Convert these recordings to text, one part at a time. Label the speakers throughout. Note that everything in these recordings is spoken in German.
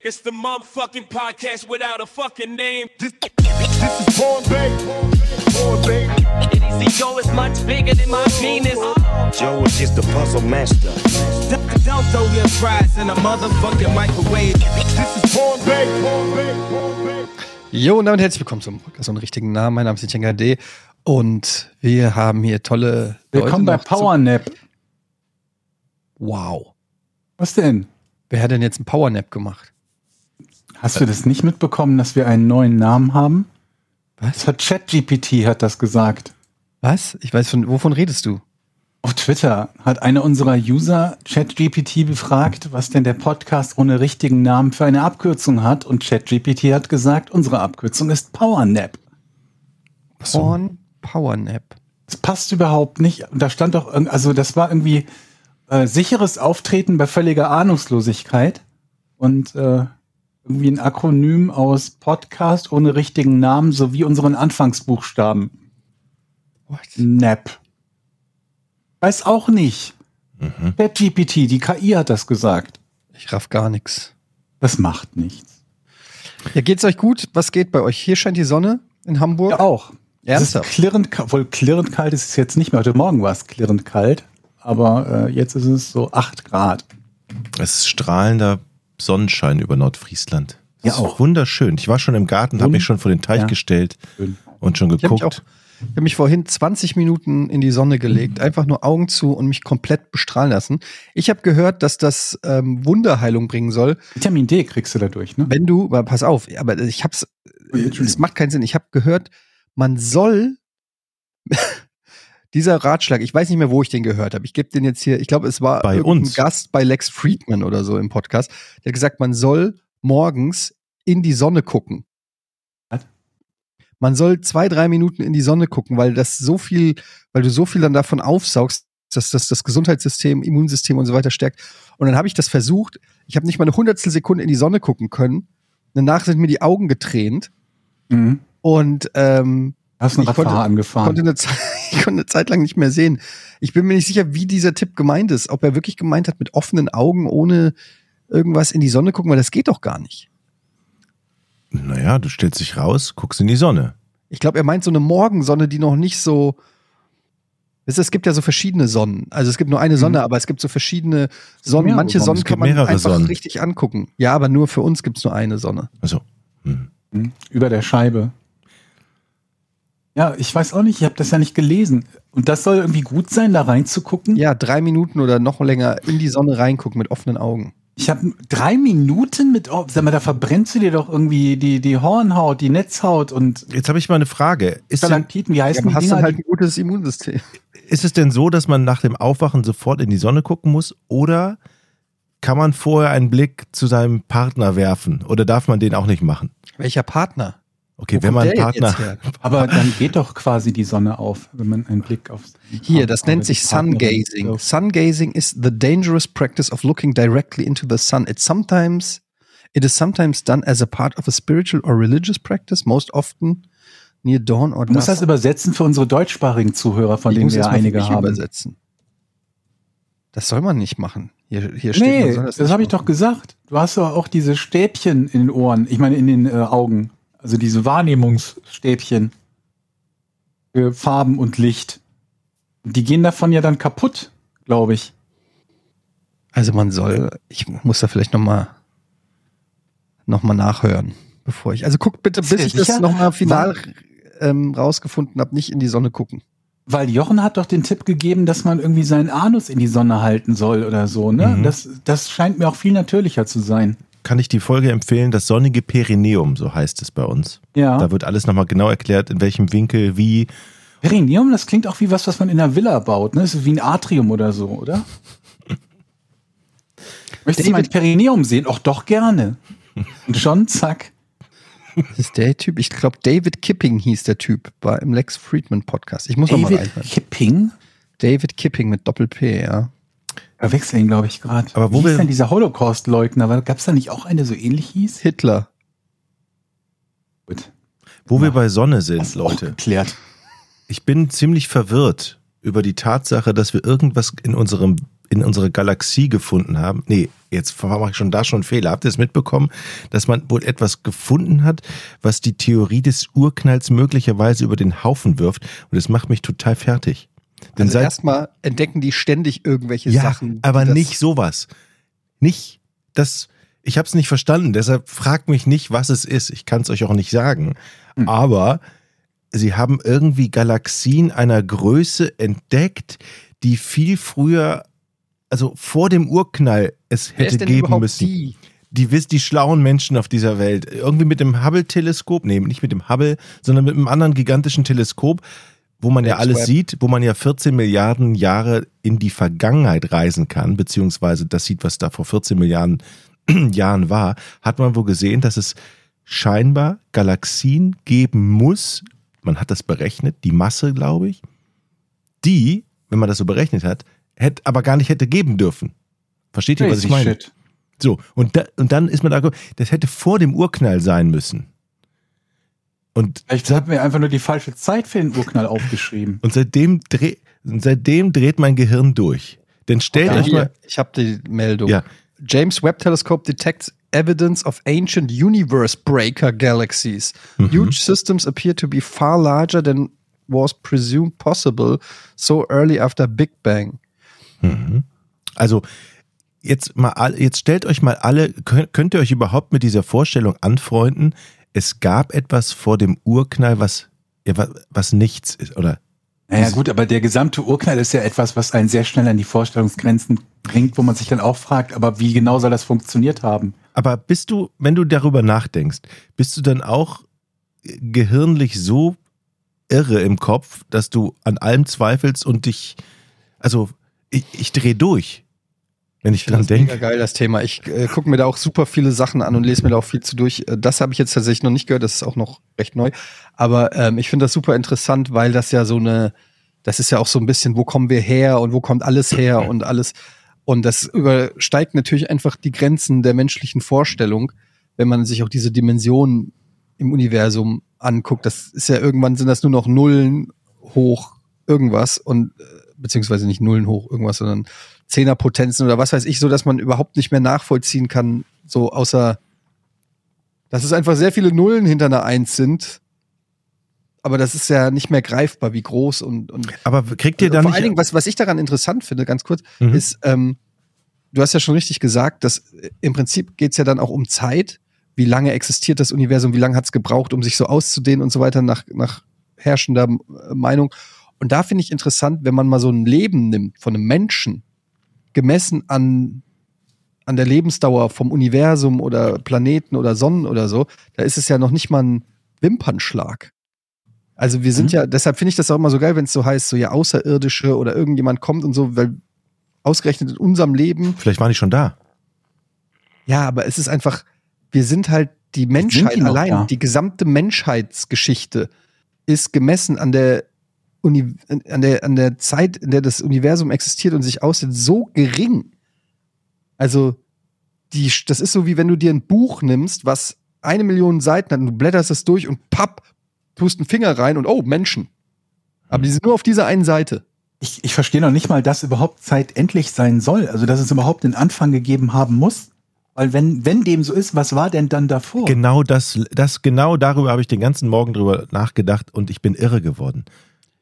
Speaker 1: It's the motherfucking podcast without a fucking name.
Speaker 2: This, this is Born Bay. Born Bay.
Speaker 3: His ego is much bigger than my penis.
Speaker 4: Joe is just a puzzle master.
Speaker 5: Don't, don't throw your fries in a motherfucking microwave.
Speaker 2: This is Born Bay. Born Bay. Born Bay.
Speaker 6: Jo, und damit herzlich willkommen zum Podcast ohne richtigen Namen. Mein Name ist Etienne D. Und wir haben hier tolle
Speaker 7: Willkommen bei
Speaker 6: Leute noch zu-
Speaker 7: PowerNap.
Speaker 6: Wow.
Speaker 7: Was denn?
Speaker 6: Wer hat denn jetzt einen Powernap gemacht?
Speaker 7: Hast du das nicht mitbekommen, dass wir einen neuen Namen haben? Das
Speaker 6: Was?
Speaker 7: hat ChatGPT hat das gesagt.
Speaker 6: Was? Ich weiß von, wovon redest du?
Speaker 7: Auf Twitter hat einer unserer User ChatGPT befragt, was denn der Podcast ohne richtigen Namen für eine Abkürzung hat und ChatGPT hat gesagt, unsere Abkürzung ist PowerNap.
Speaker 6: Porn Powernap.
Speaker 7: Das passt überhaupt nicht. Und Da stand doch irgend, also das war irgendwie äh, sicheres Auftreten bei völliger Ahnungslosigkeit und äh, irgendwie ein Akronym aus Podcast ohne richtigen Namen sowie unseren Anfangsbuchstaben.
Speaker 6: What?
Speaker 7: NAP. Weiß auch nicht. Mhm. ChatGPT, die KI hat das gesagt.
Speaker 6: Ich raff gar nichts.
Speaker 7: Das macht nichts.
Speaker 6: Ja, geht's euch gut? Was geht bei euch? Hier scheint die Sonne in Hamburg.
Speaker 7: Ja, auch.
Speaker 6: Ernsthaft?
Speaker 7: Es ist klirrend, ka- wohl klirrend kalt ist es jetzt nicht mehr. Heute Morgen war es klirrend kalt, aber äh, jetzt ist es so 8 Grad.
Speaker 8: Es ist strahlender Sonnenschein über Nordfriesland. Das
Speaker 7: Ja,
Speaker 8: ist
Speaker 6: Oh.
Speaker 7: auch.
Speaker 8: Wunderschön. Ich war schon im Garten, habe
Speaker 7: Wund-
Speaker 8: mich schon vor den Teich
Speaker 7: Ja.
Speaker 8: gestellt
Speaker 7: Schön.
Speaker 8: und schon
Speaker 6: Ich habe mich,
Speaker 8: geguckt.
Speaker 6: auch- ich hab mich vorhin 20 Minuten in die Sonne
Speaker 7: Mhm.
Speaker 6: gelegt, einfach nur Augen zu und mich komplett bestrahlen lassen. Ich habe gehört, dass das ähm, Wunderheilung bringen soll,
Speaker 7: Vitamin D kriegst du dadurch, ne?
Speaker 6: wenn du, aber pass auf, aber ich hab's, es macht keinen Sinn. Ich habe gehört, man soll dieser Ratschlag, ich weiß nicht mehr, wo ich den gehört habe. Ich gebe den jetzt hier, ich glaube, es war
Speaker 8: Bei
Speaker 6: irgendein
Speaker 8: uns.
Speaker 6: Gast bei Lex Friedman oder so im Podcast, der hat gesagt, man soll morgens in die Sonne gucken.
Speaker 7: Was?
Speaker 6: Man soll zwei, drei Minuten in die Sonne gucken, weil das so viel, weil du so viel dann davon aufsaugst, dass das, das Gesundheitssystem, Immunsystem und so weiter stärkt. Und dann habe ich das versucht. Ich habe nicht mal eine hundertstel Sekunde in die Sonne gucken können. Danach sind mir die Augen getränt
Speaker 7: Mhm.
Speaker 6: und ähm,
Speaker 7: Hast einen
Speaker 6: Ich konnte-
Speaker 7: Radfahrer
Speaker 6: konnte
Speaker 7: angefahren.
Speaker 6: eine, Zeit, ich konnte eine Zeit lang nicht mehr sehen. Ich bin mir nicht sicher, wie dieser Tipp gemeint ist. Ob er wirklich gemeint hat, mit offenen Augen, ohne irgendwas in die Sonne gucken, weil das geht doch gar nicht.
Speaker 8: Naja, du stellst dich raus, guckst in die Sonne.
Speaker 6: Ich glaube, er meint so eine Morgensonne, die noch nicht so. Wisst ihr, Es gibt ja so verschiedene Sonnen. Also es gibt nur eine Sonne, aber es gibt so verschiedene Sonnen.
Speaker 7: mehrere
Speaker 6: Manche
Speaker 7: Sonnen.
Speaker 6: Sonnen
Speaker 8: Es
Speaker 6: kann
Speaker 8: gibt
Speaker 6: man
Speaker 8: mehrere
Speaker 6: einfach
Speaker 8: Sonnen.
Speaker 6: richtig angucken. Ja, aber nur für uns gibt es nur eine Sonne.
Speaker 8: Also, hm.
Speaker 7: Mhm. Über der Scheibe. Ja, ich weiß auch nicht, ich habe das ja nicht gelesen. Und das soll irgendwie gut sein, da reinzugucken.
Speaker 6: Ja, drei Minuten oder noch länger in die Sonne reingucken mit offenen Augen.
Speaker 7: Ich habe drei Minuten mit, oh, sag mal, da verbrennst du dir doch irgendwie die, die Hornhaut, die Netzhaut und
Speaker 8: jetzt habe ich mal eine Frage. Ist, denn,
Speaker 7: Galaktiten, wie
Speaker 6: Ja,
Speaker 7: heißen
Speaker 6: aber
Speaker 7: die
Speaker 6: hast
Speaker 7: Dinger?
Speaker 6: du halt ein gutes Immunsystem.
Speaker 8: ist es denn so, dass man nach dem Aufwachen sofort in die Sonne gucken muss oder kann man vorher einen Blick zu seinem Partner werfen oder darf man den auch nicht machen?
Speaker 6: Welcher Partner?
Speaker 8: Okay,
Speaker 6: Wo
Speaker 8: wenn
Speaker 6: kommt
Speaker 8: man
Speaker 6: der
Speaker 8: einen
Speaker 6: jetzt
Speaker 8: Partner.
Speaker 6: her?
Speaker 7: aber dann geht doch quasi die Sonne auf, wenn man einen Blick auf.
Speaker 6: Hier, das nennt sich Sungazing.
Speaker 7: Sungazing.
Speaker 6: Sungazing is the dangerous practice of looking directly into the sun. It sometimes it is sometimes done as a part of a spiritual or religious practice, most often near dawn or
Speaker 7: Du musst das
Speaker 6: dusk.
Speaker 7: übersetzen für unsere deutschsprachigen Zuhörer, von
Speaker 6: Ich
Speaker 7: denen
Speaker 6: muss
Speaker 7: wir
Speaker 6: das
Speaker 7: ja
Speaker 6: mal für
Speaker 7: einige
Speaker 6: mich
Speaker 7: haben.
Speaker 6: übersetzen. Das soll man nicht machen. Hier, hier steht man
Speaker 7: Nee,
Speaker 6: soll
Speaker 7: das,
Speaker 6: nicht
Speaker 7: habe ich
Speaker 6: machen.
Speaker 7: doch gesagt. Du hast doch auch diese Stäbchen in den Ohren, ich meine in den äh, Augen. Also diese Wahrnehmungsstäbchen für Farben und Licht. Die gehen davon ja dann kaputt, glaube ich.
Speaker 6: Also man soll, ich muss da vielleicht nochmal noch mal nachhören, bevor ich. Also guckt bitte,
Speaker 7: Ist
Speaker 6: bis
Speaker 7: dir
Speaker 6: ich das
Speaker 7: sicher?
Speaker 6: nochmal final ähm, rausgefunden habe, nicht in die Sonne gucken.
Speaker 7: Weil Jochen hat doch den Tipp gegeben, dass man irgendwie seinen Anus in die Sonne halten soll oder so. Ne?
Speaker 8: Mhm.
Speaker 7: Das, das scheint mir auch viel natürlicher zu sein.
Speaker 8: Kann ich die Folge empfehlen, das sonnige Perineum, so heißt es bei uns.
Speaker 7: Ja.
Speaker 8: Da wird alles nochmal genau erklärt, in welchem Winkel, wie.
Speaker 7: Perineum, das klingt auch wie was, was man in einer Villa baut. Ne? Das ist wie ein Atrium oder so, oder? Möchtest du mein Perineum sehen? Auch doch gerne. Und schon, zack.
Speaker 6: Das ist der Typ, ich glaube, David Kipping hieß der Typ, war im Lex Friedman Podcast. Ich muss nochmal
Speaker 7: David
Speaker 6: reinhören.
Speaker 7: Kipping?
Speaker 6: David Kipping mit Doppel-P, ja.
Speaker 7: Verwechseln ihn, glaube ich, gerade.
Speaker 8: Aber wo
Speaker 7: Wie hieß
Speaker 8: wir-
Speaker 7: denn dieser Holocaust-Leugner? Gab es da nicht auch eine, so ähnlich hieß?
Speaker 6: Hitler.
Speaker 7: Gut.
Speaker 8: Wo wir bei Sonne
Speaker 7: Das
Speaker 8: sind,
Speaker 7: ist auch
Speaker 8: Leute.
Speaker 7: geklärt.
Speaker 8: Ich bin ziemlich verwirrt über die Tatsache, dass wir irgendwas in unserem in unsere Galaxie gefunden haben. Nee, jetzt mache ich schon da schon einen Fehler. Habt ihr es mitbekommen, dass man wohl etwas gefunden hat, was die Theorie des Urknalls möglicherweise über den Haufen wirft? Und das macht mich total fertig. Denn
Speaker 6: Also
Speaker 8: seit,
Speaker 6: erstmal entdecken die ständig irgendwelche
Speaker 8: ja,
Speaker 6: Sachen. die
Speaker 8: aber
Speaker 6: das-
Speaker 8: nicht sowas. Nicht das. Ich habe es nicht verstanden. Deshalb fragt mich nicht, was es ist. Ich kann es euch auch nicht sagen.
Speaker 6: Hm.
Speaker 8: Aber sie haben irgendwie Galaxien einer Größe entdeckt, die viel früher, also vor dem Urknall, es
Speaker 6: Wer
Speaker 8: hätte
Speaker 6: ist denn
Speaker 8: geben
Speaker 6: überhaupt
Speaker 8: müssen. Die?
Speaker 6: Die?
Speaker 8: Die, wiss- die schlauen Menschen auf dieser Welt. Irgendwie mit dem Hubble-Teleskop, nee, nicht mit dem Hubble, sondern mit einem anderen gigantischen Teleskop, wo man ja
Speaker 6: James
Speaker 8: alles
Speaker 6: Webb.
Speaker 8: sieht, wo man ja 14 Milliarden Jahre in die Vergangenheit reisen kann, beziehungsweise das sieht, was da vor 14 Milliarden Jahren war, hat man wohl gesehen, dass es scheinbar Galaxien geben muss. Man hat das berechnet, die Masse, glaube ich, die, wenn man das so berechnet hat, hätte aber gar nicht hätte geben dürfen. Versteht ihr, was ich meine?
Speaker 7: Shit.
Speaker 8: So, und, da, und dann ist man da, gekommen, das hätte vor dem Urknall sein müssen. Und,
Speaker 7: Vielleicht hat mir einfach nur die falsche Zeit für den Urknall aufgeschrieben.
Speaker 8: und seitdem, dreh, und seitdem dreht mein Gehirn durch. Denn stellt
Speaker 6: Ja,
Speaker 8: euch mal,
Speaker 6: hier, ich habe die Meldung.
Speaker 8: Ja.
Speaker 6: James Webb Telescope detects evidence of ancient universe breaker galaxies.
Speaker 8: Mhm.
Speaker 6: Huge systems appear to be far larger than was presumed possible so early after Big Bang.
Speaker 8: also jetzt mal, all- jetzt stellt euch mal alle, könnt, könnt ihr euch überhaupt mit dieser Vorstellung anfreunden, es gab etwas vor dem Urknall, was, ja, was, was nichts ist, oder?
Speaker 7: Naja gut, aber der gesamte Urknall ist ja etwas, was einen sehr schnell an die Vorstellungsgrenzen bringt, wo man sich dann auch fragt, aber wie genau soll das funktioniert haben?
Speaker 8: Aber bist du, wenn du darüber nachdenkst, bist du dann auch gehirnlich so irre im Kopf, dass du an allem zweifelst und dich, also ich, ich drehe durch, wenn ich, dran
Speaker 6: Das ist mega
Speaker 8: denke.
Speaker 6: geil, das Thema. Ich äh, gucke mir da auch super viele Sachen an und lese mir da auch viel zu durch. Äh, Das habe ich jetzt tatsächlich noch nicht gehört, das ist auch noch recht neu. Aber ähm, ich finde das super interessant, weil das ja so eine, das ist ja auch so ein bisschen, wo kommen wir her und wo kommt alles her und alles. Und das übersteigt natürlich einfach die Grenzen der menschlichen Vorstellung, wenn man sich auch diese Dimensionen im Universum anguckt. Das ist ja irgendwann sind das nur noch Nullen hoch irgendwas und äh, beziehungsweise nicht Nullen hoch irgendwas, sondern Zehnerpotenzen oder was weiß ich, so dass man überhaupt nicht mehr nachvollziehen kann, so außer dass es einfach sehr viele Nullen hinter einer Eins sind. Aber das ist ja nicht mehr greifbar, wie groß und, und
Speaker 8: Aber kriegt ihr dann
Speaker 6: Also vor
Speaker 8: nicht,
Speaker 6: allen Dingen, was, was ich daran interessant finde, ganz kurz,
Speaker 8: Mhm.
Speaker 6: ist, ähm, du hast ja schon richtig gesagt, dass äh, im Prinzip geht es ja dann auch um Zeit. Wie lange existiert das Universum? Wie lange hat es gebraucht, um sich so auszudehnen und so weiter nach, nach herrschender äh, Meinung? Und da finde ich interessant, wenn man mal so ein Leben nimmt von einem Menschen, gemessen an, an der Lebensdauer vom Universum oder Planeten oder Sonnen oder so, da ist es ja noch nicht mal ein Wimpernschlag. Also wir sind ja, deshalb finde ich das auch immer so geil, wenn es so heißt, so ja Außerirdische oder irgendjemand kommt und so, weil ausgerechnet in unserem Leben,
Speaker 8: vielleicht waren die schon da.
Speaker 6: ja, aber es ist einfach, wir sind halt die Menschheit
Speaker 7: die noch
Speaker 6: allein,
Speaker 7: da?
Speaker 6: die gesamte Menschheitsgeschichte ist gemessen an der Uni, an der, an der Zeit, in der das Universum existiert und sich aussieht, so gering. Also, die, das ist so wie wenn du dir ein Buch nimmst, was eine Million Seiten hat und du blätterst es durch und papp, tust einen Finger rein und oh, Menschen. Aber die sind nur auf dieser einen Seite.
Speaker 7: Ich, ich verstehe noch nicht mal, dass überhaupt Zeit endlich sein soll. Also, dass es überhaupt den Anfang gegeben haben muss. Weil wenn, wenn dem so ist, was war denn dann davor?
Speaker 6: Oh.
Speaker 8: Genau das, das, genau darüber habe ich den ganzen Morgen drüber nachgedacht und ich bin irre geworden.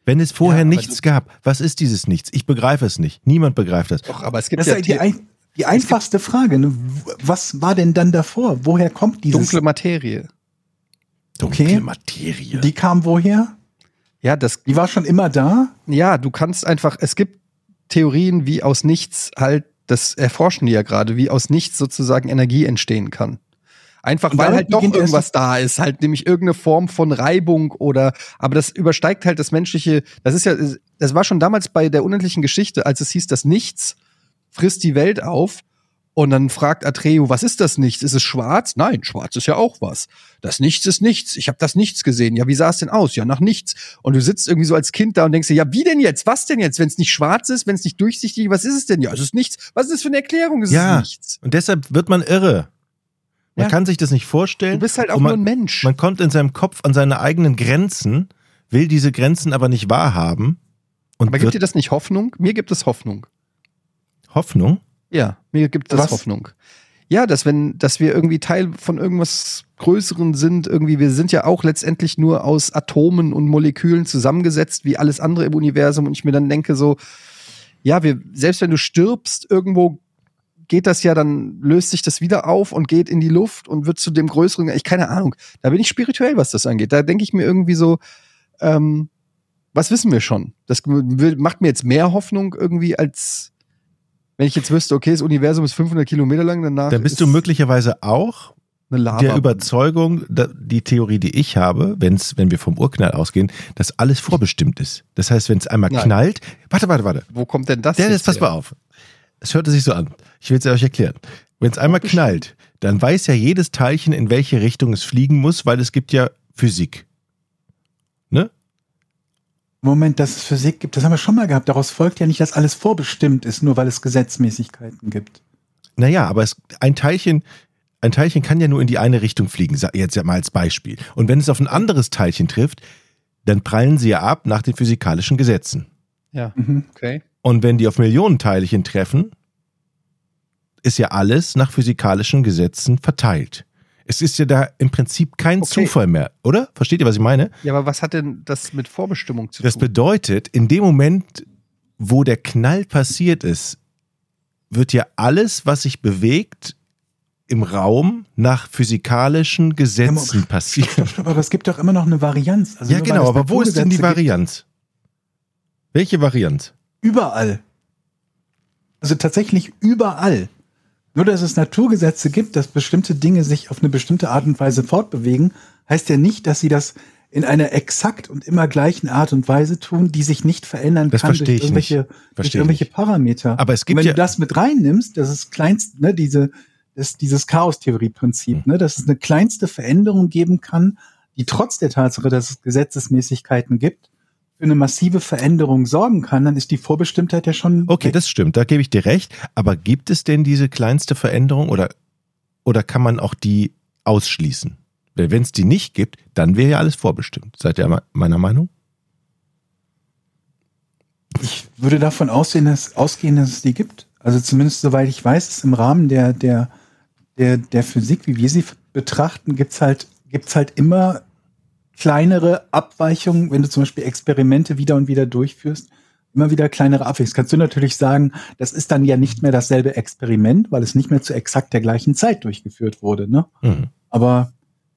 Speaker 8: Wenn es vorher
Speaker 6: aber
Speaker 8: nichts gab, was ist dieses Nichts? Ich begreife es nicht. Niemand begreift das.
Speaker 6: Doch, aber es gibt
Speaker 7: Das
Speaker 6: ja
Speaker 7: ist die,
Speaker 6: die
Speaker 7: ein, die einfachste Frage. Ne? Was war denn dann davor? Woher kommt dieses?
Speaker 6: dunkle Materie.
Speaker 8: Dunkle
Speaker 7: okay.
Speaker 8: Materie.
Speaker 7: Die kam woher?
Speaker 6: Ja, das
Speaker 7: Die war schon immer da?
Speaker 6: ja, du kannst einfach, es gibt Theorien, wie aus nichts halt, das erforschen die ja gerade, wie aus nichts sozusagen Energie entstehen kann. Einfach
Speaker 7: Und
Speaker 6: weil
Speaker 7: damit
Speaker 6: halt doch
Speaker 7: beginnt erst-
Speaker 6: irgendwas da ist, halt nämlich irgendeine Form von Reibung oder, aber das übersteigt halt das menschliche, das ist ja, das war schon damals bei der unendlichen Geschichte, als es hieß, das Nichts frisst die Welt auf und dann fragt Atreo, was ist das Nichts? Ist es schwarz? Nein, schwarz ist ja auch was. Das Nichts ist nichts. Ich habe das Nichts gesehen. Ja, wie sah es denn aus? Ja, nach nichts. Und du sitzt irgendwie so als Kind da und denkst dir, ja, wie denn jetzt? Was denn jetzt? Wenn es nicht schwarz ist, wenn es nicht durchsichtig, was ist es denn? Ja, es ist nichts. Was ist das für eine Erklärung? Es
Speaker 8: Ja.
Speaker 6: ist nichts.
Speaker 8: Und deshalb wird man irre. Man
Speaker 6: Ja.
Speaker 8: kann sich das nicht vorstellen.
Speaker 6: Du bist halt auch
Speaker 8: Und
Speaker 6: nur ein
Speaker 8: man,
Speaker 6: Mensch.
Speaker 8: man kommt in seinem Kopf an seine eigenen Grenzen, will diese Grenzen aber nicht wahrhaben. Und
Speaker 6: aber gibt dir
Speaker 8: wird
Speaker 6: das nicht Hoffnung? Mir gibt es Hoffnung.
Speaker 8: Hoffnung?
Speaker 6: Ja, mir gibt das
Speaker 7: Was?
Speaker 6: Hoffnung. Ja, dass wenn, dass wir irgendwie Teil von irgendwas Größeren sind, irgendwie, wir sind ja auch letztendlich nur aus Atomen und Molekülen zusammengesetzt, wie alles andere im Universum. Und ich mir dann denke so, ja, wir, selbst wenn du stirbst, irgendwo geht das ja, dann löst sich das wieder auf und geht in die Luft und wird zu dem Größeren. Ich keine Ahnung. Da bin ich spirituell, was das angeht. Da denke ich mir irgendwie so, ähm, was wissen wir schon? Das w- macht mir jetzt mehr Hoffnung irgendwie als wenn ich jetzt wüsste, okay, das Universum ist 500 Kilometer lang, danach
Speaker 8: Dann bist
Speaker 6: ist
Speaker 8: du möglicherweise auch
Speaker 6: eine Lava.
Speaker 8: der Überzeugung, da, die Theorie, die ich habe, wenn's, wenn wir vom Urknall ausgehen, dass alles vorbestimmt ist. Das heißt, wenn es einmal
Speaker 6: Nein.
Speaker 8: knallt, warte, warte, warte.
Speaker 6: Wo kommt denn das?
Speaker 8: Dennis,
Speaker 6: jetzt
Speaker 8: pass
Speaker 6: her?
Speaker 8: mal auf. Es hörte sich so an. Ich will es euch erklären. Wenn es einmal knallt, dann weiß ja jedes Teilchen, in welche Richtung es fliegen muss, weil es gibt ja Physik.
Speaker 7: Moment, dass es Physik gibt, das haben wir schon mal gehabt. Daraus folgt ja nicht, dass alles vorbestimmt ist, nur weil es Gesetzmäßigkeiten gibt.
Speaker 8: Naja, aber es, ein Teilchen, ein Teilchen kann ja nur in die eine Richtung fliegen, sa- jetzt ja mal als Beispiel. Und wenn es auf ein anderes Teilchen trifft, dann prallen sie ja ab nach den physikalischen Gesetzen.
Speaker 6: Ja,
Speaker 7: Mhm.
Speaker 6: okay.
Speaker 8: Und wenn die auf Millionen Teilchen treffen, ist ja alles nach physikalischen Gesetzen verteilt. Es ist ja da im Prinzip kein
Speaker 6: Okay.
Speaker 8: Zufall mehr, oder? Versteht ihr, was ich meine?
Speaker 6: Ja, aber was hat denn das mit Vorbestimmung zu
Speaker 8: Das
Speaker 6: tun?
Speaker 8: bedeutet, in dem Moment, wo der Knall passiert ist, wird ja alles, was sich bewegt, im Raum nach physikalischen
Speaker 7: Ja,
Speaker 8: Gesetzen
Speaker 7: aber-
Speaker 8: passieren.
Speaker 7: Aber es gibt doch immer noch eine Varianz. Also
Speaker 8: Ja,
Speaker 7: nur weil
Speaker 8: genau,
Speaker 7: es
Speaker 8: aber wo ist denn die
Speaker 7: Naturgesetze gibt,
Speaker 8: Varianz? Welche Varianz?
Speaker 7: Überall. Also tatsächlich überall. Nur, dass es Naturgesetze gibt, dass bestimmte Dinge sich auf eine bestimmte Art und Weise fortbewegen, heißt ja nicht, dass sie das in einer exakt und immer gleichen Art und Weise tun, die sich nicht verändern
Speaker 8: Das
Speaker 7: kann
Speaker 8: verstehe ich nicht.
Speaker 7: irgendwelche, durch
Speaker 8: Verstehe ich
Speaker 7: irgendwelche
Speaker 8: nicht.
Speaker 7: Parameter.
Speaker 8: Aber es gibt
Speaker 7: und wenn
Speaker 8: ja-
Speaker 7: du das mit reinnimmst, das ist kleinst, ne, diese, das, dieses
Speaker 8: Hm.
Speaker 7: Chaos-Theorie-Prinzip, ne, dass es eine kleinste Veränderung geben kann, die trotz der Tatsache, dass es Gesetzesmäßigkeiten gibt, für eine massive Veränderung sorgen kann, dann ist die Vorbestimmtheit ja schon.
Speaker 8: Okay,
Speaker 7: weg.
Speaker 8: das stimmt, da gebe ich dir recht. Aber gibt es denn diese kleinste Veränderung oder, oder kann man auch die ausschließen? Weil wenn es die nicht gibt, dann wäre ja alles vorbestimmt. Seid ihr me- meiner Meinung?
Speaker 7: Ich würde davon ausgehen, dass, ausgehen, dass es die gibt. Also zumindest soweit ich weiß, ist im Rahmen der, der, der, der Physik, wie wir sie f- betrachten, gibt's halt, gibt's halt immer kleinere Abweichungen, wenn du zum Beispiel Experimente wieder und wieder durchführst, immer wieder kleinere Abweichungen. Kannst du natürlich sagen, das ist dann ja nicht mehr dasselbe Experiment, weil es nicht mehr zu exakt der gleichen Zeit durchgeführt wurde. Ne?
Speaker 8: Mhm.
Speaker 7: Aber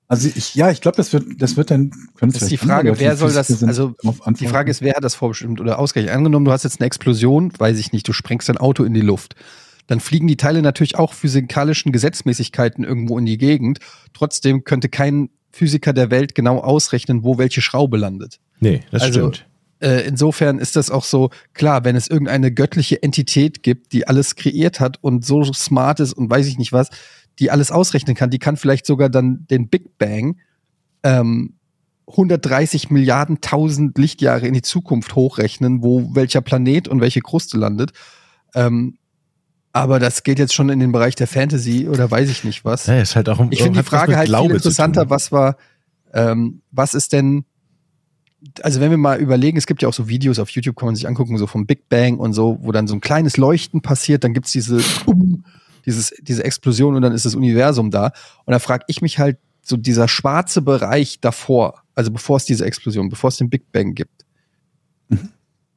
Speaker 7: also ich, ja, ich glaube, das wird, das wird dann. können
Speaker 6: Das ist die
Speaker 7: vielleicht andere
Speaker 6: Frage,
Speaker 7: Leute,
Speaker 6: wer soll das-
Speaker 7: Physiker sind,
Speaker 6: also
Speaker 7: darauf
Speaker 6: Die
Speaker 7: antworten.
Speaker 6: Frage ist, wer hat das vorbestimmt oder ausgerechnet? Angenommen, du hast jetzt eine Explosion, weiß ich nicht, du sprengst dein Auto in die Luft. Dann fliegen die Teile natürlich auch physikalischen Gesetzmäßigkeiten irgendwo in die Gegend. Trotzdem könnte kein Physiker der Welt genau ausrechnen, wo welche Schraube landet.
Speaker 8: Nee, das
Speaker 6: Also,
Speaker 8: stimmt.
Speaker 6: Äh, insofern ist das auch so, klar, wenn es irgendeine göttliche Entität gibt, die alles kreiert hat und so smart ist und weiß ich nicht was, die alles ausrechnen kann, die kann vielleicht sogar dann den Big Bang ähm, 130 Milliarden tausend Lichtjahre in die Zukunft hochrechnen, wo welcher Planet und welche Kruste landet. Ähm, aber das geht jetzt schon in den Bereich der Fantasy oder weiß ich nicht was.
Speaker 8: Naja, ist halt auch,
Speaker 6: Ich finde die
Speaker 8: hat was mit
Speaker 6: Frage halt
Speaker 8: Glaube
Speaker 6: viel
Speaker 8: zu
Speaker 6: interessanter,
Speaker 8: tun. ne?
Speaker 6: was war, ähm, was ist denn, also wenn wir mal überlegen, es gibt ja auch so Videos auf YouTube, kann man sich angucken, so vom Big Bang und so, wo dann so ein kleines Leuchten passiert, dann gibt es diese, um, dieses, diese Explosion und dann ist das Universum da. Und da frage ich mich halt, so dieser schwarze Bereich davor, also bevor es diese Explosion, bevor es den Big Bang gibt.
Speaker 8: Mhm.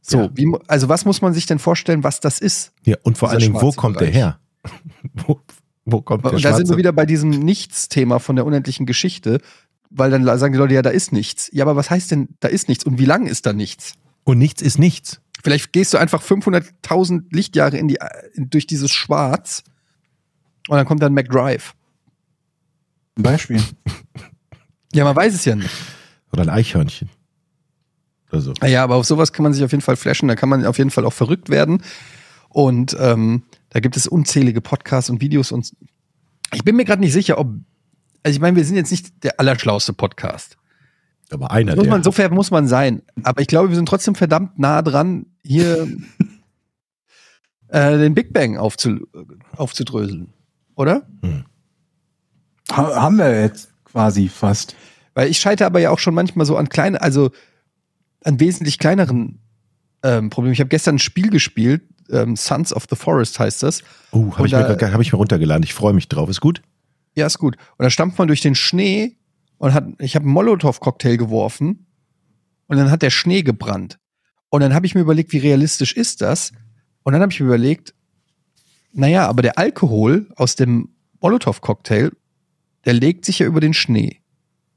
Speaker 6: So, wie, mu- also was muss man sich denn vorstellen, was das ist?
Speaker 8: Ja, und vor
Speaker 6: dieser
Speaker 8: allen Dingen, wo
Speaker 6: schwarze
Speaker 8: kommt
Speaker 6: Bereich.
Speaker 8: der her? wo, wo kommt der
Speaker 6: Und da sind
Speaker 8: schwarze-
Speaker 6: wir wieder bei diesem Nichts-Thema von der unendlichen Geschichte, weil dann la- sagen die Leute, ja, da ist nichts. Ja, aber was heißt denn, da ist nichts und wie lang ist da nichts?
Speaker 8: Und nichts ist nichts.
Speaker 6: Vielleicht gehst du einfach 500.000 Lichtjahre in die, in, durch dieses Schwarz und dann kommt dann McDrive.
Speaker 7: Ein Beispiel.
Speaker 6: Ja, man weiß es ja nicht.
Speaker 8: Oder ein Eichhörnchen. Oder so.
Speaker 6: Ja, aber auf sowas kann man sich auf jeden Fall flashen, da kann man auf jeden Fall auch verrückt werden. Und ähm, da gibt es unzählige Podcasts und Videos und ich bin mir gerade nicht sicher, ob, also ich meine, wir sind jetzt nicht der allerschlauste Podcast.
Speaker 8: Aber einer
Speaker 6: Muss
Speaker 8: der.
Speaker 6: man, so fair muss man sein. Aber ich glaube, wir sind trotzdem verdammt nah dran, hier äh, den Big Bang aufzu, aufzudröseln. Oder?
Speaker 7: Ha haben wir jetzt quasi fast.
Speaker 6: Weil ich scheitere aber ja auch schon manchmal so an kleinen, also an wesentlich kleineren ähm, Problemen. Ich habe gestern ein Spiel gespielt, ähm, Sons of the Forest heißt das.
Speaker 8: Uh, habe
Speaker 6: Und
Speaker 8: ich, mir
Speaker 6: da-
Speaker 8: grad- hab ich mir runtergeladen. Ich freue mich drauf. Ist gut?
Speaker 6: Ja, ist gut. Und da stampft man durch den Schnee und hat, ich habe einen Molotow-Cocktail geworfen und dann hat der Schnee gebrannt. Und dann habe ich mir überlegt, wie realistisch ist das? Und dann habe ich mir überlegt, naja, aber der Alkohol aus dem Molotow-Cocktail, der legt sich ja über den Schnee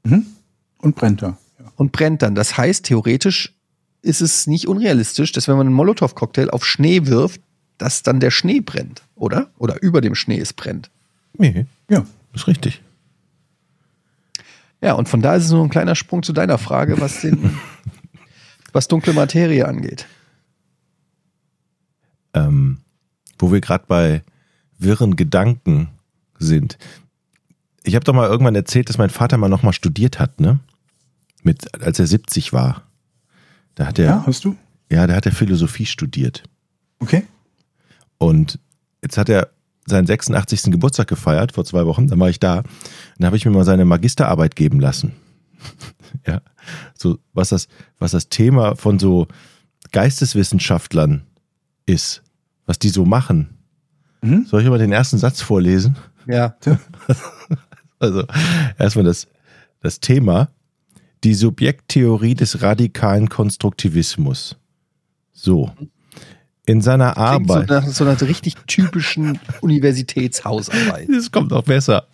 Speaker 7: Und brennt da.
Speaker 6: und brennt dann. Das heißt, theoretisch ist es nicht unrealistisch, dass wenn man einen Molotow-Cocktail auf Schnee wirft, dass dann der Schnee brennt, oder? Oder über dem Schnee es brennt.
Speaker 8: Nee,
Speaker 7: Ja.
Speaker 8: ist richtig.
Speaker 6: Ja, und von da ist es nur ein kleiner Sprung zu deiner Frage, was den, was dunkle Materie angeht.
Speaker 8: ähm, wo wir gerade bei wirren Gedanken sind. Ich habe doch mal irgendwann erzählt, dass mein Vater mal nochmal studiert hat, ne? Mit, als er 70 war. Da hat er,
Speaker 7: Ja,
Speaker 8: ja,
Speaker 7: hast du?
Speaker 8: da hat er Philosophie studiert.
Speaker 7: Okay.
Speaker 8: Und jetzt hat er seinen 86. Geburtstag gefeiert, vor zwei Wochen, dann war ich da. Und da habe ich mir mal seine Magisterarbeit geben lassen. ja. So, was das, was das Thema von so Geisteswissenschaftlern ist, was die so machen.
Speaker 7: Mhm.
Speaker 8: Soll ich mal den ersten Satz vorlesen?
Speaker 6: Ja.
Speaker 8: Also erstmal das, das Thema, die Subjekttheorie des radikalen Konstruktivismus. So. In seiner
Speaker 6: Klingt so
Speaker 8: Arbeit.
Speaker 6: nach so einer richtig typischen Universitätshausarbeit.
Speaker 8: Es kommt auch besser.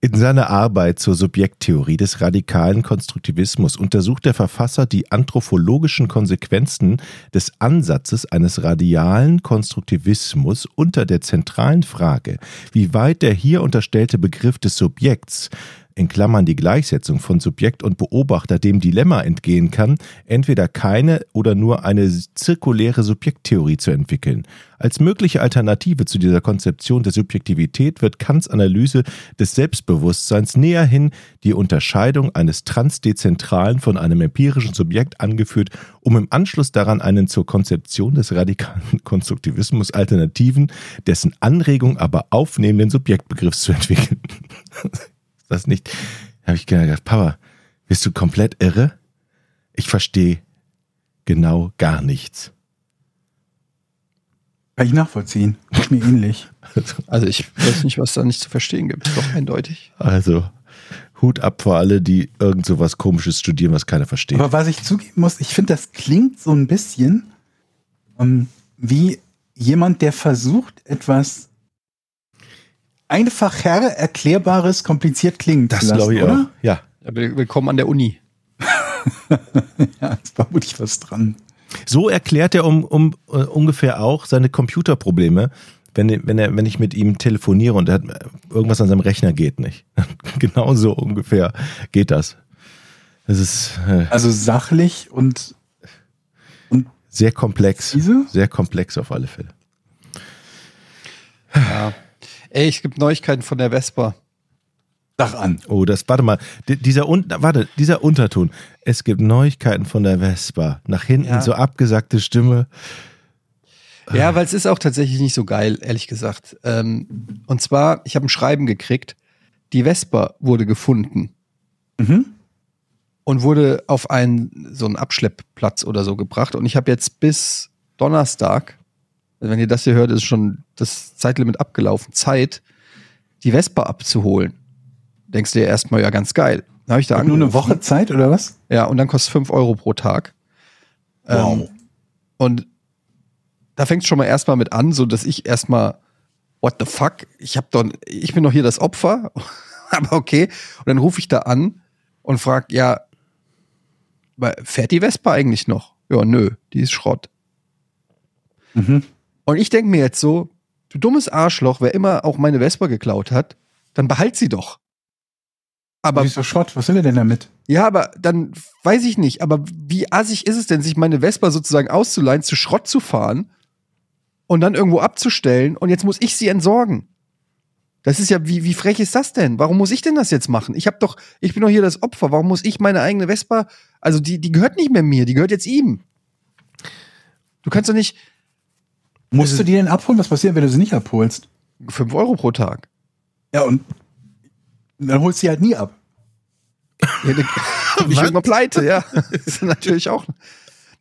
Speaker 8: In seiner Arbeit zur Subjekttheorie des radikalen Konstruktivismus untersucht der Verfasser die anthropologischen Konsequenzen des Ansatzes eines radialen Konstruktivismus unter der zentralen Frage, wie weit der hier unterstellte Begriff des Subjekts in Klammern die Gleichsetzung von Subjekt und Beobachter dem Dilemma entgehen kann, entweder keine oder nur eine zirkuläre Subjekttheorie zu entwickeln. Als mögliche Alternative zu dieser Konzeption der Subjektivität wird Kants Analyse des Selbstbewusstseins näherhin die Unterscheidung eines transdezentralen von einem empirischen Subjekt angeführt, um im Anschluss daran einen zur Konzeption des radikalen Konstruktivismus alternativen, dessen Anregung aber aufnehmenden Subjektbegriffs zu entwickeln. Ist das nicht? Da habe ich genau gedacht, Papa, bist du komplett irre? Ich verstehe genau gar nichts.
Speaker 7: Kann ich nachvollziehen. Ist mir ähnlich.
Speaker 6: Also ich weiß nicht, was da nicht zu verstehen gibt. Doch eindeutig.
Speaker 8: Also, Hut ab vor alle, die irgend so was komisches studieren, was keiner versteht.
Speaker 7: Aber was ich zugeben muss, ich finde, das klingt so ein bisschen ähm, wie jemand, der versucht, etwas einfacher erklärbares, kompliziert klingen zu lassen, oder?
Speaker 8: Ja.
Speaker 6: Ja, will- Willkommen an der Uni.
Speaker 7: Ja, ist vermutlich was dran.
Speaker 8: So erklärt er um, um, äh, ungefähr auch seine Computerprobleme, wenn, wenn, er, wenn ich mit ihm telefoniere und er hat äh, irgendwas an seinem Rechner geht nicht. genau so ungefähr geht das. Es ist äh,
Speaker 7: Also sachlich und
Speaker 8: sehr komplex.
Speaker 7: Diese?
Speaker 8: Sehr komplex auf alle Fälle.
Speaker 6: Ja. Ey, es gibt Neuigkeiten von der Vespa.
Speaker 7: Sach an.
Speaker 8: Oh, das, warte mal, D dieser, Un warte, dieser Unterton. Es gibt Neuigkeiten von der Vespa. Nach hinten
Speaker 6: Ja.
Speaker 8: so abgesagte Stimme.
Speaker 6: Ja, weil es ist auch tatsächlich nicht so geil, ehrlich gesagt. Ähm, und zwar, ich habe ein Schreiben gekriegt. Die Vespa wurde gefunden
Speaker 7: Mhm.
Speaker 6: und wurde auf einen so einen Abschleppplatz oder so gebracht. Und ich habe jetzt bis Donnerstag, also wenn ihr das hier hört, ist schon das Zeitlimit abgelaufen, Zeit, die Vespa abzuholen. Denkst du dir erstmal, ja, ganz geil. Dann hab ich da
Speaker 7: Nur eine
Speaker 6: angerufen.
Speaker 7: Woche Zeit oder was?
Speaker 6: Ja, und dann kostet 5 Euro pro Tag. Ähm,
Speaker 7: Wow.
Speaker 6: und da fängt schon mal erstmal mit an, so dass ich erstmal, what the fuck? Ich hab doch, ich bin doch hier das Opfer. Aber okay. Und dann rufe ich da an und frag, ja, wa- fährt die Vespa eigentlich noch? Ja, nö, die ist Schrott.
Speaker 7: Mhm.
Speaker 6: Und ich denke mir jetzt so, du dummes Arschloch, wer immer auch meine Vespa geklaut hat, dann behalt sie doch. Aber
Speaker 7: Aber Wieso Schrott? Was will er denn damit?
Speaker 6: ja, aber dann weiß ich nicht. Aber wie assig ist es denn, sich meine Vespa sozusagen auszuleihen, zu Schrott zu fahren und dann irgendwo abzustellen und jetzt muss ich sie entsorgen? Das ist ja, wie, wie frech ist das denn? Warum muss ich denn das jetzt machen? Ich hab doch, ich bin doch hier das Opfer. Warum muss ich meine eigene Vespa, also die, die gehört nicht mehr mir, die gehört jetzt ihm. Du kannst doch nicht
Speaker 7: Musst du die denn abholen? Was passiert, wenn du sie nicht abholst?
Speaker 6: fünf Euro pro Tag.
Speaker 7: Ja, und dann holst du sie halt nie ab.
Speaker 6: ne, Ja, dann- ich bin mal pleite, ja. Das ist natürlich auch.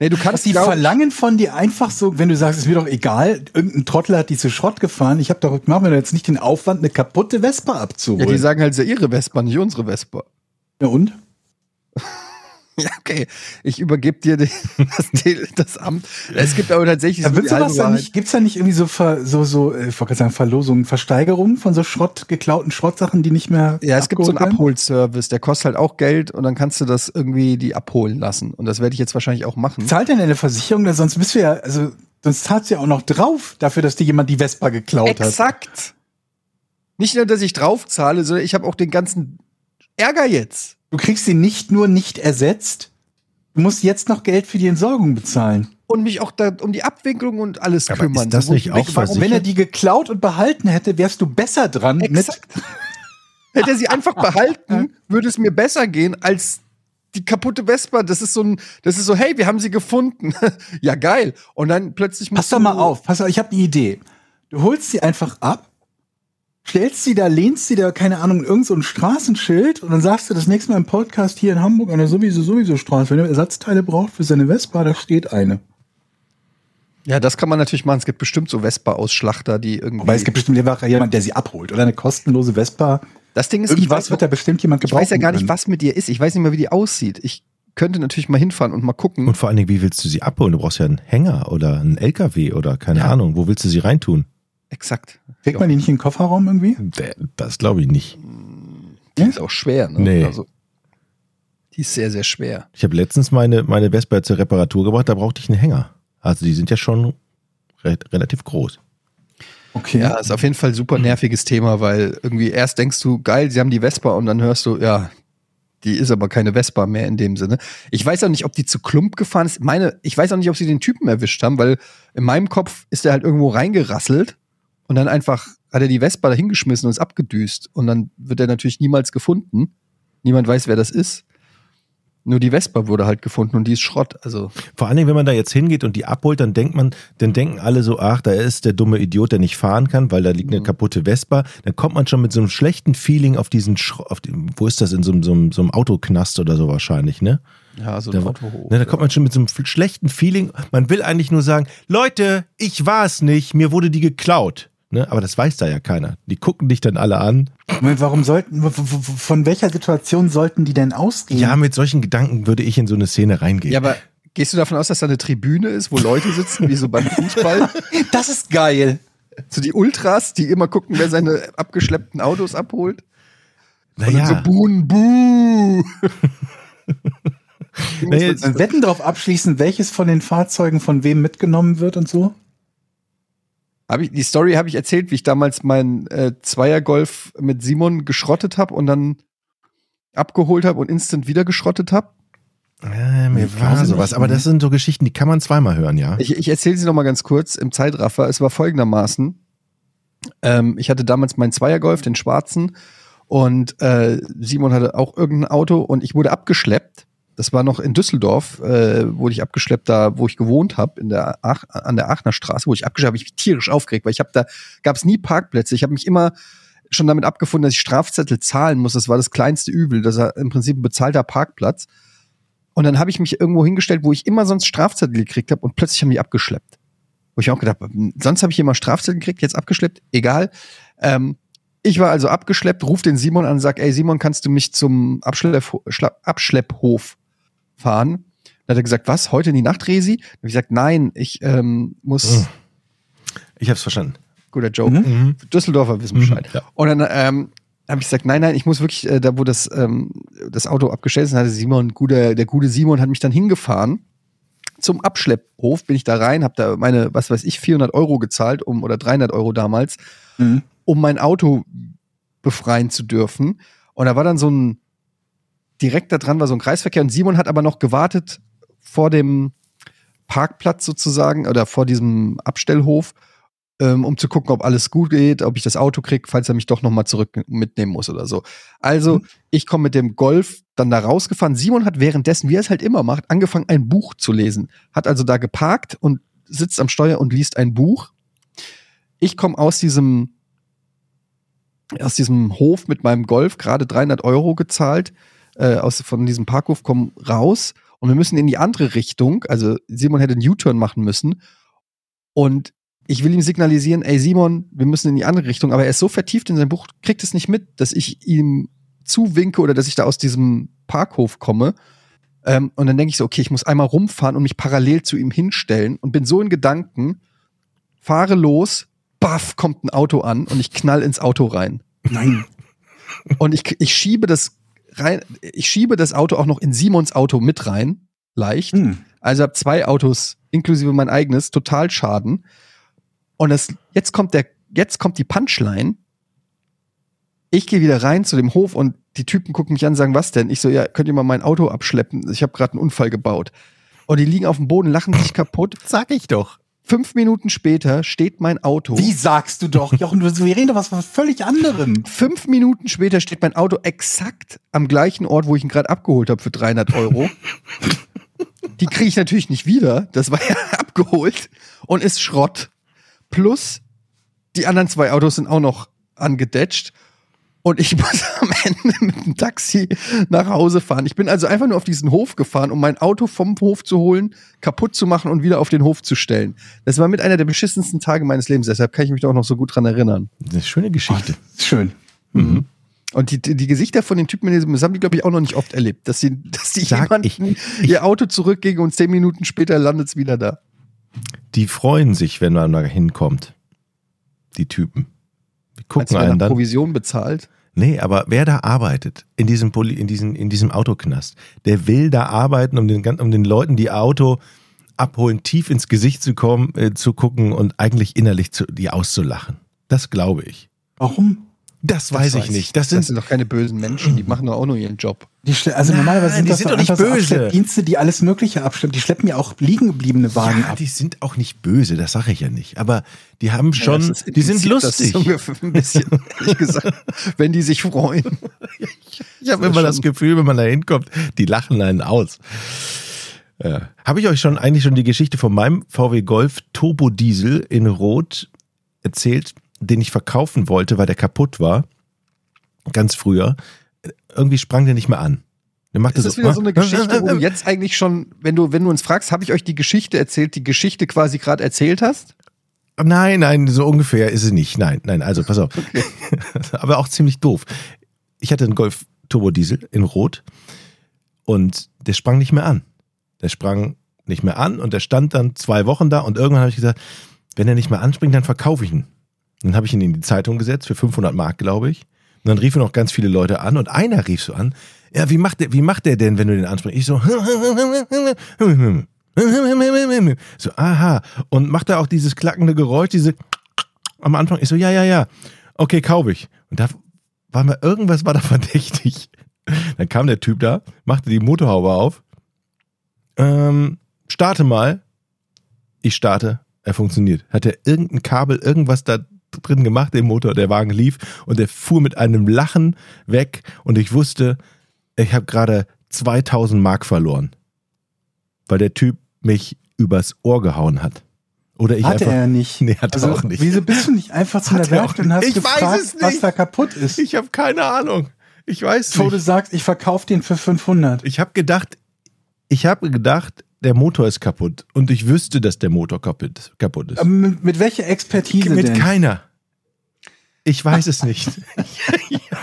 Speaker 6: Nee, du kannst
Speaker 7: Die
Speaker 6: glaub-
Speaker 7: verlangen von dir einfach so, wenn du sagst, ist mir doch egal, irgendein Trottel hat die zu Schrott gefahren, ich habe doch, mach mir doch jetzt nicht den Aufwand, eine kaputte Vespa
Speaker 6: Ja, die
Speaker 7: abzuholen.
Speaker 6: sagen halt, es ist ja ihre Vespa, nicht unsere Vespa.
Speaker 7: Ja, und?
Speaker 6: Ja, okay. Ich übergebe dir den, das, Tele- das Amt. Es gibt aber tatsächlich
Speaker 7: Ja,
Speaker 6: so
Speaker 7: gibt's
Speaker 6: die halbe
Speaker 7: sowas da
Speaker 6: Wahrheit.
Speaker 7: nicht, gibt's da nicht irgendwie so, ver, so, so äh, ich wollte gerade sagen, Verlosungen, Versteigerungen von so Schrott, geklauten Schrottsachen, die nicht mehr.
Speaker 6: Ja, es gibt so einen
Speaker 7: abgeholt werden?
Speaker 6: Abholservice, der kostet halt auch Geld und dann kannst du das irgendwie die abholen lassen. Und das werde ich jetzt wahrscheinlich auch machen.
Speaker 7: Zahlt denn eine Versicherung, denn sonst bist du ja, also, sonst zahlst du ja auch noch drauf dafür, dass dir jemand die Vespa geklaut hat.
Speaker 6: Exakt. Nicht nur, dass ich draufzahle, sondern ich habe auch den ganzen Ärger jetzt.
Speaker 7: Du kriegst sie nicht nur nicht ersetzt, du musst jetzt noch Geld für die Entsorgung bezahlen.
Speaker 6: Und mich auch da um die Abwicklung und alles
Speaker 8: Aber
Speaker 6: kümmern.
Speaker 8: ist das
Speaker 6: So, wo
Speaker 8: nicht
Speaker 6: ich
Speaker 8: auch
Speaker 6: weg war.
Speaker 8: versichert?
Speaker 7: Wenn er die geklaut und behalten hätte, wärst du besser dran mit
Speaker 6: Exakt. Hätte er sie einfach behalten, würde es mir besser gehen als die kaputte Vespa. Das ist so ein, das ist so, hey, wir haben sie gefunden. ja, geil. Und dann plötzlich
Speaker 7: Pass
Speaker 6: musst
Speaker 7: doch mal
Speaker 6: du-
Speaker 7: auf, pass auf, ich habe eine Idee. Du holst sie einfach ab, stellst sie da, lehnst sie da, keine Ahnung, in irgend so ein Straßenschild und dann sagst du das nächste Mal im Podcast hier in Hamburg an der sowieso sowieso Straße, wenn er Ersatzteile braucht für seine Vespa, da steht eine.
Speaker 6: Ja, das kann man natürlich machen. Es gibt bestimmt so Vespa-Ausschlachter, die irgendwie.
Speaker 7: Weil es gibt bestimmt jemanden, der sie abholt oder eine kostenlose Vespa.
Speaker 6: das Ding ist, ich
Speaker 7: Irgendwas
Speaker 6: weiß
Speaker 7: wird
Speaker 6: auch-
Speaker 7: da bestimmt jemand
Speaker 6: Ich
Speaker 7: gebrauchen.
Speaker 6: weiß ja gar nicht,
Speaker 7: können.
Speaker 6: was mit ihr ist. Ich weiß nicht mal, wie die aussieht. Ich könnte natürlich mal hinfahren und mal gucken.
Speaker 8: Und vor allen Dingen, wie willst du sie abholen? Du brauchst ja einen Hänger oder einen LKW oder keine Ahnung. Wo willst du sie reintun?
Speaker 6: Exakt.
Speaker 7: Kriegt man die nicht in den Kofferraum irgendwie?
Speaker 8: Das glaube ich nicht.
Speaker 6: Die ist auch schwer, ne?
Speaker 8: Nee.
Speaker 6: Also, die ist sehr, sehr schwer.
Speaker 8: Ich habe letztens meine, meine Vespa zur Reparatur gebracht, da brauchte ich einen Hänger. Also die sind ja schon re relativ groß.
Speaker 7: Okay.
Speaker 6: Ja, ist auf jeden Fall ein super nerviges Thema, weil irgendwie erst denkst du, geil, sie haben die Vespa und dann hörst du, ja, die ist aber keine Vespa mehr in dem Sinne. Ich weiß auch nicht, ob die zu Klump gefahren ist. Meine, ich weiß auch nicht, ob sie den Typen erwischt haben, weil in meinem Kopf ist er halt irgendwo reingerasselt und dann einfach hat er die Vespa dahingeschmissen und ist abgedüst und dann wird er natürlich niemals gefunden. Niemand weiß, wer das ist. Nur die Vespa wurde halt gefunden und die ist Schrott. Also
Speaker 8: Vor allen Dingen, wenn man da jetzt hingeht und die abholt, dann denkt man, dann denken alle so, ach, da ist der dumme Idiot, der nicht fahren kann, weil da liegt
Speaker 6: Mhm.
Speaker 8: eine kaputte Vespa. Dann kommt man schon mit so einem schlechten Feeling auf diesen, Schro auf den, wo ist das, in so, einem- so, einem- so einem Autoknast oder so wahrscheinlich, ne?
Speaker 6: ja, so
Speaker 8: Da, ne, da kommt man schon mit so einem schlechten Feeling. Man will eigentlich nur sagen, Leute, ich war es nicht, mir wurde die geklaut. Ne? Aber das weiß da ja keiner. Die gucken dich dann alle an.
Speaker 7: Moment, warum sollten, w- w- w- von welcher Situation sollten die denn ausgehen?
Speaker 8: Ja, mit solchen Gedanken würde ich in so eine Szene reingehen.
Speaker 6: Ja, aber gehst du davon aus, dass da eine Tribüne ist, wo Leute sitzen, wie so beim Fußball?
Speaker 7: das ist geil.
Speaker 6: So die Ultras, die immer gucken, wer seine abgeschleppten Autos abholt. Und
Speaker 8: naja,
Speaker 6: dann so Buhn, Buh.
Speaker 8: naja,
Speaker 7: Dann Also Wetten darauf abschließen, welches von den Fahrzeugen von wem mitgenommen wird und so?
Speaker 6: Hab ich, die Story habe ich erzählt, wie ich damals meinen äh, Zweiergolf mit Simon geschrottet habe und dann abgeholt habe und instant wieder geschrottet habe.
Speaker 8: ja, mir war
Speaker 7: Weiß
Speaker 8: sowas.
Speaker 7: nicht,
Speaker 8: Aber
Speaker 7: ne?
Speaker 8: das sind so Geschichten, die kann man zweimal hören, ja.
Speaker 6: Ich, ich erzähle sie noch mal ganz kurz im Zeitraffer. Es war folgendermaßen. Ähm, ich hatte damals meinen Zweiergolf, den schwarzen, und äh, Simon hatte auch irgendein Auto und ich wurde abgeschleppt. Das war noch in Düsseldorf, äh, wurde ich abgeschleppt, da wo ich gewohnt habe, in der Ach an der Aachener Straße, wo ich abgeschleppt habe. Ich mich tierisch aufgeregt, weil ich habe da gab es nie Parkplätze. Ich habe mich immer schon damit abgefunden, dass ich Strafzettel zahlen muss. Das war das kleinste Übel. Das war im Prinzip ein bezahlter Parkplatz. Und dann habe ich mich irgendwo hingestellt, wo ich immer sonst Strafzettel gekriegt habe und plötzlich haben die abgeschleppt. Wo ich auch gedacht habe, hm, sonst habe ich immer Strafzettel gekriegt, jetzt abgeschleppt, egal. Ähm, ich war also abgeschleppt, ruf den Simon an und sag, ey Simon, kannst du mich zum Abschleppho- Schla- Abschlepphof fahren? Dann hat er gesagt, was, heute in die Nacht, Resi? Dann habe ich gesagt, nein, ich ähm, muss,
Speaker 8: Mhm. Ich hab's verstanden.
Speaker 6: guter Joke,
Speaker 7: Mhm.
Speaker 8: Mhm.
Speaker 6: Düsseldorfer wissen Bescheid.
Speaker 8: Ja.
Speaker 6: Und dann ähm, habe ich gesagt, nein, nein, ich muss wirklich, äh, da wo das, ähm, das Auto abgestellt ist, dann hatte Simon, guter, der gute Simon hat mich dann hingefahren zum Abschlepphof, bin ich da rein, habe da meine, was weiß ich, 400 Euro gezahlt um, oder 300 Euro damals,
Speaker 7: Mhm.
Speaker 6: um mein Auto befreien zu dürfen. Und da war dann so ein, direkt da dran war so ein Kreisverkehr und Simon hat aber noch gewartet vor dem Parkplatz sozusagen oder vor diesem Abstellhof ähm, um zu gucken, ob alles gut geht, ob ich das Auto krieg, falls er mich doch nochmal zurück mitnehmen muss oder so. Also, ich komme mit dem Golf dann da rausgefahren. Simon hat währenddessen, wie er es halt immer macht, angefangen, ein Buch zu lesen. Hat also da geparkt und sitzt am Steuer und liest ein Buch. Ich komme aus diesem, aus diesem Hof mit meinem Golf, gerade 300 Euro gezahlt, äh, aus, von diesem Parkhof, komme raus Und wir müssen in die andere Richtung. Also Simon hätte einen U-Turn machen müssen. Und ich will ihm signalisieren, ey Simon, wir müssen in die andere Richtung. Aber er ist so vertieft in sein Buch, kriegt es nicht mit, dass ich ihm zuwinke oder dass ich da aus diesem Parkhof komme. Ähm, und dann denke ich so, okay, ich muss einmal rumfahren und mich parallel zu ihm hinstellen und bin so in Gedanken, fahre los, baff, kommt ein Auto an und ich knall ins Auto rein.
Speaker 7: Nein.
Speaker 6: Und ich, ich schiebe das rein, ich schiebe das Auto auch noch in Simons Auto mit rein, leicht.
Speaker 7: Hm.
Speaker 6: Also habe zwei Autos inklusive mein eigenes total Schaden. Und das, jetzt kommt der, jetzt kommt die Punchline. Ich gehe wieder rein zu dem Hof und die Typen gucken mich an, sagen was denn? Ich so, ja, könnt ihr mal mein Auto abschleppen? Ich habe gerade einen Unfall gebaut. Und die liegen auf dem Boden, lachen sich kaputt.
Speaker 8: Sag ich doch.
Speaker 6: Fünf Minuten später steht mein Auto.
Speaker 7: Wie sagst du doch? Jochen, du- wir reden doch was von völlig anderem.
Speaker 6: Fünf Minuten später steht mein Auto exakt am gleichen Ort, wo ich ihn gerade abgeholt habe für 300 Euro. Die kriege ich natürlich nicht wieder. Das war ja abgeholt und ist Schrott. Plus die anderen zwei Autos sind auch noch angedetscht. Und ich muss am Ende mit dem Taxi nach Hause fahren. Ich bin also einfach nur auf diesen Hof gefahren, um mein Auto vom Hof zu holen, kaputt zu machen und wieder auf den Hof zu stellen. Das war mit einer der beschissensten Tage meines Lebens. Deshalb kann ich mich da auch noch so gut dran erinnern.
Speaker 8: Eine schöne Geschichte.
Speaker 7: Schön.
Speaker 6: Und die, die Gesichter von den Typen in diesem, das haben die, glaube ich, auch noch nicht oft erlebt, dass sie, dass die
Speaker 8: Sag
Speaker 6: jemanden
Speaker 8: ich,
Speaker 6: ihr Auto zurückging und zehn Minuten später landet es wieder da.
Speaker 8: Die freuen sich, wenn man da hinkommt. Die Typen. Die
Speaker 6: Als
Speaker 8: gucken
Speaker 6: wäre
Speaker 8: einen
Speaker 6: nach
Speaker 8: dann.
Speaker 6: Provision bezahlt.
Speaker 8: Nee, aber wer da arbeitet, in diesem, Poli in diesem, in diesem Autoknast, der will da arbeiten, um den, gan- um den Leuten, die Auto abholen, tief ins Gesicht zu kommen, äh, zu gucken und eigentlich innerlich zu, die auszulachen. Das glaube ich.
Speaker 7: Warum?
Speaker 8: Das, weiß ich nicht. Das sind,
Speaker 6: das sind doch keine bösen Menschen, die machen doch auch nur ihren Job.
Speaker 7: Die schle- also
Speaker 8: Nein,
Speaker 7: normalerweise sind
Speaker 8: die
Speaker 7: das
Speaker 8: sind
Speaker 7: doch
Speaker 8: doch nicht
Speaker 7: einfach so
Speaker 8: böse.
Speaker 7: Abschleppdienste, die alles Mögliche abschleppen. Die schleppen ja auch liegengebliebene Wagen
Speaker 8: ja,
Speaker 7: ab.
Speaker 8: die sind auch nicht böse, das sage ich ja nicht. Aber die haben schon,
Speaker 6: Ja, das ist-
Speaker 8: die sind
Speaker 6: impliziert das
Speaker 8: lustig.
Speaker 6: so ungefähr ein bisschen, ehrlich gesagt, wenn die sich freuen.
Speaker 8: Ich habe immer das Gefühl, wenn man da hinkommt, die lachen einen aus. Ja. Habe ich euch schon eigentlich schon die Geschichte von meinem VW Golf Turbo Diesel in Rot erzählt, den ich verkaufen wollte, weil der kaputt war. Ganz früher. Äh, Irgendwie sprang der nicht mehr an. Der machte
Speaker 6: Das ist wieder so eine
Speaker 8: "Ah, ah,
Speaker 6: Geschichte, wo
Speaker 8: ah,
Speaker 6: du jetzt eigentlich schon, wenn du, wenn du uns fragst, habe ich euch die Geschichte erzählt, die Geschichte quasi gerade erzählt hast?
Speaker 8: Nein, nein, so ungefähr ist es nicht. Nein, nein, also pass auf. Aber auch ziemlich doof. Ich hatte einen Golf Turbo Diesel in Rot und der sprang nicht mehr an. Der sprang nicht mehr an und der stand dann zwei Wochen da und irgendwann habe ich gesagt, wenn er nicht mehr anspringt, dann verkaufe ich ihn. Dann habe ich ihn in die Zeitung gesetzt für 500 Mark, glaube ich. Und dann riefen auch ganz viele Leute an und einer rief so an, ja, wie macht der, wie macht der denn, wenn du den anspringst? Ich so, so, aha. Und macht er auch dieses klackende Geräusch, diese am Anfang? Ich so, ja, ja, ja. Okay, kaufe ich. Und da war mir irgendwas war da verdächtig. Dann kam der Typ da, machte die Motorhaube auf. Ähm, starte mal. Ich starte. Er funktioniert. Hat er irgendein Kabel, irgendwas da drin gemacht, den Motor, der Wagen lief und er fuhr mit einem Lachen weg und ich wusste, ich habe gerade 2000 Mark verloren, weil der Typ mich übers Ohr gehauen hat. Oder ich
Speaker 7: Hatte
Speaker 8: einfach,
Speaker 7: er nicht. Also,
Speaker 8: Nee, hat er auch nicht.
Speaker 7: Wieso bist du nicht einfach zu
Speaker 8: Hat
Speaker 7: einer
Speaker 8: er auch
Speaker 7: Werkstatt und
Speaker 8: nicht.
Speaker 7: hast
Speaker 8: Ich weiß
Speaker 7: gefragt,
Speaker 8: es nicht.
Speaker 7: was da kaputt ist?
Speaker 8: Ich habe keine Ahnung. Ich weiß
Speaker 7: Wo du
Speaker 8: nicht.
Speaker 7: sagst, ich verkaufe den für 500.
Speaker 8: Ich habe gedacht, ich habe gedacht, der Motor ist kaputt und ich wüsste, dass der Motor kaputt, kaputt ist.
Speaker 7: Aber Ähm, mit, mit welcher Expertise
Speaker 8: Mit
Speaker 7: denn?
Speaker 8: keiner. Ich weiß es nicht.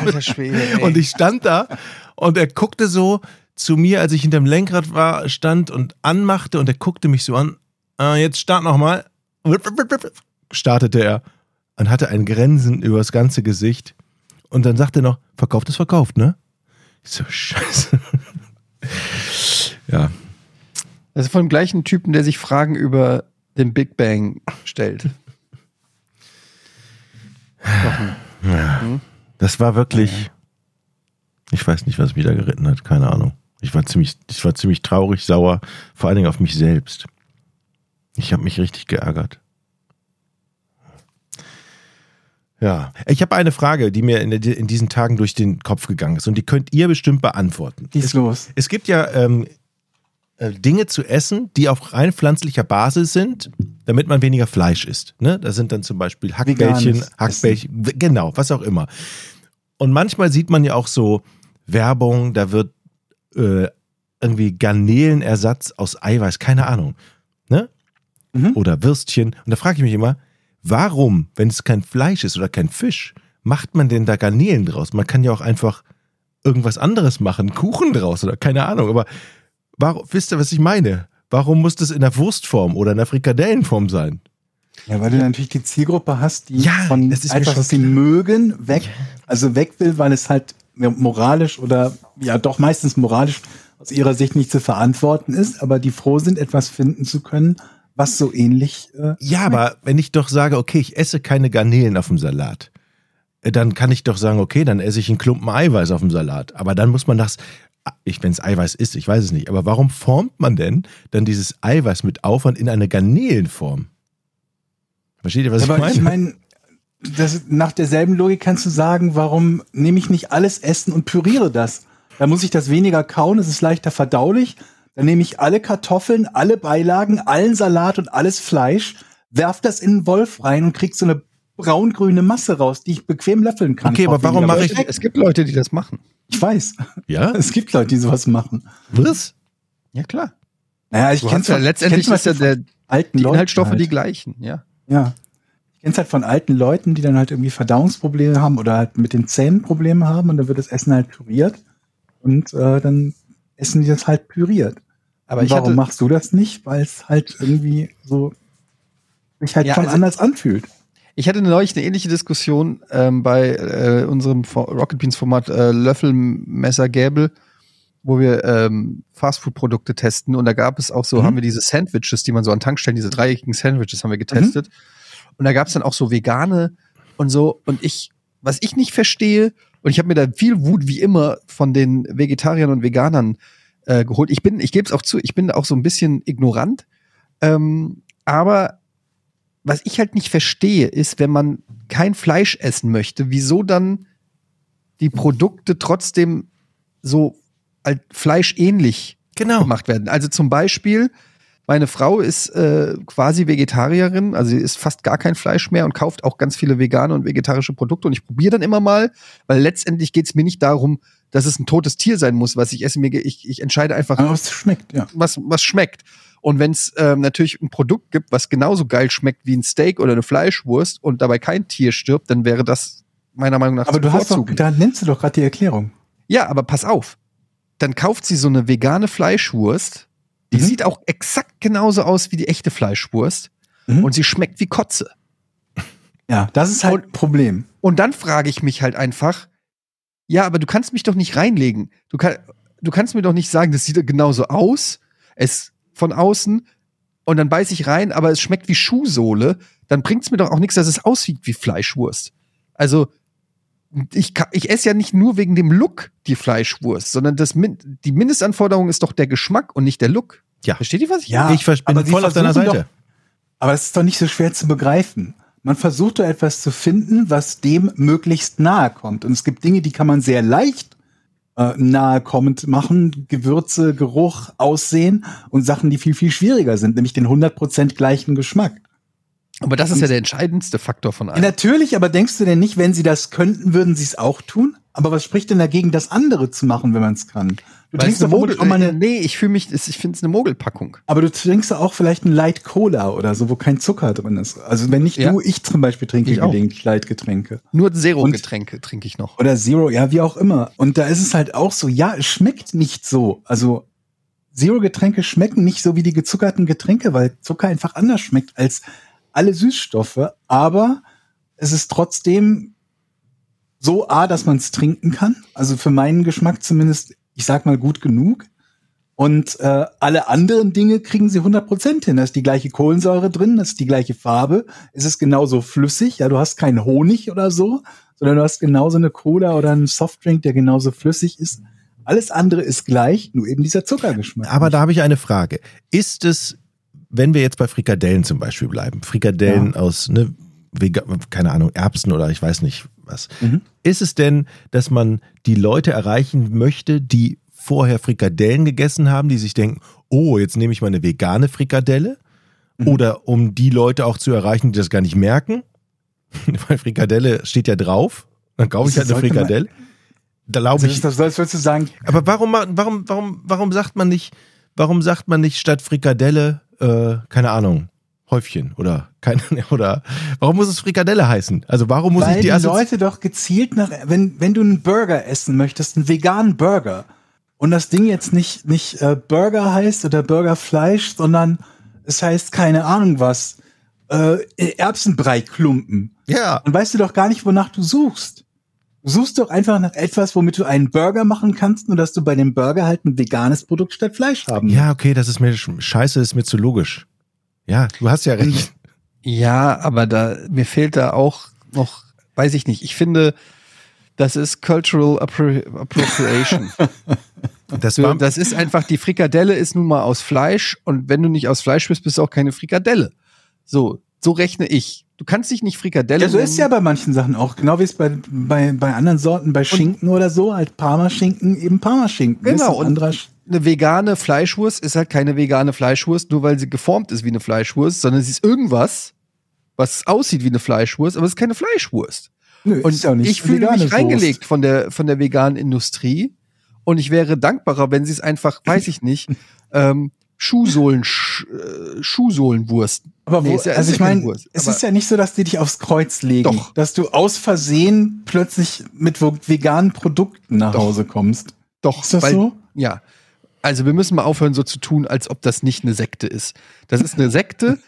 Speaker 6: Alter Schwede. ey.
Speaker 8: Und ich stand da und er guckte so zu mir, als ich hinterm Lenkrad war, stand und anmachte und er guckte mich so an. Äh, jetzt start nochmal. Startete er und hatte ein Grinsen übers ganze Gesicht. Und dann sagte er noch, verkauft ist verkauft, ne? Ich so, scheiße. ja.
Speaker 6: Das ist von dem gleichen Typen, der sich Fragen über den Big Bang stellt.
Speaker 8: Das war wirklich. Ich weiß nicht, was mich da geritten hat, keine Ahnung. Ich war ziemlich, ich war ziemlich traurig, sauer, vor allen Dingen auf mich selbst. Ich habe mich richtig geärgert. Ja, ich habe eine Frage, die mir in, der- in diesen Tagen durch den Kopf gegangen ist und die könnt ihr bestimmt beantworten.
Speaker 7: Die ist los.
Speaker 8: Es gibt ja ähm, äh, Dinge zu essen, die auf rein pflanzlicher Basis sind, damit man weniger Fleisch isst. Ne? Da sind dann zum Beispiel Hackbällchen,
Speaker 7: Veganes
Speaker 8: Hackbällchen, w- genau, was auch immer. Und manchmal sieht man ja auch so Werbung, da wird äh, irgendwie Garnelenersatz aus Eiweiß, keine Ahnung. Ne? Oder Würstchen. Und da frage ich mich immer, warum, wenn es kein Fleisch ist oder kein Fisch, macht man denn da Garnelen draus? Man kann ja auch einfach irgendwas anderes machen, Kuchen draus oder keine Ahnung. Aber warum, wisst ihr, was ich meine? Warum muss das in der Wurstform oder in der Frikadellenform sein?
Speaker 7: Ja, weil du natürlich die Zielgruppe hast, die
Speaker 8: Ja,
Speaker 7: von
Speaker 8: das ist mir
Speaker 7: etwas,
Speaker 8: schon
Speaker 7: was sie
Speaker 8: klar.
Speaker 7: mögen, weg, also weg will, weil es halt moralisch oder ja doch meistens moralisch aus ihrer Sicht nicht zu verantworten ist, aber die froh sind, etwas finden zu können, was so ähnlich. Äh,
Speaker 8: Ja, aber wenn ich doch sage, okay, ich esse keine Garnelen auf dem Salat, äh, dann kann ich doch sagen, okay, dann esse ich einen Klumpen Eiweiß auf dem Salat. Aber dann muss man das, ich wenn es Eiweiß ist, ich weiß es nicht, aber warum formt man denn dann dieses Eiweiß mit Aufwand in eine Garnelenform? Versteht ihr, was
Speaker 7: aber
Speaker 8: ich
Speaker 7: ich
Speaker 8: meine?
Speaker 7: meine, das, nach derselben Logik kannst du sagen, warum nehme ich nicht alles Essen und püriere das? Da muss ich das weniger kauen, es ist leichter verdaulich. Dann nehme ich alle Kartoffeln, alle Beilagen, allen Salat und alles Fleisch, werf das in den Wolf rein und krieg so eine braun-grüne Masse raus, die ich bequem löffeln kann.
Speaker 8: Okay, aber
Speaker 7: Vor
Speaker 8: warum
Speaker 7: weniger-
Speaker 8: mache ich-
Speaker 6: Es gibt Leute, die das machen.
Speaker 7: Ich weiß,
Speaker 8: ja?
Speaker 7: es gibt Leute, die sowas machen.
Speaker 8: Was?
Speaker 6: Ja, klar.
Speaker 7: Naja, ich
Speaker 6: Du
Speaker 7: kenn's
Speaker 6: hast ja
Speaker 7: von-
Speaker 6: letztendlich
Speaker 7: ich kenn's
Speaker 6: ist ja
Speaker 7: von
Speaker 6: der,
Speaker 7: alten
Speaker 6: die
Speaker 7: Leuten
Speaker 6: Inhaltsstoffe
Speaker 7: halt.
Speaker 6: die gleichen, ja.
Speaker 7: Ja. Ich kenne es halt von alten Leuten, die dann halt irgendwie Verdauungsprobleme haben oder halt mit den Zähnen Probleme haben und dann wird das Essen halt püriert und äh, dann essen die das halt püriert.
Speaker 6: Aber
Speaker 7: Und
Speaker 6: ich
Speaker 7: warum
Speaker 6: hatte-
Speaker 7: machst du das nicht? Weil es halt irgendwie so sich halt
Speaker 6: Ja,
Speaker 7: schon
Speaker 6: also-
Speaker 7: anders anfühlt.
Speaker 6: Ich hatte neulich eine ähnliche Diskussion ähm, bei äh, unserem Fo- Rocket Beans Format äh, Löffel, Messer, Gäbel, wo wir ähm, Fastfood-Produkte testen. Und da gab es auch so, haben wir diese Sandwiches, die man so an Tankstellen, diese dreieckigen Sandwiches haben wir getestet. Und da gab es dann auch so vegane und so. Und ich, was ich nicht verstehe, und ich habe mir da viel Wut wie immer von den Vegetariern und Veganern äh, geholt. Ich bin, ich gebe es auch zu, ich bin auch so ein bisschen ignorant. Ähm, aber was ich halt nicht verstehe, ist, wenn man kein Fleisch essen möchte, wieso dann die Produkte trotzdem so als fleischähnlich
Speaker 8: Genau.
Speaker 6: gemacht werden. Also zum Beispiel, meine Frau ist äh, quasi Vegetarierin, also sie isst fast gar kein Fleisch mehr und kauft auch ganz viele vegane und vegetarische Produkte. Und ich probiere dann immer mal, weil letztendlich geht es mir nicht darum, dass es ein totes Tier sein muss, was ich esse. Mir, ge- ich, ich entscheide einfach,
Speaker 7: Aber es schmeckt, ja.
Speaker 6: was, was schmeckt. Und wenn es ähm, natürlich ein Produkt gibt, was genauso geil schmeckt wie ein Steak oder eine Fleischwurst und dabei kein Tier stirbt, dann wäre das meiner Meinung nach
Speaker 7: Aber
Speaker 6: zu
Speaker 7: du hast doch,
Speaker 6: bevorzugen.
Speaker 7: da nennst du doch gerade die Erklärung.
Speaker 6: Ja, aber pass auf. Dann kauft sie so eine vegane Fleischwurst. Die
Speaker 7: Mhm.
Speaker 6: sieht auch exakt genauso aus wie die echte Fleischwurst.
Speaker 7: Mhm.
Speaker 6: Und sie schmeckt wie Kotze.
Speaker 7: Ja, das ist halt ein Problem.
Speaker 6: Und dann frage ich mich halt einfach, ja, aber du kannst mich doch nicht reinlegen. Du, kann, du kannst mir doch nicht sagen, das sieht genauso aus, es von außen, und dann beiß ich rein, aber es schmeckt wie Schuhsohle. Dann bringt's mir doch auch nichts, dass es aussieht wie Fleischwurst. Also, ich, ka- ich esse ja nicht nur wegen dem Look die Fleischwurst, sondern das, Min- die Mindestanforderung ist doch der Geschmack und nicht der Look.
Speaker 8: Ja.
Speaker 6: Versteht ihr, was ich
Speaker 7: Ja,
Speaker 8: ich vers- bin
Speaker 7: aber sie
Speaker 8: voll auf deiner
Speaker 7: versuchen
Speaker 8: Seite.
Speaker 7: Aber das ist doch nicht so schwer zu begreifen. Man versucht da etwas zu finden, was dem möglichst nahe kommt. Und es gibt Dinge, die kann man sehr leicht äh, nahe kommend machen. Gewürze, Geruch, Aussehen und Sachen, die viel, viel schwieriger sind, nämlich den 100% gleichen Geschmack.
Speaker 6: Aber das ist
Speaker 7: Mhm.
Speaker 6: ja der entscheidendste Faktor von
Speaker 7: Ja,
Speaker 6: allem.
Speaker 7: natürlich, aber denkst du denn nicht, wenn sie das könnten, würden sie es auch tun? Aber was spricht denn dagegen, das andere zu machen, wenn man es kann? Du
Speaker 6: Weil es
Speaker 7: trinkst
Speaker 6: eine
Speaker 7: doch
Speaker 6: Mogel,
Speaker 7: vermutlich auch mal eine,
Speaker 6: nee, ich fühle mich, ich finde es eine Mogelpackung.
Speaker 7: Aber du trinkst ja auch vielleicht ein Light Cola oder so, wo kein Zucker drin ist. Also wenn nicht
Speaker 6: Ja.
Speaker 7: du, ich zum Beispiel trinke
Speaker 6: Ich auch.
Speaker 7: gelegentlich Light-Getränke.
Speaker 6: Nur Zero-Getränke trinke ich noch.
Speaker 7: Oder Zero, ja, wie auch immer. Und da ist es halt auch so, ja, es schmeckt nicht so. Also Zero-Getränke schmecken nicht so wie die gezuckerten Getränke, weil Zucker einfach anders schmeckt als alle Süßstoffe. Aber es ist trotzdem so A, dass man es trinken kann. Also für meinen Geschmack zumindest, ich sag mal, gut genug. Und äh, alle anderen Dinge kriegen sie 100% hin. Da ist die gleiche Kohlensäure drin, da ist die gleiche Farbe. Es ist genauso flüssig. Ja, du hast keinen Honig oder so, sondern du hast genauso eine Cola oder einen Softdrink, der genauso flüssig ist. Alles andere ist gleich, nur eben dieser Zuckergeschmack.
Speaker 8: Aber da habe ich eine Frage. Ist es, wenn wir jetzt bei Frikadellen zum Beispiel bleiben, Frikadellen aus, ne, Vega, keine Ahnung, Erbsen oder ich weiß nicht was,
Speaker 7: Mhm.
Speaker 8: ist es denn, dass man die Leute erreichen möchte, die vorher Frikadellen gegessen haben, die sich denken, oh, jetzt nehme ich mal eine vegane Frikadelle?
Speaker 7: Mhm.
Speaker 8: Oder um die Leute auch zu erreichen, die das gar nicht merken? Weil Frikadelle steht ja drauf, dann kaufe ich
Speaker 7: Das
Speaker 8: halt eine
Speaker 7: sollte man-
Speaker 8: Frikadelle. da glaube
Speaker 7: Also
Speaker 8: ich.
Speaker 7: ist das, so, als würdest du sagen,
Speaker 8: Aber warum, ma- warum, warum, warum sagt man nicht, warum sagt man nicht statt Frikadelle, äh, keine Ahnung, Häufchen oder keine, oder warum muss es Frikadelle heißen? Also warum muss
Speaker 7: weil
Speaker 8: ich
Speaker 7: die
Speaker 8: die Assozi-
Speaker 7: Leute doch gezielt nach, wenn, wenn du einen Burger essen möchtest, einen veganen Burger, und das Ding jetzt nicht, nicht äh, Burger heißt oder Burgerfleisch, sondern es heißt keine Ahnung was, äh, Erbsenbreiklumpen.
Speaker 8: Ja,
Speaker 7: Dann weißt du doch gar nicht, wonach du suchst. Du suchst doch einfach nach etwas, womit du einen Burger machen kannst, nur dass du bei dem Burger halt ein veganes Produkt statt Fleisch haben
Speaker 8: ja, okay, das ist mir sch- scheiße, ist mir zu logisch. Ja, du hast ja recht.
Speaker 6: Ja, aber da mir fehlt da auch noch, weiß ich nicht. Ich finde, das ist Cultural Appro Appropriation.
Speaker 8: Das
Speaker 6: So,
Speaker 8: war,
Speaker 6: das ist einfach, die Frikadelle ist nun mal aus Fleisch und wenn du nicht aus Fleisch bist, bist du auch keine Frikadelle. So, so rechne ich. Du kannst dich nicht Frikadelle
Speaker 7: Ja, so ist
Speaker 6: nennen.
Speaker 7: ja bei manchen Sachen auch. Genau wie es bei, bei, bei anderen Sorten, bei Schinken oder so, halt Parmaschinken eben Parmaschinken. ist
Speaker 6: Genau,
Speaker 7: ein
Speaker 6: und
Speaker 7: anderer Sch-
Speaker 6: eine vegane Fleischwurst ist halt keine vegane Fleischwurst, nur weil sie geformt ist wie eine Fleischwurst, sondern sie ist irgendwas, was aussieht wie eine Fleischwurst, aber es ist keine Fleischwurst.
Speaker 7: Nö,
Speaker 6: Und
Speaker 7: ist ja auch nicht
Speaker 6: ich fühle
Speaker 7: vegane
Speaker 6: mich
Speaker 7: Wurst.
Speaker 6: reingelegt von der, von der veganen Industrie und ich wäre dankbarer, wenn sie es einfach, weiß ich nicht, ähm, Schuhsohlen, Sch, äh, Schuhsohlenwurst.
Speaker 7: Aber wo,
Speaker 6: Nee, ist ja- ist
Speaker 7: also
Speaker 6: ja
Speaker 7: ich
Speaker 6: keine
Speaker 7: meine,
Speaker 6: Wurst,
Speaker 7: es
Speaker 6: aber-
Speaker 7: ist ja nicht so, dass die dich aufs Kreuz legen.
Speaker 6: Doch.
Speaker 7: Dass du aus Versehen plötzlich mit wo- veganen Produkten nach
Speaker 6: Doch.
Speaker 7: Hause kommst.
Speaker 6: Doch,
Speaker 7: Ist das
Speaker 6: weil,
Speaker 7: so?
Speaker 6: Ja. Also wir müssen mal aufhören, so zu tun, als ob das nicht eine Sekte ist. Das ist eine Sekte,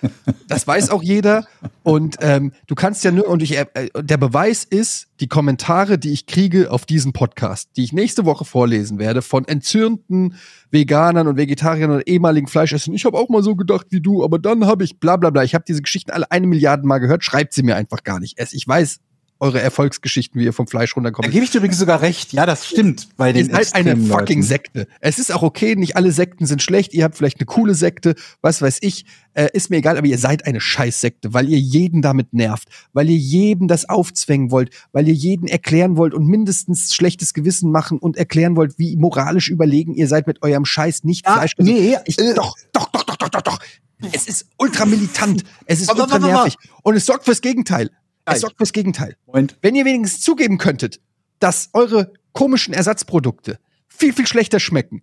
Speaker 6: das weiß auch jeder. Und ähm, du kannst ja nur, und ich, äh, der Beweis ist die Kommentare, die ich kriege auf diesen Podcast, die ich nächste Woche vorlesen werde, von entzürnten Veganern und Vegetariern und ehemaligen Fleischessern. Ich habe auch mal so gedacht wie du, aber dann habe ich bla bla bla. Ich habe diese Geschichten alle eine Milliarde Mal gehört. Schreibt sie mir einfach gar nicht. Es- Ich weiß eure Erfolgsgeschichten, wie ihr vom Fleisch
Speaker 7: Da
Speaker 6: runterkommt
Speaker 7: gebe ich dir übrigens sogar recht. Ja, das stimmt. Bei den
Speaker 6: ist halt eine
Speaker 7: extremen
Speaker 6: fucking
Speaker 7: Leuten.
Speaker 6: Sekte. Es ist auch okay, nicht alle Sekten sind schlecht. Ihr habt vielleicht eine coole Sekte, was weiß ich, äh, ist mir egal, aber ihr seid eine Scheißsekte, weil ihr jeden damit nervt, weil ihr jedem das aufzwängen wollt, weil ihr jeden erklären wollt und mindestens schlechtes Gewissen machen und erklären wollt, wie moralisch überlegen ihr seid mit eurem Scheiß nicht
Speaker 7: Ah,
Speaker 6: Fleisch. Also
Speaker 7: nee,
Speaker 6: ich,
Speaker 7: äh.
Speaker 6: doch, doch, doch, doch, doch, doch, doch. Es ist ultra militant, es ist
Speaker 7: Aber,
Speaker 6: ultra
Speaker 7: aber, aber.
Speaker 6: nervig und es sorgt fürs Gegenteil.
Speaker 7: Nein.
Speaker 6: Es sorgt fürs Gegenteil.
Speaker 7: Freund.
Speaker 6: Wenn ihr wenigstens zugeben könntet, dass eure komischen Ersatzprodukte viel, viel schlechter schmecken,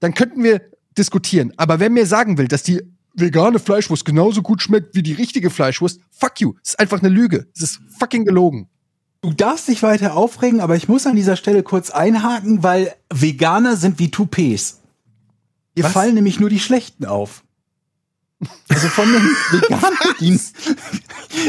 Speaker 6: dann könnten wir diskutieren. Aber wer mir sagen will, dass die vegane Fleischwurst genauso gut schmeckt wie die richtige Fleischwurst, fuck you. Das ist einfach eine Lüge. Das ist fucking gelogen.
Speaker 7: Du darfst dich weiter aufregen, aber ich muss an dieser Stelle kurz einhaken, weil Veganer sind wie Toupees. Dir
Speaker 6: Was?
Speaker 7: fallen nämlich nur die Schlechten auf. Also von den Veganern.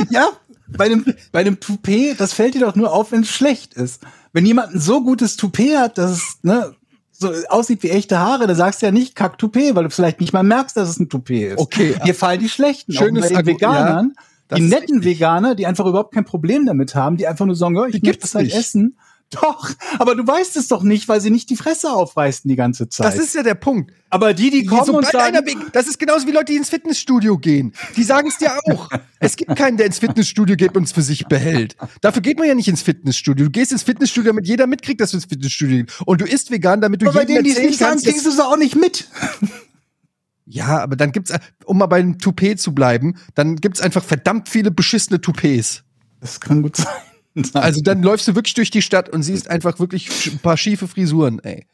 Speaker 7: ja, bei einem, bei einem Toupet, das fällt dir doch nur auf, wenn es schlecht ist. Wenn jemand ein so gutes Toupet hat, dass es ne, so aussieht wie echte Haare, da sagst du ja nicht Kack-Toupet, weil du vielleicht nicht mal merkst, dass es ein Toupet ist.
Speaker 6: Okay.
Speaker 7: Dir fallen die Schlechten
Speaker 6: Schönes
Speaker 7: auf. Und Bei den
Speaker 6: Argument, ja.
Speaker 7: Veganern,
Speaker 6: Das
Speaker 7: die
Speaker 6: ist
Speaker 7: netten Veganer, die einfach überhaupt kein Problem damit haben, die einfach nur sagen, ja, ich
Speaker 6: Die
Speaker 7: möchte
Speaker 6: gibt's
Speaker 7: das halt
Speaker 6: nicht.
Speaker 7: essen. Doch, aber du weißt es doch nicht, weil sie nicht die Fresse aufreißen die ganze Zeit.
Speaker 6: Das ist ja der Punkt.
Speaker 7: aber die, die kommen und
Speaker 6: Sobald
Speaker 7: sagen,
Speaker 6: einer wegen- das ist genauso wie Leute, die ins Fitnessstudio gehen. Die sagen es dir auch. es gibt keinen, der ins Fitnessstudio geht und es für sich behält. Dafür geht man ja nicht ins Fitnessstudio. Du gehst ins Fitnessstudio, damit jeder mitkriegt, dass du ins Fitnessstudio gehst. Und du isst vegan, damit du
Speaker 7: aber bei
Speaker 6: jedem
Speaker 7: denen, die es
Speaker 6: erzählen
Speaker 7: nicht sagen,
Speaker 6: kannst.
Speaker 7: kriegst du
Speaker 6: dass-
Speaker 7: es auch nicht mit.
Speaker 6: Ja, aber dann gibt's, um mal bei einem Toupet zu bleiben, dann gibt's einfach verdammt viele beschissene Toupets.
Speaker 7: Das kann gut sein.
Speaker 6: Also dann läufst du wirklich durch die Stadt und siehst einfach wirklich sch- ein paar schiefe Frisuren, ey.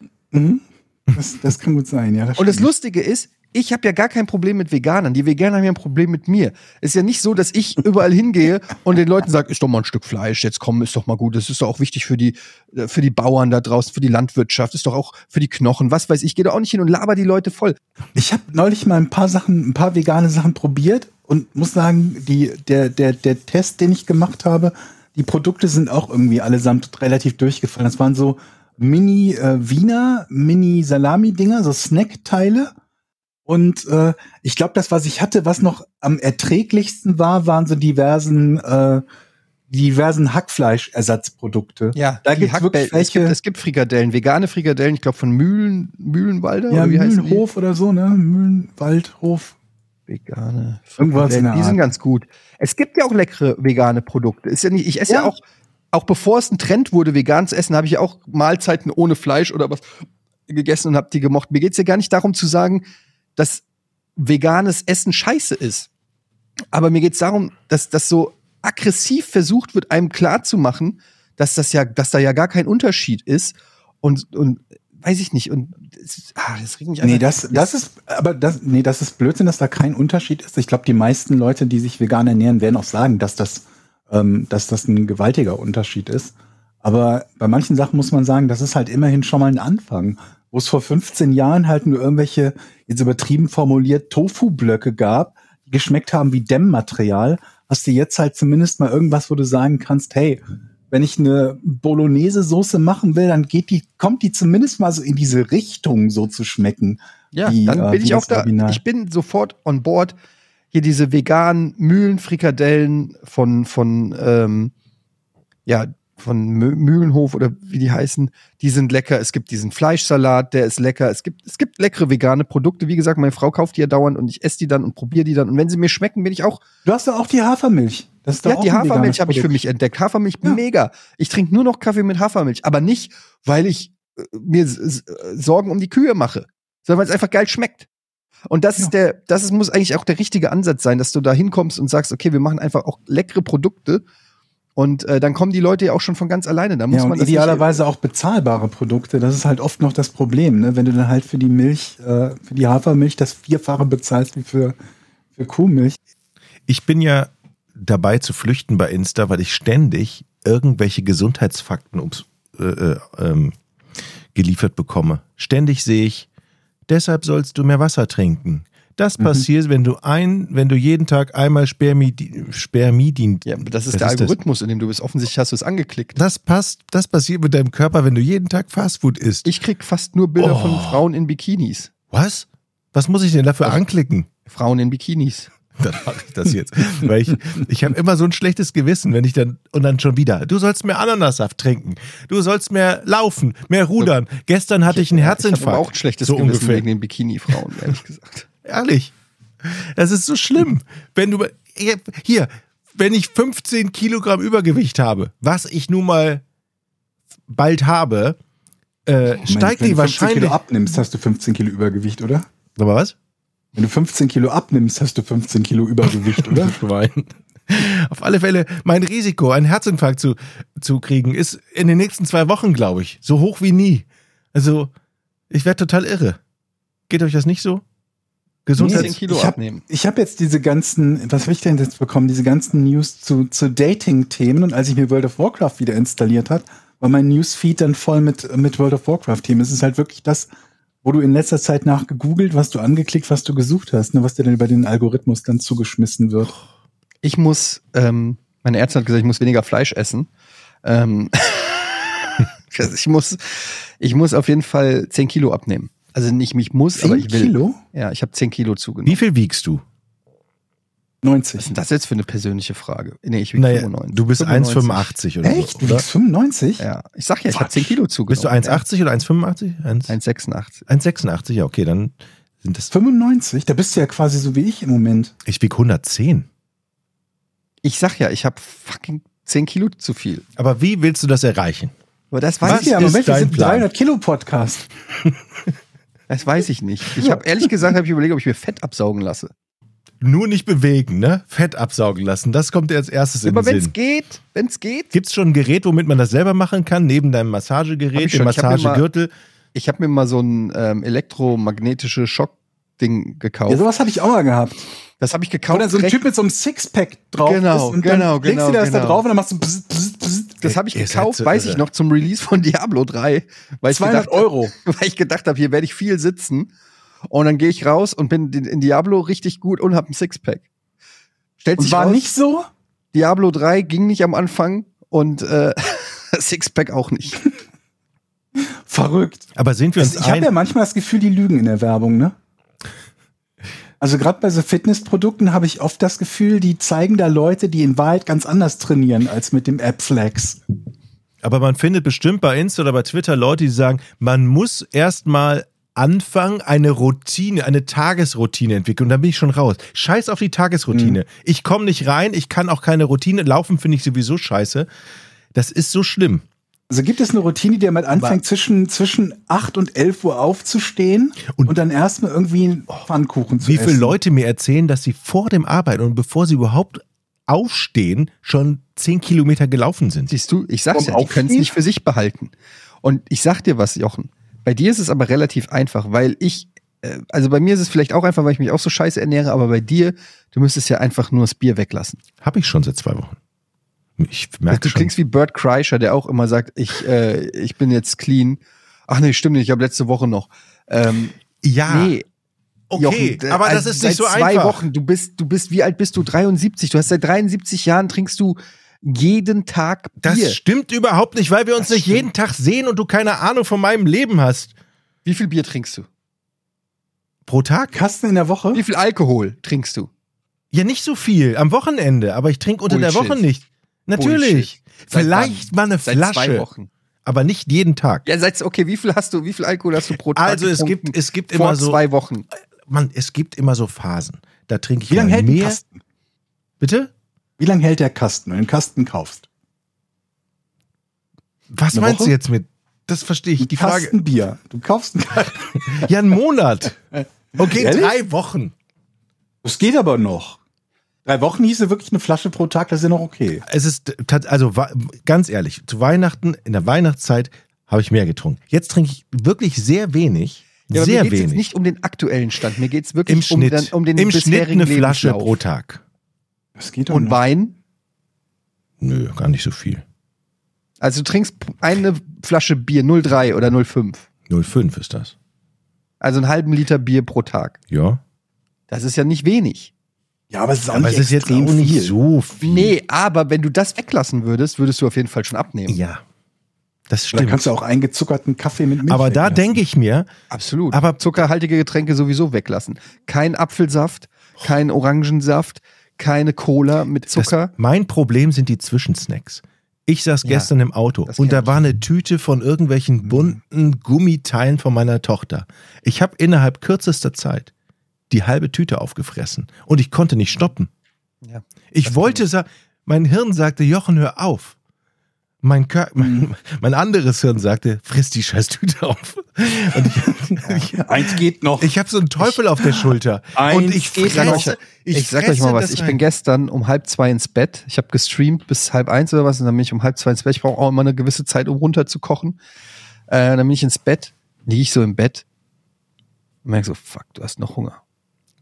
Speaker 7: das, das kann gut sein, ja.
Speaker 6: Und das
Speaker 7: stimmt.
Speaker 6: Lustige ist, ich habe ja gar kein Problem mit Veganern. Die Veganer haben ja ein Problem mit mir. Es ist ja nicht so, dass ich überall hingehe und den Leuten sage, ist doch mal ein Stück Fleisch, jetzt komm, ist doch mal gut. Das ist doch auch wichtig für die, äh, für die Bauern da draußen, für die Landwirtschaft, ist doch auch für die Knochen, was weiß ich. Ich gehe da auch nicht hin und laber die Leute voll.
Speaker 7: Ich habe neulich mal ein paar Sachen, ein paar vegane Sachen probiert und muss sagen, die, der, der, der Test, den ich gemacht habe, die Produkte sind auch irgendwie allesamt relativ durchgefallen. Das waren so äh, Mini-Wiener, Mini-Salami-Dinger, so Snack-Teile. Und äh, ich glaube, das, was ich hatte, was noch am erträglichsten war, waren so diversen, äh, diversen Hackfleisch-Ersatzprodukte. da
Speaker 6: die
Speaker 7: gibt es
Speaker 6: Hackbäll-
Speaker 7: wirklich
Speaker 6: es gibt,
Speaker 7: welche.
Speaker 6: es gibt Frikadellen, vegane Frikadellen, ich glaube von Mühlen, Mühlenwalder
Speaker 7: Ja,
Speaker 6: oder wie heißen die?
Speaker 7: Mühlenhof oder so, ne? Mühlenwaldhof.
Speaker 6: Vegane
Speaker 7: Irgendwas in der
Speaker 6: Frikadellen, die sind
Speaker 7: Art.
Speaker 6: ganz gut. Es gibt ja auch leckere vegane Produkte. Ist ja nicht, ich esse ja,
Speaker 7: Ja.
Speaker 6: auch, auch bevor es ein Trend wurde, vegan zu essen, habe ich ja auch Mahlzeiten ohne Fleisch oder was gegessen und habe die gemocht. Mir geht's ja gar nicht darum zu sagen, dass veganes Essen scheiße ist. Aber mir geht's darum, dass das so aggressiv versucht wird, einem klarzumachen, dass das ja, dass da ja gar kein Unterschied ist und, und weiß ich nicht. Und es- ah, das regt mich
Speaker 7: Nee,
Speaker 6: einfach-
Speaker 7: das, das ist, aber das, nee, das ist Blödsinn, dass da kein Unterschied ist. Ich glaube, die meisten Leute, die sich vegan ernähren, werden auch sagen, dass das, ähm, dass das ein gewaltiger Unterschied ist. Aber bei manchen Sachen muss man sagen, das ist halt immerhin schon mal ein Anfang. Wo es vor 15 Jahren halt nur irgendwelche, jetzt übertrieben formuliert, Tofu-Blöcke gab, die geschmeckt haben wie Dämmmaterial, hast du jetzt halt zumindest mal irgendwas, wo du sagen kannst, hey, wenn ich eine Bolognese-Soße machen will, dann geht die, kommt die zumindest mal so in diese Richtung so zu schmecken.
Speaker 6: Ja,
Speaker 7: wie,
Speaker 6: dann
Speaker 7: äh,
Speaker 6: bin
Speaker 7: wie
Speaker 6: ich
Speaker 7: das
Speaker 6: auch da.
Speaker 7: Original.
Speaker 6: Ich bin sofort on board. Hier diese veganen Mühlenfrikadellen von, von, ähm, ja, von Mü- Mühlenhof oder wie die heißen, die sind lecker. Es gibt diesen Fleischsalat, der ist lecker. Es gibt, es gibt leckere vegane Produkte. Wie gesagt, meine Frau kauft die ja dauernd und ich esse die dann und probiere die dann. Und wenn sie mir schmecken, bin ich auch.
Speaker 7: Du hast doch auch die Hafermilch. Das ist doch
Speaker 6: Ja,
Speaker 7: auch
Speaker 6: die
Speaker 7: ein
Speaker 6: Hafermilch
Speaker 7: veganes
Speaker 6: habe ich für
Speaker 7: Produkt.
Speaker 6: mich entdeckt. Hafermilch,
Speaker 7: Ja.
Speaker 6: mega. Ich trinke nur noch Kaffee mit Hafermilch, aber nicht, weil ich äh, mir s- s- äh, Sorgen um die Kühe mache, sondern weil es einfach geil schmeckt. Und das
Speaker 7: Ja.
Speaker 6: ist der, das ist, muss eigentlich auch der richtige Ansatz sein, dass du da hinkommst und sagst, okay, wir machen einfach auch leckere Produkte und äh, dann kommen die Leute ja auch schon von ganz alleine. Da muss
Speaker 7: Ja, und
Speaker 6: man das nicht-
Speaker 7: idealerweise auch bezahlbare Produkte. Das ist halt oft noch das Problem, ne? wenn du dann halt für die Milch, äh, für die Hafermilch das Vierfache bezahlst wie für, für Kuhmilch.
Speaker 8: Ich bin ja dabei zu flüchten bei Insta, weil ich ständig irgendwelche Gesundheitsfakten ums, äh, äh, ähm, geliefert bekomme. Ständig sehe ich, deshalb sollst du mehr Wasser trinken. Das
Speaker 6: Mhm.
Speaker 8: passiert, wenn du ein, wenn du jeden Tag einmal Spermidin. Spermidin
Speaker 6: ja, das ist
Speaker 8: was
Speaker 6: der
Speaker 8: das?
Speaker 6: Algorithmus, in dem du bist. Offensichtlich hast du es angeklickt.
Speaker 8: Das passt, das passiert mit deinem Körper, wenn du jeden Tag Fastfood isst.
Speaker 6: Ich krieg fast nur Bilder
Speaker 8: Oh.
Speaker 6: von Frauen in Bikinis.
Speaker 8: Was? Was muss ich denn dafür
Speaker 6: Also
Speaker 8: anklicken?
Speaker 6: Frauen in Bikinis.
Speaker 8: Dann mache ich das jetzt. Weil ich, ich habe immer so ein schlechtes Gewissen, wenn ich dann und dann schon wieder. Du sollst mehr Ananassaft trinken. Du sollst mehr laufen, mehr rudern. Gestern hatte ich einen
Speaker 6: Ich habe
Speaker 8: Herzinfarkt.
Speaker 6: aber auch ein schlechtes
Speaker 8: so
Speaker 6: Gewissen
Speaker 8: ungefähr.
Speaker 6: wegen den Bikini-Frauen, ehrlich gesagt.
Speaker 8: Ehrlich. Das ist so schlimm. Wenn du hier, wenn ich 15 Kilogramm Übergewicht habe, was ich nun mal bald habe, äh, steigt die
Speaker 7: wenn du 15 Kilo
Speaker 8: wahrscheinlich.
Speaker 7: abnimmst, hast du 15 Kilo Übergewicht, oder?
Speaker 8: Sag mal was?
Speaker 7: Wenn du 15 Kilo abnimmst, hast du 15 Kilo Übergewicht, oder?
Speaker 8: Schwein. Auf alle Fälle, mein Risiko, einen Herzinfarkt zu, zu kriegen, ist in den nächsten zwei Wochen, glaube ich, so hoch wie nie. Also, ich werde total irre. Geht euch das nicht so? Gesundheit?
Speaker 6: 10 Kilo
Speaker 7: ich hab-
Speaker 6: abnehmen.
Speaker 7: Ich habe jetzt diese ganzen, was habe ich denn jetzt bekommen, diese ganzen News zu, zu Dating-Themen und als ich mir World of Warcraft wieder installiert hat, war mein Newsfeed dann voll mit, mit World of Warcraft-Themen. Es ist halt wirklich das, wo du in letzter Zeit nachgegoogelt, was du angeklickt, was du gesucht hast, ne, was dir dann über den Algorithmus dann zugeschmissen wird.
Speaker 6: Ich muss, ähm, meine Ärztin hat gesagt, ich muss weniger Fleisch essen. Ähm, also ich muss, ich muss auf jeden Fall 10 Kilo abnehmen. Also nicht mich muss, aber ich will.
Speaker 7: Kilo?
Speaker 6: Ja, ich habe 10 Kilo zugenommen.
Speaker 8: Wie viel wiegst du?
Speaker 7: 90.
Speaker 6: Das ist jetzt für eine persönliche Frage. Nee, ich wiege
Speaker 8: Naja,
Speaker 6: 95.
Speaker 8: du bist
Speaker 6: 95.
Speaker 8: 1,85 oder
Speaker 7: Echt?
Speaker 8: so.
Speaker 7: Du
Speaker 8: Oder? Genau.
Speaker 7: wiegst 95?
Speaker 6: Ja, ich sag ja, ich habe 10 Kilo zugenommen.
Speaker 8: Bist du 1,80 oder 1,85? 1
Speaker 6: Ja, 1,86.
Speaker 8: 1,86, ja, okay, dann sind das.
Speaker 7: 95? Da bist du ja quasi so wie ich im Moment.
Speaker 8: Ich wiege 110.
Speaker 6: Ich sag ja, ich habe fucking 10 Kilo zu viel.
Speaker 8: Aber wie willst du das erreichen?
Speaker 6: Aber das weiß,
Speaker 8: Was?
Speaker 6: ich,
Speaker 7: ja,
Speaker 8: ist
Speaker 7: Moment, wir
Speaker 8: dein
Speaker 7: sind
Speaker 8: Plan?
Speaker 7: 300 Kilo Podcast.
Speaker 6: das weiß ich nicht. Ich habe ehrlich gesagt, habe ich überlegt, ob ich mir Fett absaugen lasse.
Speaker 8: Nur nicht bewegen, ne? Fett absaugen lassen. Das kommt dir als erstes in
Speaker 6: Aber
Speaker 8: den
Speaker 6: wenn es
Speaker 8: Sinn.
Speaker 6: geht, wenn es geht,
Speaker 8: Gibt es schon ein Gerät, womit man das selber machen kann, neben deinem
Speaker 6: Hab
Speaker 8: Massagegerät,
Speaker 6: ich
Speaker 8: dem
Speaker 6: schon. Ich hab mir mal-
Speaker 8: Massagegürtel?
Speaker 6: Ich habe mir mal so ein ähm, elektromagnetisches Schockding gekauft.
Speaker 7: Ja, sowas habe ich auch mal gehabt.
Speaker 6: das habe ich gekauft.
Speaker 7: Oder so ein
Speaker 6: direkt-
Speaker 7: Typ mit so einem Sixpack drauf
Speaker 6: Genau,
Speaker 7: ist und
Speaker 6: genau,
Speaker 7: dann legst
Speaker 6: genau,
Speaker 7: du dir das
Speaker 6: genau.
Speaker 7: da drauf und dann machst du bzz, bzz, bzz,
Speaker 6: das habe ich
Speaker 8: Ihr seid
Speaker 6: gekauft,
Speaker 8: so
Speaker 6: weiß
Speaker 8: irre.
Speaker 6: ich noch, zum Release von Diablo 3. Weil ich
Speaker 7: 200
Speaker 6: gedacht,
Speaker 7: Euro.
Speaker 6: Weil ich gedacht habe, hier werde ich viel sitzen. Und dann gehe ich raus und bin in in Diablo richtig gut und habe ein Sixpack. Stellt
Speaker 7: Und
Speaker 6: sich
Speaker 7: war
Speaker 6: raus,
Speaker 7: nicht so?
Speaker 6: Diablo 3 ging nicht am Anfang und äh, Sixpack auch nicht.
Speaker 7: Verrückt.
Speaker 8: Aber sind wir uns
Speaker 7: Also ich habe
Speaker 8: ein?
Speaker 7: ja manchmal das Gefühl, die lügen in der Werbung, ne? Also gerade bei so Fitnessprodukten habe ich oft das Gefühl, die zeigen da Leute, die in Wahrheit ganz anders trainieren als mit dem App-Flex.
Speaker 8: aber man findet bestimmt bei Insta oder bei Twitter Leute, die sagen, man muss erstmal anfangen, eine Routine, eine Tagesroutine entwickeln. Und dann bin ich schon raus. Scheiß auf die Tagesroutine.
Speaker 6: Mhm.
Speaker 8: Ich komme nicht rein, ich kann auch keine Routine. Laufen finde ich sowieso scheiße. Das ist so schlimm.
Speaker 7: Also gibt es eine Routine, die damit anfängt, zwischen, zwischen 8 und 11 Uhr aufzustehen
Speaker 8: Und-
Speaker 7: und, dann erstmal irgendwie einen Pfannkuchen zu
Speaker 8: Wie
Speaker 7: essen?
Speaker 8: viele Leute mir erzählen, dass sie vor dem Arbeiten und bevor sie überhaupt Aufstehen schon zehn Kilometer gelaufen sind.
Speaker 6: Siehst du, ich
Speaker 8: Um
Speaker 6: sag's
Speaker 9: Vom
Speaker 6: ja, die können es
Speaker 9: Aufstieg?
Speaker 6: nicht für sich behalten. Und ich sag dir was, Jochen. Bei dir ist es aber relativ einfach, weil ich, äh, also bei mir ist es vielleicht auch einfach, weil ich mich auch so scheiße ernähre, aber bei dir, du müsstest ja einfach nur das Bier weglassen.
Speaker 8: Habe ich schon seit zwei Wochen. Ich
Speaker 6: du
Speaker 8: merke schon.
Speaker 6: klingst wie Bert Kreischer, der auch immer sagt, ich, äh, ich bin jetzt clean. Ach nee, stimmt nicht, ich habe letzte Woche noch. Ähm,
Speaker 8: Ja,
Speaker 6: nee,
Speaker 8: Ah, okay,
Speaker 6: Jochen,
Speaker 8: aber
Speaker 6: äh,
Speaker 8: das ist nicht
Speaker 6: seit
Speaker 8: so
Speaker 6: zwei
Speaker 8: einfach.
Speaker 6: Wochen, du bist, du bist, wie alt bist du? 73. Du hast seit 73 Jahren trinkst du jeden Tag
Speaker 8: Das
Speaker 6: Bier.
Speaker 8: stimmt überhaupt nicht, weil wir uns
Speaker 6: Das
Speaker 8: nicht jeden Tag sehen und du keine Ahnung von meinem Leben hast.
Speaker 6: Wie viel Bier trinkst du?
Speaker 8: Pro Tag?
Speaker 7: Kasten in der Woche?
Speaker 6: Wie viel Alkohol trinkst du?
Speaker 8: Ja, nicht so viel. Am Wochenende, aber ich trinke unter der
Speaker 6: Bullshit.
Speaker 8: Woche nicht. Natürlich.
Speaker 6: Bullshit. Seit
Speaker 8: Vielleicht
Speaker 6: wann?
Speaker 8: mal eine
Speaker 6: Seit zwei
Speaker 8: Flasche,
Speaker 6: Wochen.
Speaker 8: aber nicht jeden Tag.
Speaker 6: Ja, seit, okay, wie viel hast du, wie viel Alkohol hast du pro Tag?
Speaker 8: Also es
Speaker 6: getrunken
Speaker 8: gibt- es gibt
Speaker 6: vor
Speaker 8: immer so-
Speaker 6: zwei Wochen.
Speaker 8: Mann, es gibt immer so Phasen. Da trinke ich
Speaker 7: Wie lange
Speaker 8: mal
Speaker 7: hält ein
Speaker 8: mehr.
Speaker 7: Kasten?
Speaker 8: Bitte?
Speaker 7: Wie lange hält der Kasten, wenn du einen Kasten kaufst?
Speaker 8: Was
Speaker 7: Eine
Speaker 8: meinst
Speaker 7: Woche?
Speaker 8: du jetzt mit? Das verstehe ich. Die Frage.
Speaker 7: Kasten Bier. Du kaufst einen Kasten.
Speaker 8: Ja, einen Monat. Okay,
Speaker 7: Ehrlich?
Speaker 8: drei Wochen.
Speaker 7: Das geht aber noch. Drei Wochen hieße wirklich eine Flasche pro Tag, das ist ja noch okay.
Speaker 8: Es ist tat- also wa- ganz ehrlich, zu Weihnachten, in der Weihnachtszeit habe ich mehr getrunken. Jetzt trinke ich wirklich sehr wenig.
Speaker 6: Ja, aber
Speaker 8: sehr
Speaker 6: mir geht's jetzt
Speaker 8: wenig.
Speaker 6: nicht um den aktuellen Stand, mir geht's
Speaker 8: Im
Speaker 6: wirklich um,
Speaker 8: Schnitt.
Speaker 6: den- um den
Speaker 8: Im Schnitt
Speaker 6: bisherigen
Speaker 8: eine Flasche
Speaker 6: Lebenslauf.
Speaker 8: pro Tag.
Speaker 7: Das geht
Speaker 6: Und Wein.
Speaker 8: Nö, gar nicht so viel.
Speaker 6: Also du trinkst eine Flasche Bier 0,3 oder 0,5.
Speaker 8: 0,5 ist das.
Speaker 6: Also einen halben Liter Bier pro Tag.
Speaker 8: Ja.
Speaker 6: Das ist ja nicht wenig.
Speaker 7: Ja, aber es ist auch
Speaker 8: Aber
Speaker 7: nicht
Speaker 8: es ist jetzt auch
Speaker 7: extrem
Speaker 8: nicht
Speaker 7: viel.
Speaker 8: so viel.
Speaker 6: Nee, aber wenn du das weglassen würdest, würdest du auf jeden Fall schon abnehmen.
Speaker 8: Ja. Das
Speaker 7: Da
Speaker 8: stimmt.
Speaker 7: kannst du auch eingezuckerten Kaffee mit Milch
Speaker 8: aber da
Speaker 7: weglassen.
Speaker 8: denke ich mir,
Speaker 6: Absolut.
Speaker 8: Aber-
Speaker 6: Aber zuckerhaltige Getränke sowieso weglassen. Kein Apfelsaft, kein Orangensaft, keine Cola mit Zucker.
Speaker 8: Das, mein Problem sind die Zwischensnacks. Ich saß
Speaker 6: Ja,
Speaker 8: gestern im Auto
Speaker 6: das
Speaker 8: und
Speaker 6: kenn
Speaker 8: da
Speaker 6: ich. Mhm.
Speaker 8: war eine Tüte von irgendwelchen bunten Gummiteilen von meiner Tochter. Ich habe innerhalb kürzester Zeit die halbe Tüte aufgefressen und ich konnte nicht stoppen.
Speaker 6: Ja,
Speaker 8: ich
Speaker 6: das
Speaker 8: wollte, sa mein Hirn sagte, Jochen, hör auf. Mein, Kör
Speaker 6: Mhm.
Speaker 8: mein, mein anderes Hirn sagte, friss die scheiß Tüte auf. Und ich,
Speaker 7: Eins geht noch.
Speaker 8: ich habe so einen Teufel auf der Schulter.
Speaker 7: Eins
Speaker 8: und ich
Speaker 7: geht
Speaker 6: sag euch-
Speaker 8: fresse,
Speaker 6: Ich, sag euch mal
Speaker 8: fresse
Speaker 6: was,
Speaker 8: das
Speaker 6: ich
Speaker 8: rein.
Speaker 6: bin gestern um halb zwei ins Bett. Ich habe gestreamt bis halb eins oder was und dann bin ich um halb zwei ins Bett. Ich brauche auch immer eine gewisse Zeit, um runterzukochen. Äh, dann bin ich ins Bett, liege ich so im Bett und merke so, fuck, du hast noch Hunger.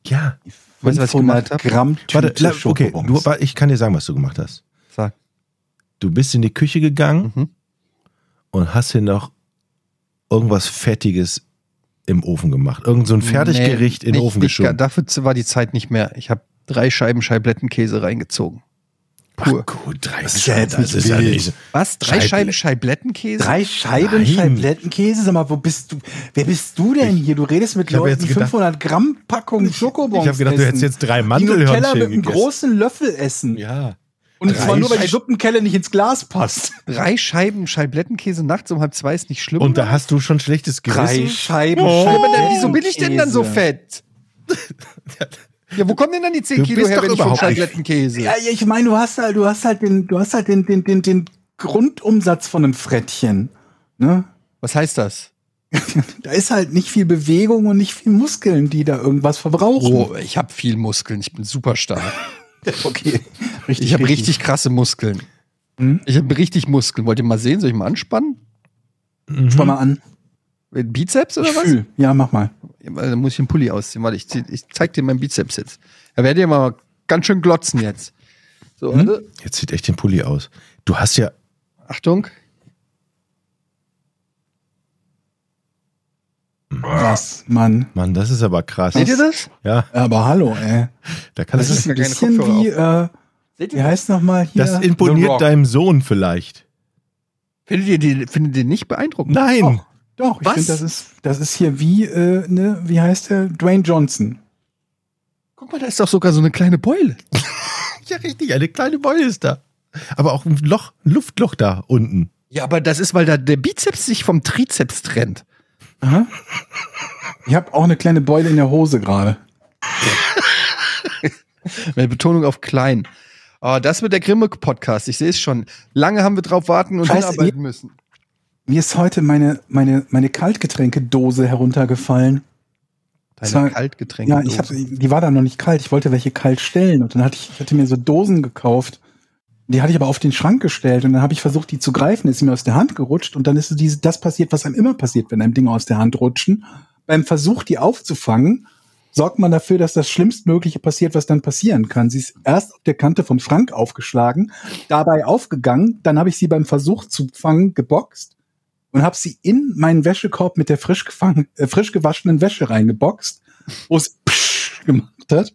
Speaker 8: Ja.
Speaker 6: Weißt du, was ich gemacht
Speaker 7: 500
Speaker 6: habe?
Speaker 7: Gramm
Speaker 8: Warte,
Speaker 7: Tüte
Speaker 8: la- okay,
Speaker 7: Schokobons.
Speaker 8: du, warte, ich kann dir sagen, was du gemacht hast.
Speaker 6: Sag.
Speaker 8: Du bist in die Küche gegangen
Speaker 6: Mhm.
Speaker 8: und hast dir noch irgendwas Fettiges im Ofen gemacht. Irgend so ein Fertiggericht
Speaker 6: Nee,
Speaker 8: in den
Speaker 6: nicht-
Speaker 8: Ofen
Speaker 6: nicht
Speaker 8: geschoben.
Speaker 6: gar- Dafür war die Zeit nicht mehr. Ich habe drei Scheiben Scheiblettenkäse reingezogen. Pur.
Speaker 8: Ach gut, drei
Speaker 7: ist ja jetzt
Speaker 8: das
Speaker 7: nicht
Speaker 8: ist ja
Speaker 7: billig.
Speaker 8: nicht so-
Speaker 6: was? Drei
Speaker 8: Scheible-
Speaker 6: Scheiben Scheiblettenkäse?
Speaker 7: Drei Scheiben
Speaker 8: Nein.
Speaker 7: Scheiblettenkäse? Sag mal, wo bist du? Wer bist du denn hier? Du redest mit
Speaker 8: ich hab
Speaker 7: Leuten,
Speaker 8: jetzt
Speaker 7: die
Speaker 8: gedacht-
Speaker 7: 500 Gramm Packung Schokobons
Speaker 8: Ich hab gedacht, du
Speaker 7: essen.
Speaker 8: hättest jetzt drei
Speaker 7: Die Nutella
Speaker 8: Mandelhörnchen
Speaker 7: mit einem
Speaker 8: gegessen.
Speaker 7: großen Löffel essen.
Speaker 8: Ja.
Speaker 7: Und
Speaker 8: Drei
Speaker 7: zwar nur, weil die
Speaker 8: Scheib-
Speaker 7: Suppenkelle nicht ins Glas passt.
Speaker 6: Drei Scheiben Scheiblettenkäse nachts um halb zwei ist nicht schlimm.
Speaker 8: Und da hast du schon schlechtes
Speaker 7: Drei
Speaker 8: Gewissen.
Speaker 7: Scheiben
Speaker 6: Ja, aber
Speaker 7: Scheiblettenkäse.
Speaker 6: dann, wieso bin ich denn dann so fett? Ja, wo kommen denn dann die 10
Speaker 8: Du
Speaker 6: Kilo
Speaker 8: bist
Speaker 6: her,
Speaker 8: doch
Speaker 6: wenn ich vom
Speaker 8: überhaupt nicht-
Speaker 6: Scheiblettenkäse?
Speaker 7: Ja, ja, ich meine, du hast halt, du hast halt den, du hast halt den, den, den, den Grundumsatz von einem Frettchen. Ne?
Speaker 6: Was heißt das?
Speaker 7: Da ist halt nicht viel Bewegung und nicht viel Muskeln, die da irgendwas verbrauchen.
Speaker 6: Oh, ich habe viel Muskeln, ich bin super stark.
Speaker 7: Okay. Richtig,
Speaker 6: Ich habe richtig krasse Muskeln.
Speaker 7: Hm?
Speaker 6: Ich habe richtig Muskeln. Wollt ihr mal sehen? Soll ich mal anspannen?
Speaker 7: Schau mal an.
Speaker 6: Mit Bizeps oder
Speaker 7: Ich
Speaker 6: was?
Speaker 7: fühl. Ja, mach mal.
Speaker 6: Ja, Dann muss ich den Pulli ausziehen. Warte, ich, zieh, ich zeig dir meinen Bizeps jetzt. Da werdet ihr mal ganz schön glotzen jetzt. So,
Speaker 8: Hm?
Speaker 6: warte.
Speaker 8: Jetzt sieht echt den Pulli aus. Du hast ja.
Speaker 6: Achtung.
Speaker 7: Krass, Mann.
Speaker 8: Mann, das ist aber krass.
Speaker 6: Seht ihr das?
Speaker 8: Ja,
Speaker 7: Aber hallo, ey.
Speaker 8: da kann
Speaker 7: Das,
Speaker 8: das.
Speaker 7: ist ein
Speaker 6: mir keine
Speaker 7: bisschen wie, äh,
Speaker 6: Seht
Speaker 7: wie heißt nochmal hier?
Speaker 8: Das
Speaker 7: The Rock.
Speaker 8: imponiert deinem Sohn vielleicht.
Speaker 6: Findet ihr den, findet ihr den nicht beeindruckend?
Speaker 8: Nein.
Speaker 7: Doch, doch ich
Speaker 6: Was?
Speaker 7: finde, das ist, das ist hier wie, äh, ne, wie heißt der? Dwayne Johnson.
Speaker 6: Guck mal, da ist doch sogar so eine kleine Beule.
Speaker 8: Ja, richtig, eine kleine Beule ist da. Aber auch ein Loch, ein Luftloch da unten.
Speaker 6: Ja, aber das ist, weil da der Bizeps sich vom Trizeps trennt.
Speaker 7: Aha. Ich habe auch eine kleine Beule in der Hose gerade.
Speaker 6: Mit Betonung auf klein. Oh, das wird der Grimme-Podcast. Ich sehe es schon. Lange haben wir drauf warten und
Speaker 7: Scheiße,
Speaker 6: hinarbeiten müssen.
Speaker 7: Mir ist heute meine, meine, meine Kaltgetränkedose heruntergefallen.
Speaker 6: Deine
Speaker 7: war-
Speaker 6: Kaltgetränke.
Speaker 7: Ja, ich hab, die war dann noch nicht kalt. Ich wollte welche kalt stellen und dann hatte ich, ich hatte mir so Dosen gekauft. Die hatte ich aber auf den Schrank gestellt und dann habe ich versucht, die zu greifen, ist mir aus der Hand gerutscht und dann ist so diese, das passiert, was einem immer passiert, wenn einem Dinge aus der Hand rutschen. Beim Versuch, die aufzufangen, sorgt man dafür, dass das Schlimmstmögliche passiert, was dann passieren kann. Sie ist erst auf der Kante vom Schrank aufgeschlagen, dabei aufgegangen, dann habe ich sie beim Versuch zu fangen geboxt und habe sie in meinen Wäschekorb mit der frisch, gefangen, äh, frisch gewaschenen Wäsche reingeboxt, wo es psch gemacht hat.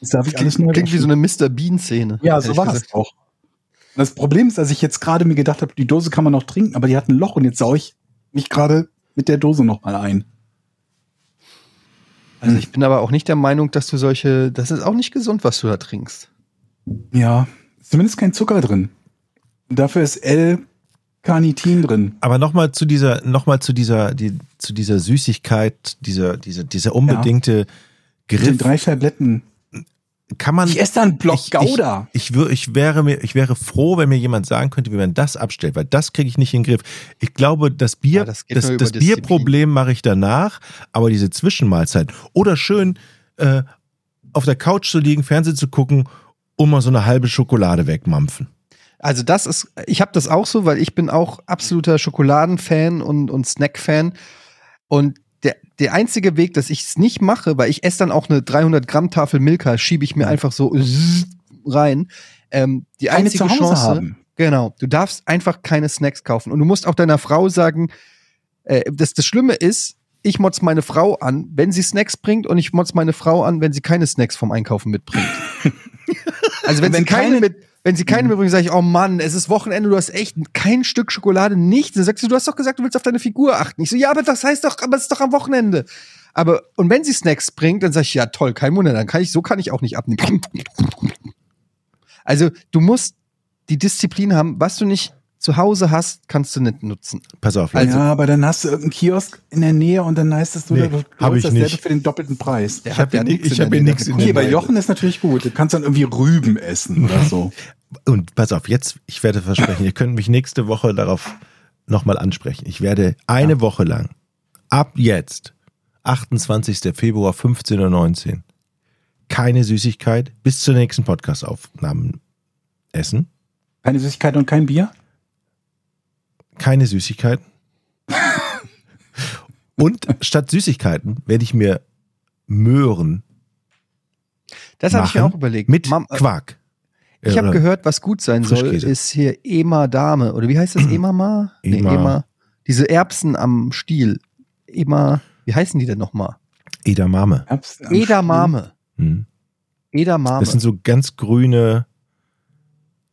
Speaker 7: Das darf ich alles neu
Speaker 6: klingt, klingt wie so
Speaker 7: waschen.
Speaker 6: eine Mr. Bean-Szene.
Speaker 7: Ja, so
Speaker 6: ehrlich
Speaker 7: war
Speaker 6: gesagt.
Speaker 7: es auch. Und das Problem ist, dass ich jetzt gerade mir gedacht habe, die Dose kann man noch trinken, aber die hat ein Loch und jetzt sau ich mich gerade mit der Dose nochmal ein.
Speaker 6: Also ich bin aber auch nicht der Meinung, dass du solche, das ist auch nicht gesund, was du da trinkst.
Speaker 7: Ja, ist zumindest kein Zucker drin. Und dafür ist L-Carnitin drin.
Speaker 8: Aber nochmal zu dieser, nochmal zu dieser, die, zu dieser Süßigkeit, dieser, dieser, dieser unbedingte
Speaker 7: Mit den
Speaker 8: Griff.
Speaker 7: drei Tabletten.
Speaker 8: Kann man.
Speaker 7: Ich esse da einen Block
Speaker 8: ich,
Speaker 7: Gouda.
Speaker 8: Ich, ich, wür- ich, wäre mir, ich wäre froh, wenn mir jemand sagen könnte, wie man das abstellt, weil das kriege ich nicht in den Griff. Ich glaube, das Bier,
Speaker 6: Ja,
Speaker 8: das,
Speaker 6: das geht
Speaker 8: das,
Speaker 6: nur über Disziplin.
Speaker 8: Bierproblem mache ich danach, aber diese Zwischenmahlzeit oder schön äh, auf der Couch zu liegen, Fernsehen zu gucken und mal so eine halbe Schokolade wegmampfen.
Speaker 6: Also das ist, ich habe das auch so, weil ich bin auch absoluter Schokoladenfan und, und Snack-Fan. Und der, der einzige Weg, dass ich es nicht mache, weil ich esse dann auch eine 300 Gramm Tafel Milka, schiebe ich mir einfach so rein. Ähm, die
Speaker 7: Keine
Speaker 6: einzige
Speaker 7: zu Hause
Speaker 6: Chance,
Speaker 7: haben.
Speaker 6: Genau, du darfst einfach keine Snacks kaufen. Und du musst auch deiner Frau sagen, äh, das, das Schlimme ist, ich motz meine Frau an, wenn sie Snacks bringt, und ich motz meine Frau an, wenn sie keine Snacks vom Einkaufen mitbringt. also wenn,
Speaker 7: Wenn
Speaker 6: sie keine,
Speaker 7: keine-
Speaker 6: mit, wenn sie keine mitbringt, sage ich, oh Mann, es ist Wochenende, du hast echt kein Stück Schokolade, nichts. Dann sagt sie, du hast doch gesagt, du willst auf deine Figur achten. Ich so, ja, aber das heißt doch, aber es ist doch am Wochenende. Aber, und wenn sie Snacks bringt, dann sage ich, ja, toll, kein Wunder, dann kann ich, so kann ich auch nicht abnehmen. Also, du musst die Disziplin haben, was du nicht zu Hause hast, kannst du nicht nutzen.
Speaker 8: Pass auf, Leute.
Speaker 7: ja, aber dann hast du irgendeinen Kiosk in der Nähe und dann heißt es, du,
Speaker 8: Nee,
Speaker 7: du
Speaker 8: hab ich nicht.
Speaker 7: für den doppelten Preis.
Speaker 6: Der
Speaker 8: Ich
Speaker 6: hat
Speaker 8: hab ja
Speaker 6: nix
Speaker 8: nix- ich
Speaker 6: der
Speaker 8: hab ja
Speaker 6: Nähe.
Speaker 8: nix in
Speaker 7: Okay,
Speaker 8: der
Speaker 7: bei
Speaker 8: Nähe.
Speaker 7: Jochen ist natürlich gut. Du kannst dann irgendwie Rüben essen oder so.
Speaker 8: Und pass auf, jetzt, ich werde versprechen, ihr könnt mich nächste Woche darauf nochmal ansprechen. Ich werde eine Woche lang, ab jetzt, 28. Februar 15.19 Uhr, keine Süßigkeit bis zur nächsten Podcast-Aufnahme essen.
Speaker 7: Keine Süßigkeit und kein Bier?
Speaker 8: Keine Süßigkeiten. Und statt Süßigkeiten werde ich mir Möhren
Speaker 6: Das habe ich mir
Speaker 8: machen
Speaker 6: auch überlegt.
Speaker 8: mit
Speaker 6: Mam-
Speaker 8: Quark.
Speaker 6: ich habe
Speaker 8: Oder
Speaker 6: gehört, was gut sein soll,
Speaker 8: Frischkäse.
Speaker 6: ist hier Ema Dame. Oder wie heißt das? Emama? Nee,
Speaker 8: Mhm. Ema.
Speaker 6: Ema. Diese Erbsen am Stiel. Ema, wie heißen die denn nochmal?
Speaker 8: Edamame.
Speaker 7: Erbsen am
Speaker 6: Edamame.
Speaker 8: Hm.
Speaker 6: Edamame.
Speaker 8: Das sind so ganz grüne,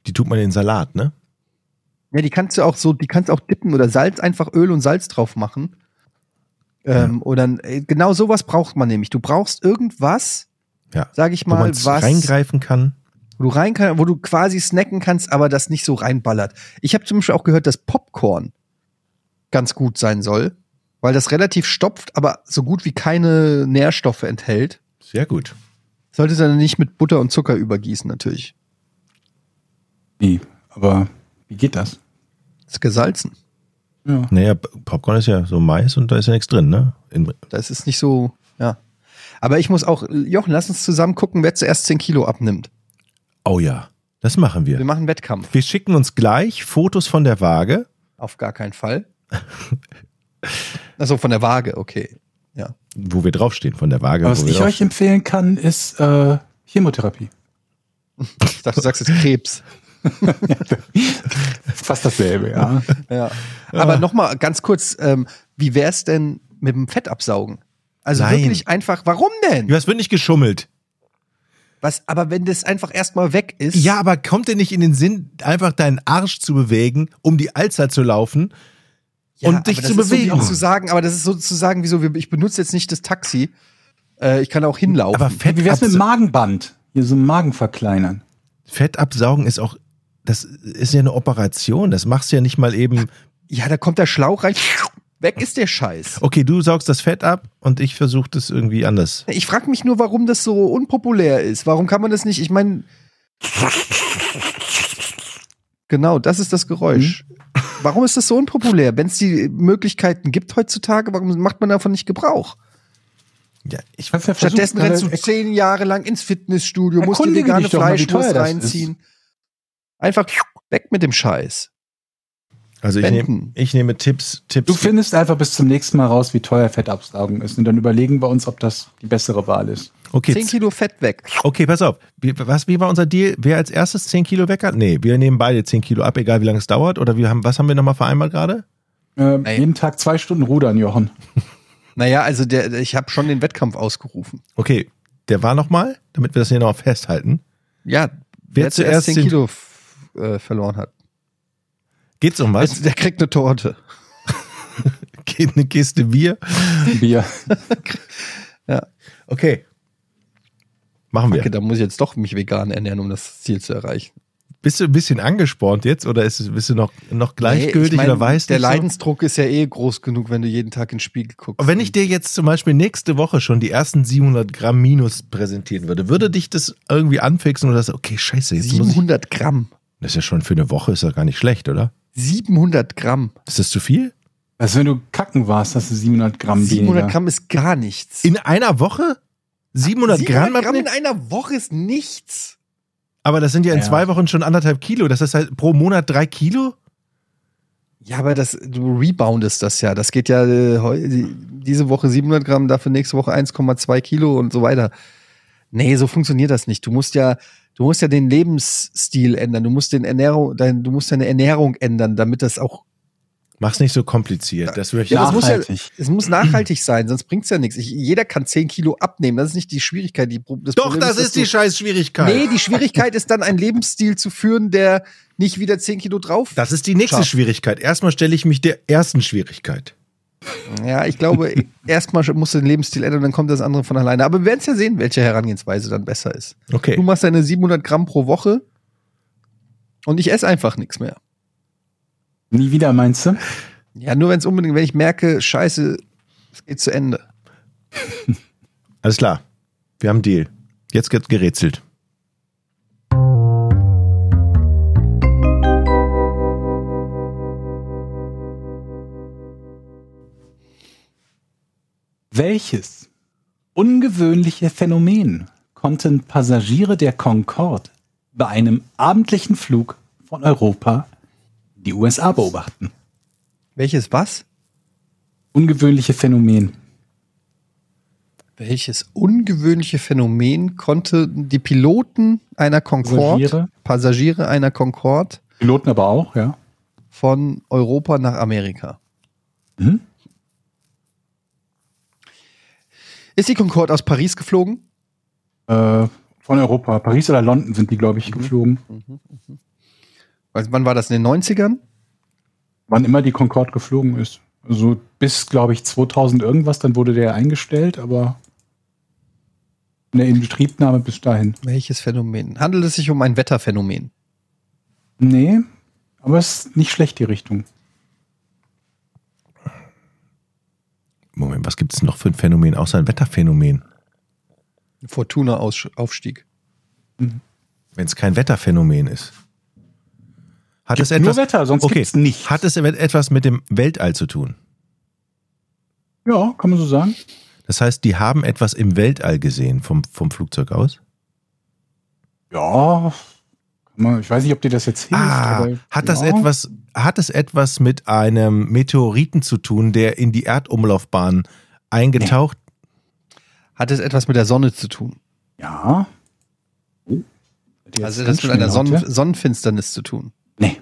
Speaker 8: die tut man in Salat, ne?
Speaker 6: Ja, die kannst du auch so, die kannst du auch dippen oder Salz, einfach Öl und Salz drauf machen. Ähm, Oder äh, genau sowas braucht man nämlich. Du brauchst irgendwas,
Speaker 8: Ja.
Speaker 6: sag ich
Speaker 8: wo
Speaker 6: mal,
Speaker 8: man
Speaker 6: was.
Speaker 8: reingreifen kann.
Speaker 6: wo du rein kann, wo du quasi snacken kannst, aber das nicht so reinballert. Ich habe zum Beispiel auch gehört, dass Popcorn ganz gut sein soll, weil das relativ stopft, aber so gut wie keine Nährstoffe enthält.
Speaker 8: Sehr gut.
Speaker 6: Sollte dann nicht mit Butter und Zucker übergießen, natürlich.
Speaker 7: Stiel. Nee, aber wie geht das?
Speaker 6: Das ist gesalzen.
Speaker 7: Ja.
Speaker 8: Naja, P- Popcorn ist ja so Mais und da ist ja nichts drin, ne? In,
Speaker 6: Das ist nicht so, ja. Aber ich muss auch, Jochen, lass uns zusammen gucken, wer zuerst 10 Kilo abnimmt.
Speaker 8: oh ja, das machen
Speaker 6: Wir
Speaker 8: wir.
Speaker 6: machen Wettkampf.
Speaker 8: Wir schicken uns gleich Fotos von der Waage.
Speaker 6: Auf gar keinen Fall. Achso, von der Waage, okay.
Speaker 8: Wo wir draufstehen, von der Waage.
Speaker 7: Was
Speaker 8: wo wir
Speaker 7: ich euch empfehlen kann, ist äh, Chemotherapie.
Speaker 6: Ich dachte, du sagst jetzt Krebs.
Speaker 7: Fast dasselbe, ja.
Speaker 6: Ja. Aber nochmal ganz kurz, ähm, wie wär's denn mit dem Fettabsaugen? Also
Speaker 8: Nein.
Speaker 6: wirklich einfach, warum
Speaker 8: draufstehen.
Speaker 6: denn?
Speaker 8: Was wird nicht geschummelt?
Speaker 6: Was, aber wenn das einfach erstmal weg ist.
Speaker 8: Ja, aber kommt dir nicht in den Sinn, einfach deinen Arsch zu bewegen, um die Alster zu laufen?
Speaker 6: Ja,
Speaker 8: und
Speaker 6: aber
Speaker 8: dich
Speaker 6: das
Speaker 8: zu
Speaker 6: ist So
Speaker 8: bewegen.
Speaker 6: wie um zu sagen, aber das ist sozusagen wie so, wie- ich benutze jetzt nicht das Taxi. Äh, ich kann auch hinlaufen.
Speaker 8: Aber Fett,
Speaker 7: Wie wär's mit
Speaker 8: abs-
Speaker 7: dem Magenband? Hier so einen Magen verkleinern.
Speaker 8: Fett absaugen ist auch, das ist ja eine Operation. Das machst du ja nicht mal eben.
Speaker 6: ja, da kommt der Schlauch rein. Weg ist der Scheiß.
Speaker 8: Okay, du saugst das Fett ab und ich versuche das irgendwie anders.
Speaker 6: Ich frage mich nur, warum das so unpopulär ist. Warum kann man das nicht? Ich meine. Genau, das ist das Geräusch. Warum ist das so unpopulär? Wenn es die Möglichkeiten gibt heutzutage, warum macht man davon nicht Gebrauch?
Speaker 8: Ja, ich
Speaker 7: Kannst ja versuchen,
Speaker 6: Stattdessen rennst du
Speaker 7: äh,
Speaker 6: zehn Jahre lang ins Fitnessstudio, musst dir
Speaker 7: Erkundige
Speaker 6: vegane
Speaker 7: dich doch mal, wie teuer
Speaker 6: Fleischwurst
Speaker 7: das
Speaker 6: reinziehen. Einfach weg mit dem Scheiß.
Speaker 8: also ich, nehm,
Speaker 6: Wenden.
Speaker 8: ich nehme Tipps, Tipps.
Speaker 7: Du findest einfach bis zum nächsten Mal raus, wie teuer Fettabsaugen ist. Und dann überlegen wir uns, ob das die bessere Wahl ist.
Speaker 8: okay,
Speaker 6: Zehn Kilo Fett weg.
Speaker 8: Okay, pass auf. Wie, was, wie war unser Deal? Wer als erstes 10 Kilo weg hat? Nee, wir nehmen beide 10 Kilo ab, egal wie lange es dauert. Oder wir haben, was haben wir nochmal vereinbart gerade?
Speaker 7: Ähm,
Speaker 6: Nein.
Speaker 7: jeden Tag zwei Stunden rudern, Jochen.
Speaker 6: Naja, also der, der- ich habe schon den Wettkampf ausgerufen.
Speaker 8: Okay, der war nochmal, damit wir das hier noch festhalten.
Speaker 6: Ja,
Speaker 8: Wer
Speaker 6: wer,
Speaker 8: zuerst
Speaker 6: zuerst
Speaker 8: den-
Speaker 6: zehn Kilo f- äh, verloren hat,
Speaker 8: Geht's um was?
Speaker 6: Also der kriegt eine Torte.
Speaker 8: Geht eine Kiste Bier?
Speaker 7: Bier.
Speaker 8: Okay. Machen wir.
Speaker 6: Okay, da muss ich jetzt doch mich vegan ernähren, um das Ziel zu erreichen.
Speaker 8: Bist du ein bisschen angespornt jetzt oder ist, es- bist du noch, noch gleichgültig
Speaker 6: Nee, ich mein,
Speaker 8: oder weißt
Speaker 6: Der
Speaker 8: nicht so?
Speaker 6: Leidensdruck ist ja eh groß genug, wenn du jeden Tag ins Spiegel guckst.
Speaker 8: Und Wenn ich dir jetzt zum Beispiel nächste Woche schon die ersten 700 Gramm minus präsentieren würde, würde dich das irgendwie anfixen oder so, okay, scheiße, jetzt muss ich.
Speaker 6: 700 Gramm.
Speaker 8: Das ist ja schon für eine Woche, ist ja gar nicht schlecht, oder?
Speaker 6: 700 Gramm.
Speaker 8: Ist das zu viel?
Speaker 7: Also wenn du kacken warst, hast du 700 Gramm
Speaker 6: 700
Speaker 7: weniger.
Speaker 6: Gramm ist gar nichts.
Speaker 8: In einer Woche? 700,
Speaker 6: 700
Speaker 8: Gramm?
Speaker 6: Gramm in
Speaker 8: abnehmen?
Speaker 6: einer Woche ist nichts.
Speaker 8: Aber das sind ja in
Speaker 7: Ja.
Speaker 8: zwei Wochen schon anderthalb Kilo. Das ist halt pro Monat drei Kilo?
Speaker 6: Ja, aber das, du reboundest das ja. Das geht ja äh, heu- diese Woche 700 Gramm, dafür nächste Woche 1,2 Kilo und so weiter. Nee, so funktioniert das nicht. Du musst ja, du musst ja den Lebensstil ändern. Du musst den Ernährung, dein, du musst deine Ernährung ändern, damit das auch
Speaker 8: Mach's nicht so kompliziert. Das möchte ich
Speaker 6: Ja, das muss ja,
Speaker 7: Nachhaltig.
Speaker 6: es muss nachhaltig sein, sonst bringt's ja nichts. Ich, jeder kann 10 Kilo abnehmen. Das ist nicht die Schwierigkeit. Die, Pro- das
Speaker 8: Doch,
Speaker 6: Problem
Speaker 8: das
Speaker 6: dass
Speaker 8: ist die
Speaker 6: du-
Speaker 8: Scheißschwierigkeit.
Speaker 6: Nee, die Schwierigkeit ist dann, einen Lebensstil zu führen, der nicht wieder 10 Kilo drauf.
Speaker 8: das ist die nächste
Speaker 6: Schade.
Speaker 8: Schwierigkeit. Erstmal stelle ich mich der ersten Schwierigkeit.
Speaker 6: Ja, ich glaube, erstmal musst du den Lebensstil ändern, dann kommt das andere von alleine. Aber wir werden es ja sehen, welche Herangehensweise dann besser ist.
Speaker 8: Okay.
Speaker 6: Du machst deine 700 Gramm pro Woche und ich esse einfach nichts mehr.
Speaker 7: Nie wieder, meinst du?
Speaker 6: Ja, nur wenn es unbedingt, wenn ich merke, scheiße, es geht zu Ende.
Speaker 8: Alles klar. Wir haben einen Deal. Jetzt wird gerätselt.
Speaker 7: Welches ungewöhnliche Phänomen konnten Passagiere der Concorde bei einem abendlichen Flug von Europa in die USA beobachten?
Speaker 6: Welches was?
Speaker 7: Ungewöhnliche Phänomen.
Speaker 6: Welches ungewöhnliche Phänomen konnte die Piloten einer Concorde,
Speaker 7: Passagiere?
Speaker 6: Passagiere, einer Concorde
Speaker 7: Piloten aber auch, ja.
Speaker 6: von Europa nach Amerika?
Speaker 7: Mhm.
Speaker 6: Ist die Concorde aus Paris geflogen?
Speaker 7: Äh, von Europa. Paris oder London sind die, glaube ich, geflogen.
Speaker 6: Weil, Also, wann war das? In den 90ern?
Speaker 7: Wann immer die Concorde geflogen ist. Also bis, glaube ich, 2000 irgendwas, dann wurde der eingestellt, aber in der Inbetriebnahme bis dahin.
Speaker 6: Welches Phänomen? Handelt es sich um ein Wetterphänomen?
Speaker 7: Nee, aber es ist nicht schlecht, die Richtung.
Speaker 8: Moment, was gibt es noch für ein Phänomen außer ein Wetterphänomen?
Speaker 6: Fortuna-Aufstieg.
Speaker 8: Wenn es kein Wetterphänomen ist. Hat
Speaker 7: Gibt
Speaker 8: es etwas,
Speaker 7: nur Wetter, sonst
Speaker 8: okay.
Speaker 7: gibt's nichts.
Speaker 8: Hat es etwas mit dem Weltall zu tun?
Speaker 7: Ja, kann man so sagen.
Speaker 8: Das heißt, die haben etwas im Weltall gesehen vom, vom Flugzeug aus?
Speaker 7: Ja, kann man, ich weiß nicht, ob dir das jetzt hilft.
Speaker 8: Ah,
Speaker 7: aber,
Speaker 8: hat das
Speaker 7: ja.
Speaker 8: etwas, hat es etwas mit einem Meteoriten zu tun, der in die Erdumlaufbahn eingetaucht?
Speaker 6: Hat es etwas mit der Sonne zu tun?
Speaker 7: Ja. Oh.
Speaker 6: Also
Speaker 7: Jetzt
Speaker 6: hat
Speaker 7: ganz
Speaker 6: es mit einer
Speaker 7: schnell
Speaker 6: Sonnen
Speaker 7: Laute.
Speaker 6: Sonnenfinsternis zu tun?
Speaker 7: Nee.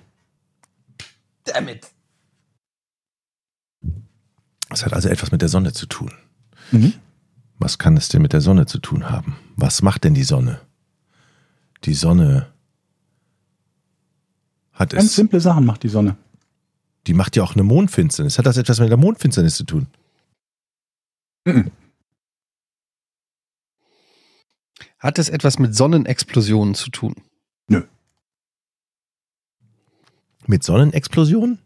Speaker 8: Es hat also etwas mit der Sonne zu tun.
Speaker 7: Mhm.
Speaker 8: Was kann es denn mit der Sonne zu tun haben? Was macht denn die Sonne? Die Sonne hat
Speaker 7: Ganz
Speaker 8: es.
Speaker 7: simple Sachen macht die Sonne.
Speaker 8: Die macht ja auch eine Mondfinsternis. Hat das etwas mit der Mondfinsternis zu tun?
Speaker 7: Mhm.
Speaker 6: Hat es etwas mit Sonnenexplosionen zu tun?
Speaker 8: Mit Sonnenexplosionen?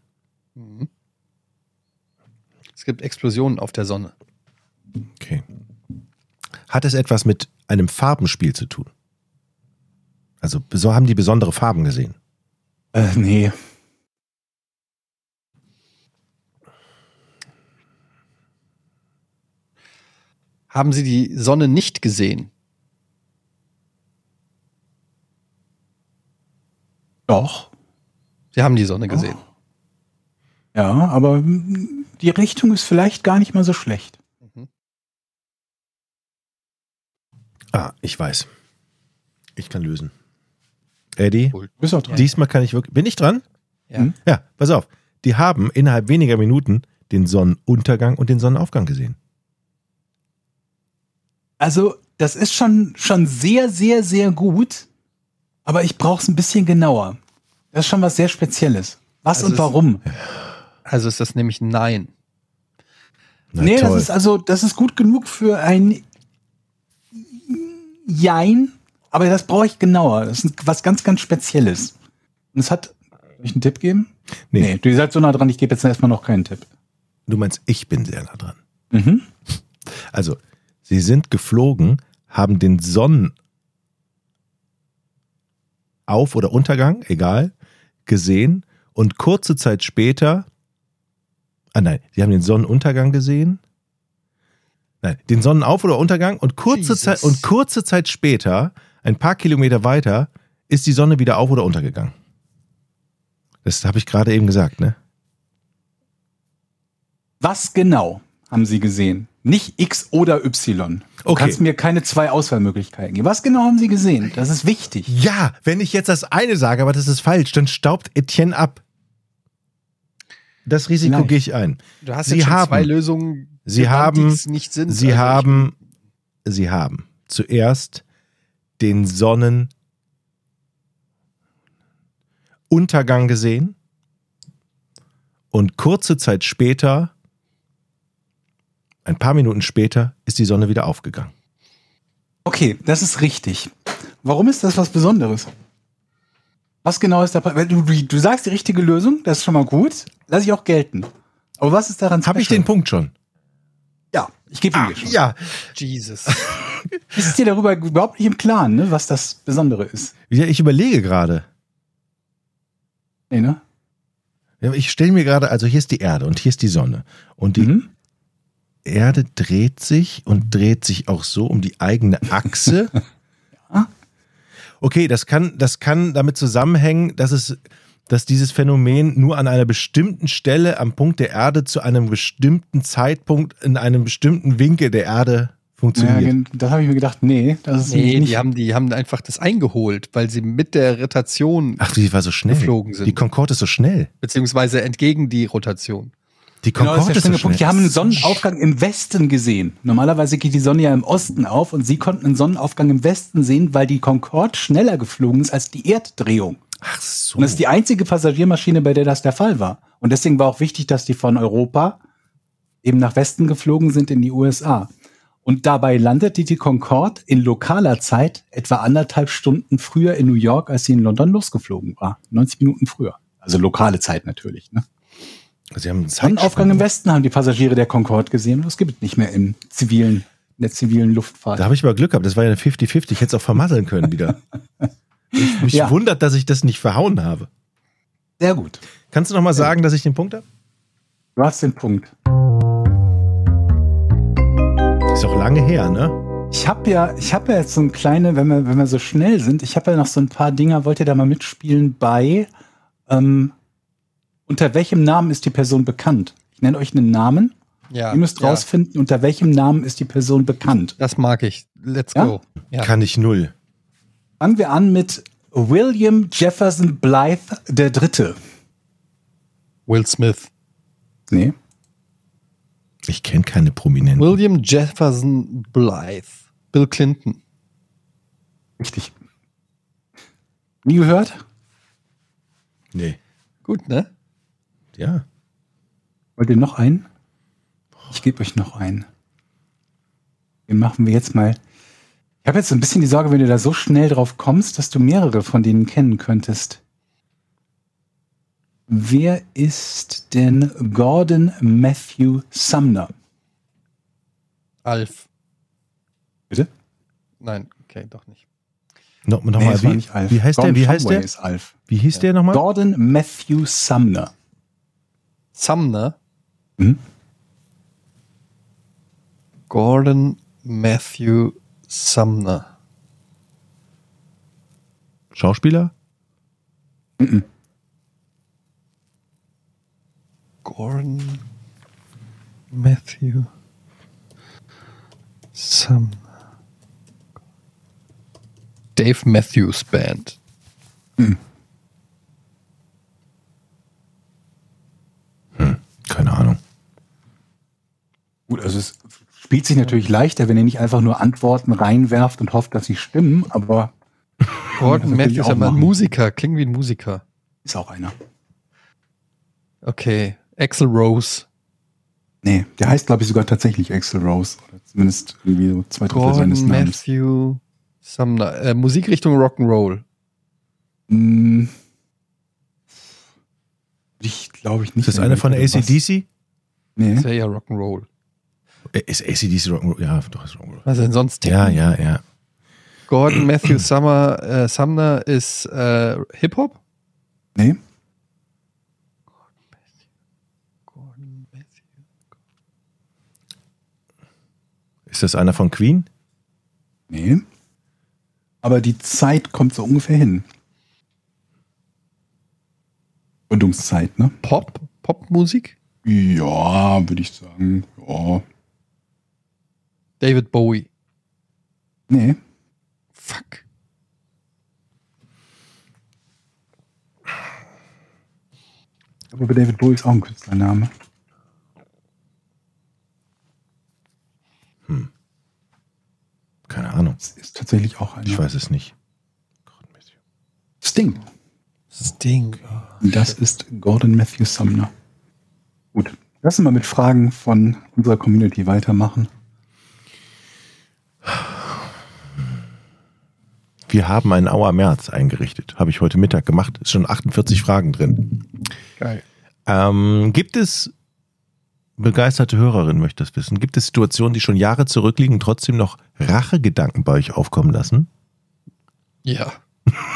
Speaker 6: Mhm. Es gibt Explosionen auf der Sonne.
Speaker 8: Okay. Hat es etwas mit einem Farbenspiel zu tun? Also so haben die besondere Farben gesehen.
Speaker 7: Äh, nee.
Speaker 6: haben sie die Sonne nicht gesehen.
Speaker 7: Doch.
Speaker 6: Sie haben die Sonne gesehen.
Speaker 7: Ja, aber mm, die Richtung ist vielleicht gar nicht mal so schlecht.
Speaker 8: Ah, ich weiß. Ich kann lösen. Eddie,
Speaker 6: Cool.
Speaker 7: Du bist auch dran.
Speaker 8: diesmal kann ich wirklich. Bin ich dran?
Speaker 6: Ja.
Speaker 8: Ja, pass auf. Die haben innerhalb weniger Minuten den Sonnenuntergang und den Sonnenaufgang gesehen.
Speaker 7: Also, das ist schon, schon sehr, sehr, sehr gut, aber ich brauche es ein bisschen genauer. Das ist schon was sehr Spezielles. Was
Speaker 6: Also
Speaker 7: und
Speaker 6: es-
Speaker 7: warum?
Speaker 6: Also ist das nämlich Nein.
Speaker 8: Na
Speaker 7: nee,
Speaker 8: toll.
Speaker 7: das ist also, das ist gut genug für ein Jein, aber das brauche ich genauer. Das ist was ganz, ganz Spezielles. Und es hat. Soll ich einen Tipp geben?
Speaker 8: Nee.
Speaker 7: du seid so nah dran, ich gebe jetzt erstmal noch keinen Tipp.
Speaker 8: Du meinst, ich bin sehr nah dran.
Speaker 7: Mhm.
Speaker 8: Also, sie sind geflogen, haben den Sonnenauf- oder Untergang, egal, gesehen und kurze Zeit später, ah nein, sie haben den Sonnenuntergang gesehen. Nein, den Sonnenauf- oder Untergang und kurze,
Speaker 6: Jesus.
Speaker 8: Zeit, und kurze Zeit später, ein paar Kilometer weiter, ist die Sonne wieder auf- oder untergegangen. Das habe ich gerade eben gesagt, ne?
Speaker 7: Was genau haben sie gesehen? Nicht X oder Y. Du
Speaker 8: Okay.
Speaker 7: kannst mir keine zwei Auswahlmöglichkeiten geben. Was genau haben sie gesehen? Das ist wichtig.
Speaker 8: Ja, wenn ich jetzt das eine sage, aber das ist falsch, dann staubt Etienne ab. Das Risiko
Speaker 7: Vielleicht.
Speaker 8: gehe ich ein.
Speaker 6: Du hast
Speaker 8: Sie
Speaker 6: jetzt schon
Speaker 8: haben-
Speaker 6: zwei Lösungen.
Speaker 8: Sie
Speaker 6: genannt,
Speaker 8: haben-
Speaker 6: die es nicht sind.
Speaker 8: Sie
Speaker 6: Also ich-
Speaker 8: haben, sie haben zuerst den Sonnenuntergang gesehen und kurze Zeit später, ein paar Minuten später, ist die Sonne wieder aufgegangen.
Speaker 7: Okay, das ist richtig. Warum ist das was Besonderes? Was genau ist da pa- weil Du, du, du sagst die richtige Lösung, das ist schon mal gut. Lass ich auch gelten. Aber was ist daran
Speaker 8: Habe ich
Speaker 7: special?
Speaker 8: den Punkt schon?
Speaker 7: Ja, ich gebe ihn dir schon.
Speaker 8: Ja,
Speaker 6: Ah, Jesus.
Speaker 7: Ist dir darüber überhaupt nicht im Klaren, ne, was das Besondere ist?
Speaker 8: ja ich überlege gerade.
Speaker 7: Nee, ne?
Speaker 8: Ja, Ich stelle mir gerade, also hier ist die Erde und hier ist die Sonne. Und die
Speaker 7: Mhm.
Speaker 8: Erde dreht sich und dreht sich auch so um die eigene Achse. Okay, das kann, das kann damit zusammenhängen, dass es, dass dieses Phänomen nur an einer bestimmten Stelle am Punkt der Erde zu einem bestimmten Zeitpunkt in einem bestimmten Winkel der Erde
Speaker 7: Ja,
Speaker 8: funktioniert.
Speaker 7: gen- das habe ich mir gedacht, nee, das ist
Speaker 6: Nee,
Speaker 7: nicht.
Speaker 6: die haben, die haben einfach das eingeholt, weil sie mit der Rotation,
Speaker 8: Ach, die war so schnell.
Speaker 6: Geflogen sind.
Speaker 8: Die Concorde ist so schnell.
Speaker 6: beziehungsweise entgegen die Rotation.
Speaker 8: Die
Speaker 7: Genau, das
Speaker 8: Concorde
Speaker 7: ist der
Speaker 8: ist so
Speaker 7: springende
Speaker 8: schnell.
Speaker 7: Punkt. Die haben einen Sonnenaufgang im Westen gesehen. Normalerweise geht die Sonne ja im Osten auf und sie konnten einen Sonnenaufgang im Westen sehen, weil die Concorde schneller geflogen ist als die Erddrehung.
Speaker 8: Ach so.
Speaker 7: Und das ist die einzige Passagiermaschine, bei der das der Fall war. Und deswegen war auch wichtig, dass die von Europa eben nach Westen geflogen sind in die USA. Und dabei landete die Concorde in lokaler Zeit etwa anderthalb Stunden früher in New York, als sie in London losgeflogen war. 90 Minuten früher. Also lokale Zeit natürlich. Ne?
Speaker 8: Also Sie haben einen
Speaker 7: Sonnenaufgang im
Speaker 8: Zeitsprung.
Speaker 7: Westen haben die Passagiere der Concorde gesehen. Das gibt es nicht mehr im zivilen, in der zivilen Luftfahrt.
Speaker 8: Da habe ich mal Glück gehabt. Das war ja eine 50-50. Ich hätte es auch vermasseln können wieder. Ich, mich
Speaker 7: Ja.
Speaker 8: wundert, dass ich das nicht verhauen habe.
Speaker 7: Sehr gut.
Speaker 8: Kannst du noch mal sagen, dass ich den Punkt habe?
Speaker 7: Du hast den Punkt.
Speaker 8: Ist auch lange her, ne?
Speaker 7: Ich habe ja, ich habe ja jetzt so ein kleine, wenn wir, wenn wir so schnell sind, ich habe ja noch so ein paar Dinger, wollt ihr da mal mitspielen bei, ähm, unter welchem Namen ist die Person bekannt? Ich nenne euch einen Namen.
Speaker 6: Ja.
Speaker 7: Ihr müsst
Speaker 6: ja.
Speaker 7: rausfinden, unter welchem Namen ist die Person bekannt.
Speaker 6: Das mag ich. Let's
Speaker 7: Ja?
Speaker 6: go. Ja.
Speaker 8: Kann ich null.
Speaker 7: Fangen wir an mit William Jefferson Blythe der Dritte.
Speaker 6: Will Smith.
Speaker 7: Nee.
Speaker 8: Ich kenne keine Prominenten.
Speaker 6: William Jefferson Blythe. Bill Clinton.
Speaker 7: Richtig. Nie gehört?
Speaker 8: Nee.
Speaker 6: Gut, ne?
Speaker 8: Ja.
Speaker 7: Wollt ihr noch einen? Ich gebe euch noch einen. Den machen wir jetzt mal. Ich habe jetzt so ein bisschen die Sorge, wenn du da so schnell drauf kommst, dass du mehrere von denen kennen könntest. Wer ist denn Gordon Matthew Sumner?
Speaker 6: Alf.
Speaker 7: Bitte?
Speaker 6: Nein, okay, doch nicht.
Speaker 8: No, noch mal,
Speaker 7: es war
Speaker 8: wie,
Speaker 7: nicht Alf.
Speaker 8: wie heißt der?
Speaker 7: Gordon
Speaker 8: Wie heißt
Speaker 7: Shumway
Speaker 8: der?
Speaker 7: Ist Alf.
Speaker 8: Wie hieß der nochmal?
Speaker 7: Gordon Matthew Sumner.
Speaker 6: Sumner.
Speaker 7: Hm? Mhm.
Speaker 6: Gordon Matthew Sumner.
Speaker 8: Schauspieler?
Speaker 6: Gordon Matthew Sumner. Dave Matthews Band.
Speaker 8: Keine Ahnung.
Speaker 7: Gut, also es spielt sich natürlich leichter, wenn ihr nicht einfach nur Antworten reinwerft und hofft, dass sie stimmen, aber
Speaker 6: Gordon
Speaker 7: das will ich
Speaker 6: Matthews,
Speaker 7: auch
Speaker 6: aber ein
Speaker 7: machen.
Speaker 6: Musiker, klingt wie ein Musiker.
Speaker 7: ist auch einer.
Speaker 6: Okay, Axel Rose.
Speaker 7: Nee, der heißt, glaube ich, sogar tatsächlich Axel Rose. Oder zumindest irgendwie so zwei Drittel seines
Speaker 6: Gordon
Speaker 7: Namens.
Speaker 6: Matthew Sumner. Äh, Musikrichtung Rock'n'Roll.
Speaker 7: Hm. Ich glaube ich nicht.
Speaker 8: Ist das einer von
Speaker 7: Was-
Speaker 8: ACDC?
Speaker 7: Nee.
Speaker 6: Ist ja eher Rock'n'Roll.
Speaker 8: Äh, Ist ACDC Rock'n'Roll? Ja, doch, ist Rock'n'Roll.
Speaker 6: Was denn sonst?
Speaker 8: Ja, ja, ja.
Speaker 6: Gordon Matthew Summer, äh, Sumner ist äh, Hip-Hop?
Speaker 7: nee.
Speaker 6: Gordon Matthew.
Speaker 8: Ist das einer von Queen?
Speaker 7: Nee. Aber die Zeit kommt so ungefähr hin. Gründungszeit, ne?
Speaker 6: Pop? Popmusik?
Speaker 7: Ja, würde ich sagen. Ja.
Speaker 6: David Bowie.
Speaker 7: Nee.
Speaker 6: Fuck.
Speaker 7: Aber bei David Bowie ist auch ein Künstlername.
Speaker 8: Keine Ahnung.
Speaker 7: Es ist tatsächlich auch einer.
Speaker 8: Ich weiß es nicht.
Speaker 7: Sting.
Speaker 6: Sting.
Speaker 7: Und das ist Gordon Matthew Sumner. Gut. Lassen wir mit Fragen von unserer Community weitermachen.
Speaker 8: Wir haben einen Auer März eingerichtet. Habe ich heute Mittag gemacht. Ist schon 48 Fragen drin.
Speaker 6: Geil.
Speaker 8: Ähm, gibt es, begeisterte Hörerin möchte das wissen, gibt es Situationen, die schon Jahre zurückliegen, trotzdem noch Rachegedanken bei euch aufkommen lassen?
Speaker 6: Ja.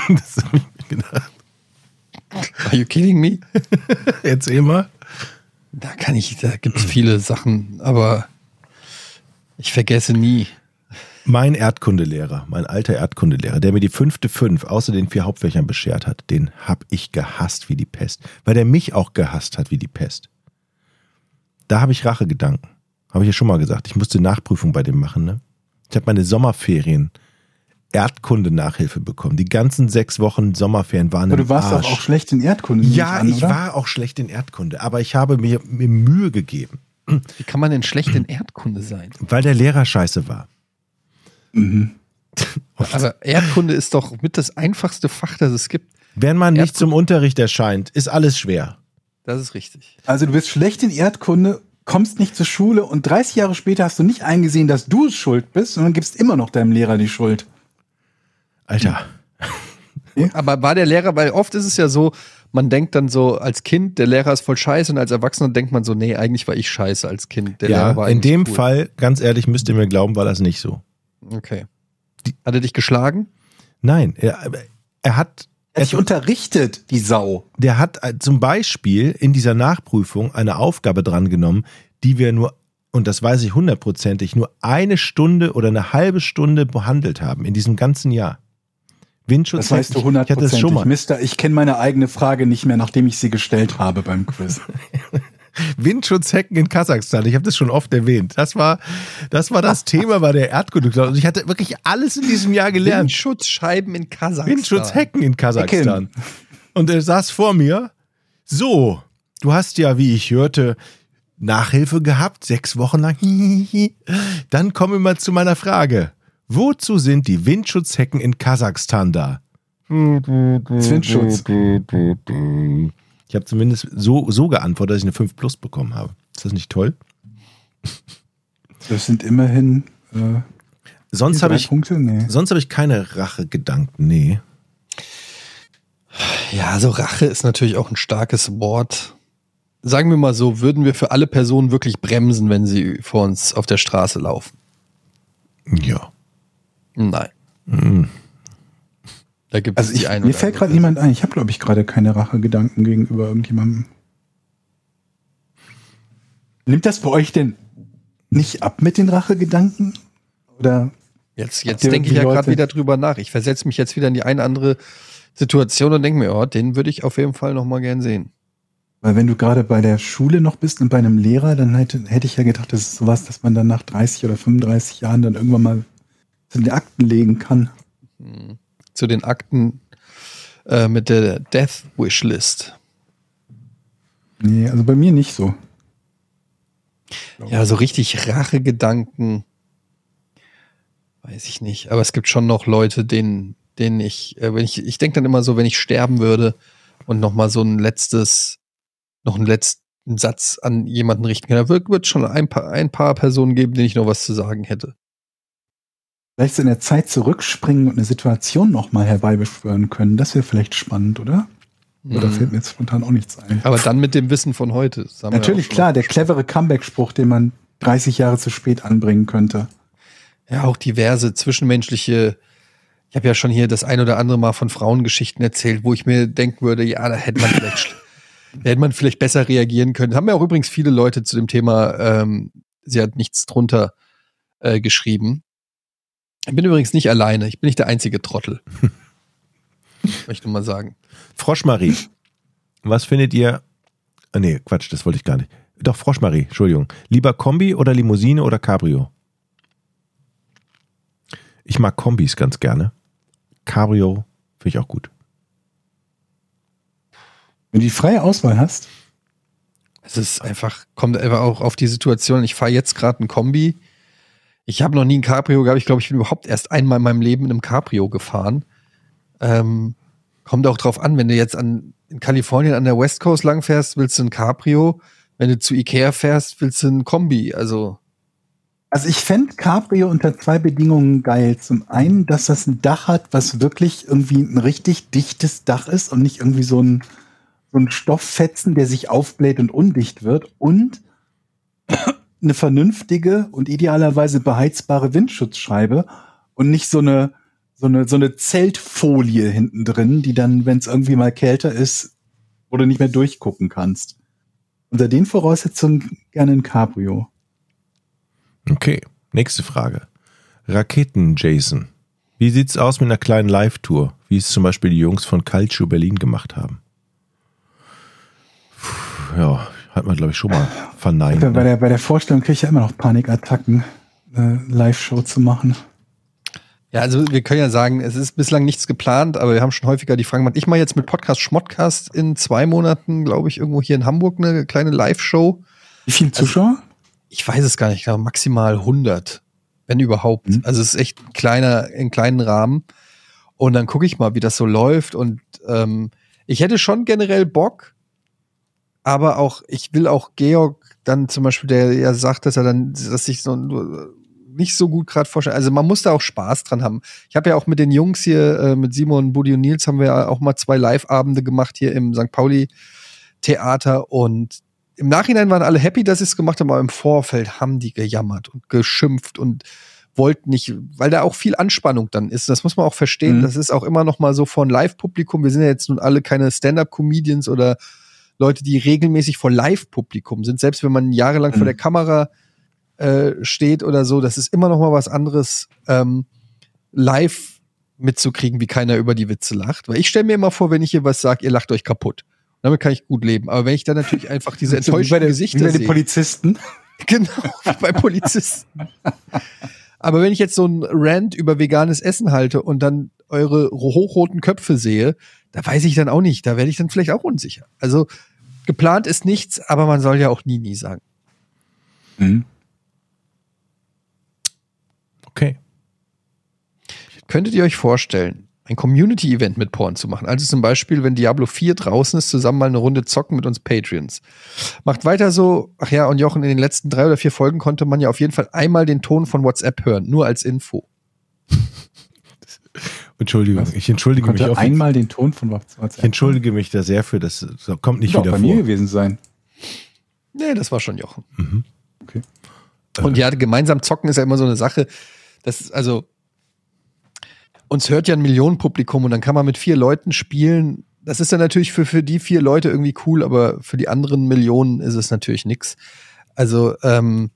Speaker 8: Das habe ich mir gedacht.
Speaker 6: Are you kidding me?
Speaker 8: Erzähl mal.
Speaker 6: Da kann ich, da gibt es viele Sachen, aber ich vergesse nie.
Speaker 8: Mein Erdkundelehrer, mein alter Erdkundelehrer, der mir die fünfte Fünf außer den vier Hauptfächern beschert hat, den hab ich gehasst wie die Pest, weil der mich auch gehasst hat wie die Pest. Da habe ich Rachegedanken. Habe ich ja schon mal gesagt. Ich musste Nachprüfung bei dem machen. Ne? Ich habe meine Sommerferien Erdkunde-Nachhilfe bekommen. Die ganzen sechs Wochen Sommerferien waren
Speaker 7: Aber
Speaker 8: im
Speaker 7: du warst
Speaker 8: Arsch.
Speaker 7: doch auch schlecht in Erdkunde. nehme
Speaker 8: Ja,
Speaker 7: an,
Speaker 8: ich
Speaker 7: oder?
Speaker 8: war auch schlecht in Erdkunde, aber ich habe mir, mir Mühe gegeben,
Speaker 6: Wie kann man denn schlecht in Erdkunde sein?
Speaker 8: weil der Lehrer scheiße war.
Speaker 7: Mhm.
Speaker 6: Aber Also, Erdkunde ist doch mit das einfachste Fach, das es gibt.
Speaker 8: Wenn man nicht
Speaker 6: Erdkunde-
Speaker 8: zum Unterricht erscheint, ist alles schwer.
Speaker 6: Das ist richtig.
Speaker 7: Also du bist schlecht in Erdkunde, kommst nicht zur Schule und 30 Jahre später hast du nicht eingesehen, dass du es schuld bist, sondern gibst immer noch deinem Lehrer die Schuld.
Speaker 8: Alter.
Speaker 6: Aber war der Lehrer, weil oft ist es ja so, man denkt dann so als Kind, der Lehrer ist voll scheiße und als Erwachsener denkt man so, nee, eigentlich war ich scheiße als Kind. Der Lehrer
Speaker 8: ja,
Speaker 6: war
Speaker 8: in
Speaker 6: eigentlich
Speaker 8: dem
Speaker 6: cool.
Speaker 8: Fall, ganz ehrlich, müsst ihr mir glauben, war das nicht so.
Speaker 6: Okay. Hat er dich geschlagen?
Speaker 8: Nein, er, er hat,
Speaker 7: Er hat dich unterrichtet, die Sau.
Speaker 8: der hat äh, zum Beispiel in dieser Nachprüfung eine Aufgabe drangenommen, die wir nur, und das weiß ich hundertprozentig, nur eine Stunde oder eine halbe Stunde behandelt haben in diesem ganzen Jahr. Windschutz.
Speaker 7: Das weißt du
Speaker 8: ich hatte das
Speaker 7: hundertprozentig,
Speaker 8: schon mal.
Speaker 7: Mister. Ich kenne meine eigene Frage nicht mehr, nachdem ich sie gestellt habe beim Quiz.
Speaker 8: Äh, Windschutzhecken in Kasachstan. Ich habe das schon oft erwähnt. Das war das, war das Thema bei der Erdkunde. Und ich hatte wirklich alles in diesem Jahr gelernt.
Speaker 6: Windschutzscheiben in Kasachstan.
Speaker 8: Windschutzhecken in Kasachstan. Und er saß vor mir. So, du hast ja, wie ich hörte, Nachhilfe gehabt, sechs Wochen lang. Dann kommen wir mal zu meiner Frage. Wozu sind die Windschutzhecken in Kasachstan da? äh,
Speaker 7: Windschutz.
Speaker 8: Ich habe zumindest so, so geantwortet, dass ich eine 5 Plus bekommen habe. Ist das nicht toll?
Speaker 7: Das sind immerhin äh,
Speaker 8: Sonst habe
Speaker 7: drei
Speaker 8: ich
Speaker 7: Punkte. Nee.
Speaker 8: Sonst habe ich keine Rachegedanken, nee.
Speaker 6: Ja, so Rache ist natürlich auch ein starkes Wort. Sagen wir mal so, würden wir für alle Personen wirklich bremsen, wenn sie vor uns auf der Straße laufen?
Speaker 8: Ja.
Speaker 6: Nein.
Speaker 8: Mhm.
Speaker 6: Da gibt
Speaker 7: Also
Speaker 6: es die
Speaker 7: ich,
Speaker 6: eine
Speaker 7: mir
Speaker 6: oder
Speaker 7: fällt
Speaker 6: andere.
Speaker 7: gerade niemand ein. Ich habe, glaube ich, gerade keine Rachegedanken gegenüber irgendjemandem. Nimmt das bei euch denn nicht ab mit den Rachegedanken? Oder
Speaker 6: Jetzt,
Speaker 7: Habt ihr
Speaker 6: jetzt denke ich
Speaker 7: irgendwie
Speaker 6: ja gerade
Speaker 7: Leute-
Speaker 6: wieder drüber nach. Ich versetze mich jetzt wieder in die eine andere Situation und denke mir, oh, den würde ich auf jeden Fall noch mal gern sehen.
Speaker 7: Weil wenn du gerade bei der Schule noch bist und bei einem Lehrer, dann hätte, hätte ich ja gedacht, das ist sowas, dass man dann nach 30 oder 35 Jahren dann irgendwann mal zu den Akten legen kann.
Speaker 6: Hm. Zu den Akten äh, mit der Death Wish List.
Speaker 7: Nee, also bei mir nicht so.
Speaker 6: Ja, so richtig Rachegedanken. Weiß ich nicht. Aber es gibt schon noch Leute, denen, denen ich, äh, wenn ich, ich denke dann immer so, wenn ich sterben würde und noch mal so ein letztes, noch einen letzten Satz an jemanden richten kann, da wird, wird schon ein paar, ein paar Personen geben, denen ich noch was zu sagen hätte.
Speaker 7: Vielleicht so in der Zeit zurückspringen und eine Situation nochmal herbeibeschwören können, das wäre vielleicht spannend, oder? Oder
Speaker 6: Mhm.
Speaker 7: fällt mir jetzt spontan auch nichts ein.
Speaker 6: Aber dann mit dem Wissen von heute. das haben wir
Speaker 7: Natürlich,
Speaker 6: auch schon.
Speaker 7: klar, der clevere Comeback-Spruch, den man 30 Jahre zu spät anbringen könnte.
Speaker 6: Ja, auch diverse zwischenmenschliche. Ich habe ja schon hier das ein oder andere Mal von Frauengeschichten erzählt, wo ich mir denken würde, ja, da hätte man vielleicht, schl- da hätte man vielleicht besser reagieren können. Haben ja auch übrigens viele Leute zu dem Thema, ähm, sie hat nichts drunter äh, geschrieben. Ich bin übrigens nicht alleine, ich bin nicht der einzige Trottel. Möchte nur mal sagen.
Speaker 8: Froschmarie, was findet ihr? Ah, nee, Quatsch, das wollte ich gar nicht. Doch, Froschmarie, Entschuldigung. Lieber Kombi oder Limousine oder Cabrio? Ich mag Kombis ganz gerne. Cabrio finde ich auch gut.
Speaker 7: Wenn du die freie Auswahl hast,
Speaker 6: Es ist einfach, kommt einfach auch auf die Situation. Ich fahre jetzt gerade ein Kombi. Ich habe noch nie ein Cabrio gehabt. Ich glaube, ich bin überhaupt erst einmal in meinem Leben in einem Cabrio gefahren. Ähm, kommt auch drauf an, wenn du jetzt an, in Kalifornien an der West Coast lang fährst, willst du ein Cabrio. Wenn du zu Ikea fährst, willst du ein Kombi. Also,
Speaker 7: Also ich fände Cabrio unter zwei Bedingungen geil. Zum einen, dass das ein Dach hat, was wirklich irgendwie ein richtig dichtes Dach ist und nicht irgendwie so ein, so ein Stofffetzen, der sich aufbläht und undicht wird. Und eine vernünftige und idealerweise beheizbare Windschutzscheibe und nicht so eine, so eine, so eine Zeltfolie hinten drin, die dann, wenn es irgendwie mal kälter ist, wo du nicht mehr durchgucken kannst. Unter den Voraussetzungen gerne ein Cabrio.
Speaker 8: Okay, nächste Frage. Raketen Jason. Wie sieht's aus mit einer kleinen Live-Tour, wie es zum Beispiel die Jungs von Calcio Berlin gemacht haben? Puh, ja, hat man, glaube ich, schon mal verneint.
Speaker 7: Bei, bei,
Speaker 8: Ne?
Speaker 7: der, bei der Vorstellung kriege ich ja immer noch Panikattacken, eine Live-Show zu machen.
Speaker 6: ja, also wir können ja sagen, es ist bislang nichts geplant, aber wir haben schon häufiger die Frage gemacht. Ich mache jetzt mit Podcast Schmodcast in zwei Monaten, glaube ich, irgendwo hier in Hamburg eine kleine Live-Show.
Speaker 7: Wie viele
Speaker 6: Also,
Speaker 7: Zuschauer?
Speaker 6: ich weiß es gar nicht, ich glaube maximal 100, wenn überhaupt.
Speaker 7: Mhm.
Speaker 6: Also es ist echt ein kleiner, in kleinen Rahmen. Und dann gucke ich mal, wie das so läuft. Und ähm, ich hätte schon generell Bock, aber auch, ich will auch Georg dann zum Beispiel, der ja sagt, dass er dann, dass ich so nur nicht so gut gerade vorstelle. Also man muss da auch Spaß dran haben. Ich habe ja auch mit den Jungs hier, äh, mit Simon, Budi und Nils, haben wir ja auch mal zwei Live-Abende gemacht hier im St. Pauli-Theater und im Nachhinein waren alle happy, dass sie es gemacht haben, aber im Vorfeld haben die gejammert und geschimpft und wollten nicht, weil da auch viel Anspannung dann ist. Das muss man auch verstehen.
Speaker 7: Mhm.
Speaker 6: Das ist auch immer noch mal so von Live-Publikum. Wir sind ja jetzt nun alle keine Stand-up-Comedians oder Leute, die regelmäßig vor Live-Publikum sind. Selbst wenn man jahrelang vor
Speaker 7: Mhm.
Speaker 6: der Kamera äh, steht oder so, das ist immer noch mal was anderes, ähm, live mitzukriegen, wie keiner über die Witze lacht. Weil ich stelle mir immer vor, wenn ich hier was sage, ihr lacht euch kaputt. Damit kann ich gut leben. Aber wenn ich dann natürlich einfach diese
Speaker 7: So wie bei
Speaker 6: enttäuschten
Speaker 7: der- wie
Speaker 6: Gesichter
Speaker 7: bei den
Speaker 6: sehe.
Speaker 7: Polizisten.
Speaker 6: Genau, wie bei Polizisten. Aber wenn ich jetzt so einen Rant über veganes Essen halte und dann eure hochroten Köpfe sehe, da weiß ich dann auch nicht. Da werde ich dann vielleicht auch unsicher. Also geplant ist nichts, aber man soll ja auch nie, nie sagen.
Speaker 8: Mhm. Okay.
Speaker 6: Könntet ihr euch vorstellen, ein Community-Event mit Porn zu machen? Also zum Beispiel, wenn Diablo 4 draußen ist, zusammen mal eine Runde zocken mit uns Patreons. Macht weiter so. Ach ja, und Jochen, in den letzten drei oder vier Folgen konnte man ja auf jeden Fall einmal den Ton von WhatsApp hören. Nur als Info.
Speaker 8: Entschuldigung, ich entschuldige mich.
Speaker 7: Konnte
Speaker 8: Auf,
Speaker 7: einmal den Ton von WhatsApp.
Speaker 8: ich entschuldige mich da sehr für, das so, kommt nicht
Speaker 7: Doch,
Speaker 8: wieder
Speaker 7: bei
Speaker 8: vor.
Speaker 7: mir gewesen sein.
Speaker 6: Nee, das war schon Jochen.
Speaker 7: Okay.
Speaker 6: Und ja, gemeinsam zocken ist ja immer so eine Sache. Das ist also, uns hört ja ein Millionenpublikum und dann kann man mit vier Leuten spielen. Das ist dann natürlich für, für die vier Leute irgendwie cool, aber für die anderen Millionen ist es natürlich nix. Also, ähm,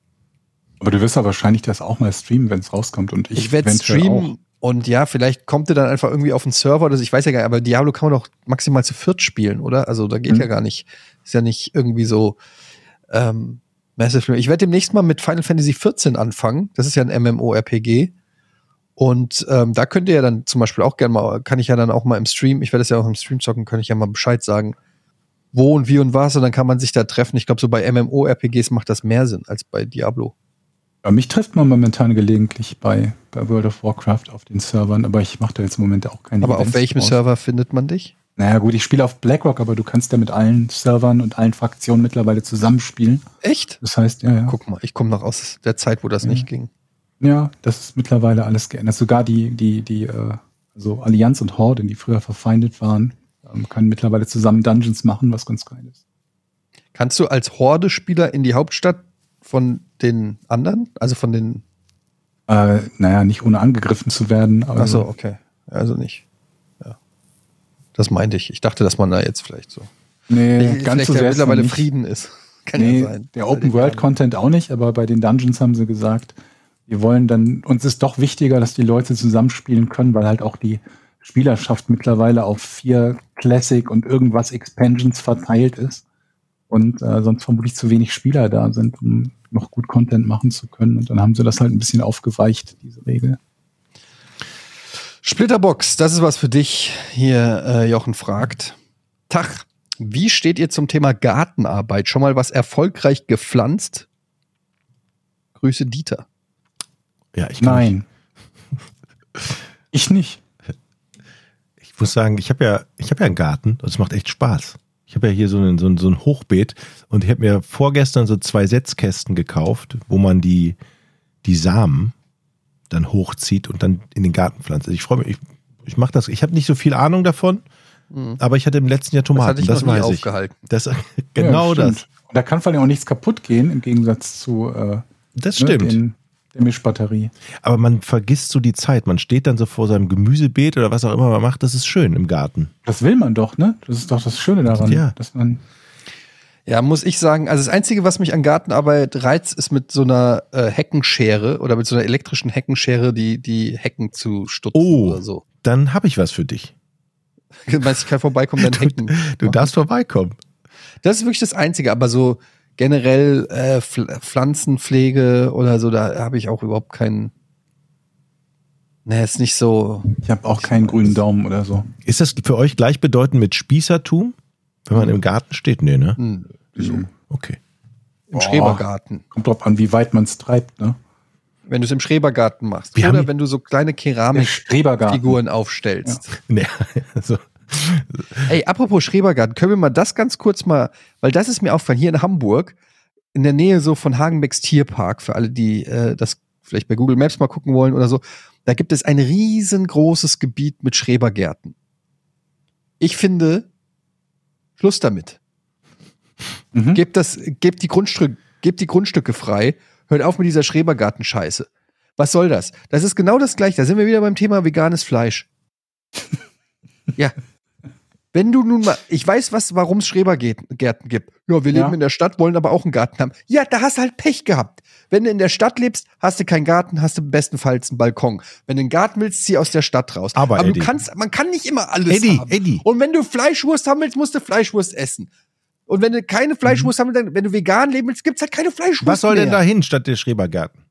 Speaker 7: Aber du wirst ja wahrscheinlich das auch mal streamen, wenn es rauskommt. Und ich,
Speaker 6: Ich werde
Speaker 7: eventuell
Speaker 6: streamen und ja, vielleicht kommt ihr dann einfach irgendwie auf den Server oder so. Ich weiß ja gar nicht, aber Diablo kann man doch maximal zu viert spielen, oder? Also da geht
Speaker 7: Mhm.
Speaker 6: ja gar nicht. Ist ja nicht irgendwie so ähm, massive. Ich werde demnächst mal mit Final Fantasy 14 anfangen. Das ist ja ein MMORPG. Und ähm, da könnt ihr ja dann zum Beispiel auch gerne mal, kann ich ja dann auch mal im Stream, ich werde das ja auch im Stream zocken, kann ich ja mal Bescheid sagen, wo und wie und was. Und dann kann man sich da treffen. Ich glaube, so bei MMORPGs macht das mehr Sinn als bei Diablo.
Speaker 7: Ja, mich trifft man momentan gelegentlich bei, bei World of Warcraft auf den Servern, aber ich mache da jetzt im Moment auch keine
Speaker 6: Aber auf
Speaker 7: Events
Speaker 6: welchem
Speaker 7: draus.
Speaker 6: Server findet man dich?
Speaker 7: Naja gut, ich spiele auf BlackRock, aber du kannst ja mit allen Servern und allen Fraktionen mittlerweile zusammenspielen.
Speaker 6: Echt?
Speaker 7: Das heißt, ja, ja.
Speaker 6: Guck mal, ich komme noch aus der Zeit, wo das
Speaker 7: Ja.
Speaker 6: nicht ging.
Speaker 7: Ja, das ist mittlerweile alles geändert. Sogar die, die, die, äh, also Allianz und Horde, die früher verfeindet waren, ähm, können mittlerweile zusammen Dungeons machen, was ganz geil ist.
Speaker 6: Kannst du als Horde-Spieler in die Hauptstadt von den anderen? Also von den.
Speaker 7: Äh, naja, nicht ohne angegriffen zu werden, aber
Speaker 6: Achso, okay. Also nicht. Ja. Das meinte ich. Ich dachte, dass man da jetzt vielleicht so.
Speaker 7: nee, ganz
Speaker 6: vielleicht
Speaker 7: so
Speaker 6: ja
Speaker 7: sehr ist
Speaker 6: mittlerweile
Speaker 7: noch nicht.
Speaker 6: Frieden ist. Kann
Speaker 7: Nee,
Speaker 6: ja sein.
Speaker 7: der Open World Content auch nicht, aber bei den Dungeons haben sie gesagt, wir wollen dann, uns ist doch wichtiger, dass die Leute zusammenspielen können, weil halt auch die Spielerschaft mittlerweile auf vier Classic und irgendwas Expansions verteilt ist. Und äh, sonst vermutlich zu wenig Spieler da sind, um noch gut Content machen zu können. Und dann haben sie das halt ein bisschen aufgeweicht, diese Regel.
Speaker 6: Splitterbox, das ist was für dich. Hier, äh, Jochen fragt. Tach, wie steht ihr zum Thema Gartenarbeit? Schon mal was erfolgreich gepflanzt? Grüße Dieter.
Speaker 8: Ja, ich kann
Speaker 7: Nein. Ich nicht.
Speaker 8: ich muss sagen, ich habe ja, ich habe ja einen Garten und es macht echt Spaß. Ich habe ja hier so ein, so ein, so ein Hochbeet und ich habe mir vorgestern so zwei Setzkästen gekauft, wo man die, die Samen dann hochzieht und dann in den Garten pflanzt. Also Ich freue mich, ich, ich mache das. Ich habe nicht so viel Ahnung davon,
Speaker 7: Hm.
Speaker 8: aber ich hatte im letzten Jahr Tomaten. Das,
Speaker 6: nie
Speaker 8: weiß ich.
Speaker 6: aufgehalten.
Speaker 8: Das, genau
Speaker 7: Ja,
Speaker 8: das.
Speaker 7: stimmt. Und da kann vor allem auch nichts kaputt gehen, im Gegensatz zu äh,
Speaker 8: Das
Speaker 7: ne,
Speaker 8: stimmt.
Speaker 7: den, der Mischbatterie.
Speaker 8: aber man vergisst so die Zeit. Man steht dann so vor seinem Gemüsebeet oder was auch immer man macht. Das ist schön im Garten.
Speaker 7: Das will man doch, ne? Das ist doch das Schöne daran,
Speaker 8: Ja.
Speaker 7: dass man.
Speaker 6: Ja, muss ich sagen, also das Einzige, was mich an Gartenarbeit reizt, ist mit so einer äh, Heckenschere oder mit so einer elektrischen Heckenschere die, die Hecken zu stutzen
Speaker 8: Oh.
Speaker 6: oder so.
Speaker 8: Dann habe ich was für dich.
Speaker 6: Meinst du, ich kann vorbeikommen, dann Hecken.
Speaker 8: Du
Speaker 6: machen.
Speaker 8: darfst vorbeikommen.
Speaker 6: Das ist wirklich das Einzige, aber so generell äh, Pfl- Pflanzenpflege oder so, da habe ich auch überhaupt keinen. Ne, ist nicht so.
Speaker 7: Ich habe auch keinen grünen Daumen oder so.
Speaker 8: Ist das für euch gleichbedeutend mit Spießertum, wenn man im Garten steht? Nee, ne?
Speaker 6: Nö.
Speaker 8: Okay.
Speaker 6: hm, Im Schrebergarten.
Speaker 7: Kommt drauf an, wie weit man es treibt, ne?
Speaker 6: Wenn du es im Schrebergarten machst.
Speaker 8: Wir
Speaker 6: oder
Speaker 8: haben-
Speaker 6: wenn du so kleine
Speaker 7: Der Strebergarten.
Speaker 6: Keramikfiguren aufstellst.
Speaker 8: Nee, also,
Speaker 6: Ey, apropos Schrebergarten, können wir mal das ganz kurz mal, weil das ist mir aufgefallen, hier in Hamburg, in der Nähe so von Hagenbecks Tierpark, für alle, die äh, das vielleicht bei Google Maps mal gucken wollen oder so, da gibt es ein riesengroßes Gebiet mit Schrebergärten. Ich finde, Schluss damit.
Speaker 7: Mhm.
Speaker 6: Gebt, das, gebt, die Grundstück, gebt die Grundstücke frei, hört auf mit dieser Schrebergartenscheiße. Was soll das? Das ist genau das gleiche. Da sind wir wieder beim Thema veganes Fleisch. ja, wenn du nun mal, ich weiß, was, warum es Schrebergärten gibt. Ja, wir
Speaker 7: Ja.
Speaker 6: leben in der Stadt, wollen aber auch einen Garten haben. Ja, da hast du halt Pech gehabt. Wenn du in der Stadt lebst, hast du keinen Garten, hast du bestenfalls einen Balkon. Wenn du einen Garten willst, zieh aus der Stadt raus.
Speaker 8: Aber,
Speaker 6: du
Speaker 8: Eddie.
Speaker 6: kannst, man kann nicht immer alles
Speaker 8: Eddie,
Speaker 6: haben.
Speaker 8: Eddie.
Speaker 6: Und wenn du Fleischwurst haben willst, musst du Fleischwurst essen. Und wenn du keine Fleischwurst haben willst, dann- wenn du vegan leben willst, gibt's halt keine Fleischwurst
Speaker 8: Mhm. was soll
Speaker 6: mehr.
Speaker 8: denn da hin statt der Schrebergarten?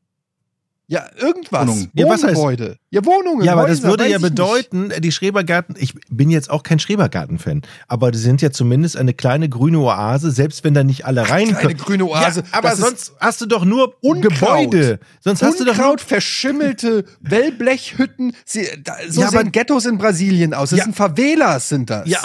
Speaker 6: Ja, irgendwas.
Speaker 7: Wohnung.
Speaker 8: Ja, was heißt-
Speaker 6: Wohngebäude. Ja, Wohnungen.
Speaker 8: Ja, aber das
Speaker 6: Häuser,
Speaker 8: würde
Speaker 6: weiß
Speaker 8: ja
Speaker 6: ich nicht.
Speaker 8: bedeuten, äh, die Schrebergärten, ich bin jetzt auch kein Schrebergarten-Fan, aber die sind ja zumindest eine kleine grüne Oase, selbst wenn da nicht alle rein
Speaker 6: kleine grüne Oase,
Speaker 8: Ja, aber
Speaker 6: das ist
Speaker 8: sonst hast du doch nur
Speaker 6: Unkraut.
Speaker 8: Gebäude. Sonst hast du doch nur
Speaker 6: Unkraut, verschimmelte Wellblechhütten. Sie, da, so
Speaker 8: Ja, aber-
Speaker 6: sehen Ghettos in Brasilien aus. Das
Speaker 8: Ja.
Speaker 6: sind Favelas, sind das.
Speaker 8: Ja.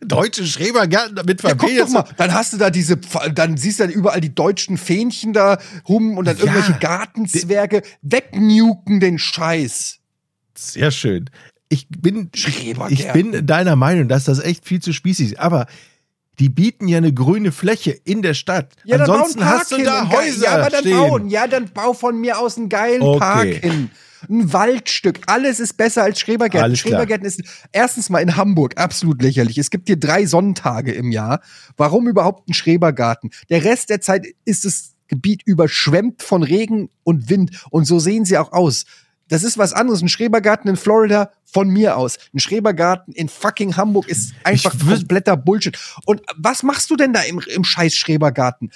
Speaker 8: deutsche Schrebergärten mit
Speaker 6: Ja, guck
Speaker 8: Familie.
Speaker 6: doch mal, dann hast du da diese, Pf- dann siehst du dann überall die deutschen Fähnchen da rum und dann
Speaker 8: Ja.
Speaker 6: irgendwelche Gartenzwerge wegnuken den Scheiß.
Speaker 8: Sehr schön. Ich bin,
Speaker 6: Schrebergärten.
Speaker 8: ich bin deiner Meinung, dass das echt viel zu spießig ist. Aber die bieten ja eine grüne Fläche in der Stadt.
Speaker 6: Ja, dann
Speaker 8: Ansonsten
Speaker 6: bau einen Park
Speaker 8: hast du
Speaker 6: hin
Speaker 8: da
Speaker 6: und ge-
Speaker 8: Häuser
Speaker 6: Ja, aber dann
Speaker 8: stehen.
Speaker 6: bauen. Ja, dann bau von mir aus einen geilen
Speaker 8: Okay.
Speaker 6: Park hin. Ein Waldstück. Alles ist besser als Schrebergärten.
Speaker 8: Alles klar.
Speaker 6: Schrebergärten ist erstens mal in Hamburg absolut lächerlich. Es gibt hier drei Sonntage im Jahr. Warum überhaupt ein Schrebergarten? Der Rest der Zeit ist es Gebiet überschwemmt von Regen und Wind. Und so sehen sie auch aus. Das ist was anderes. Ein Schrebergarten in Florida von mir aus. Ein Schrebergarten in fucking Hamburg ist einfach
Speaker 8: wüs-
Speaker 6: kompletter Bullshit. Und was machst du denn da im, im scheiß Schrebergarten?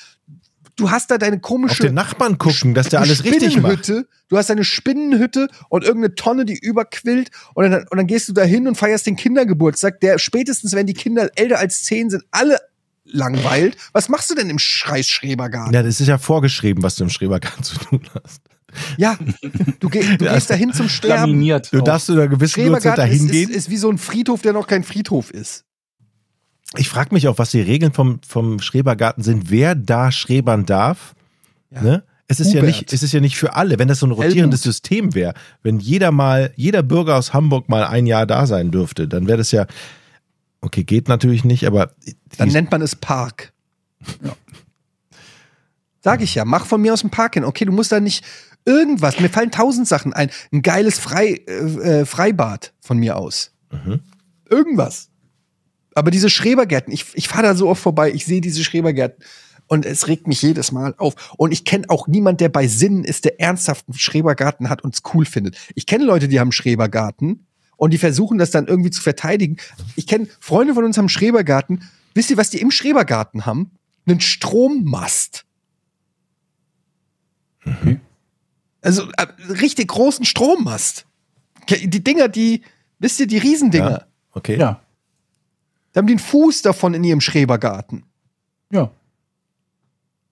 Speaker 6: Du hast da deine
Speaker 8: Auf
Speaker 6: komische
Speaker 8: den Nachbarn gucken, dass der alles richtig macht.
Speaker 6: Spinnenhütte. Du hast eine Spinnenhütte und irgendeine Tonne, die überquillt. Und dann, und dann gehst du da hin und feierst den Kindergeburtstag, der spätestens, wenn die Kinder älter als zehn sind, alle langweilt. Was machst du denn im Schreisschrebergarten?
Speaker 8: Ja, das ist ja vorgeschrieben, was du im Schrebergarten zu tun hast.
Speaker 6: Ja, du, geh, du gehst da hin zum Sterben.
Speaker 7: Laminiert.
Speaker 8: Du
Speaker 7: auch.
Speaker 8: darfst du da gewissen Uhrzeit
Speaker 6: Genau. Schrebergarten
Speaker 8: dahin
Speaker 6: ist,
Speaker 8: gehen.
Speaker 6: ist, ist wie so ein Friedhof, der noch kein Friedhof ist.
Speaker 8: Ich frage mich auch, was die Regeln vom, vom Schrebergarten sind, wer da schrebern darf. Ne? Es ist ja
Speaker 6: Hubert.
Speaker 8: nicht, es ist ja nicht für alle, wenn das so ein rotierendes System wäre, wenn jeder mal, jeder Bürger aus Hamburg mal ein Jahr da sein dürfte, dann wäre das ja, okay, geht natürlich nicht, aber
Speaker 6: Dann
Speaker 8: die-
Speaker 6: nennt man es Park. Sag ich ja, mach von mir aus einen Park hin. Okay, du musst da nicht irgendwas. Mir fallen tausend Sachen ein. Ein geiles Frei, äh, äh, Freibad von mir aus. Irgendwas. Aber diese Schrebergärten, ich, ich fahre da so oft vorbei, ich sehe diese Schrebergärten und es regt mich jedes Mal auf. Und ich kenne auch niemand, der bei Sinnen ist, der ernsthaft einen Schrebergarten hat und es cool findet. Ich kenne Leute, die haben einen Schrebergarten und die versuchen das dann irgendwie zu verteidigen. Ich kenne Freunde von uns haben einen Schrebergarten. Wisst ihr, was die im Schrebergarten haben? Einen Strommast. Also äh, richtig großen Strommast. Ke- Die Dinger, die, wisst ihr, die Riesendinger.
Speaker 8: ja, okay.
Speaker 7: Ja,
Speaker 6: Da haben die einen Fuß davon in ihrem Schrebergarten.
Speaker 7: ja.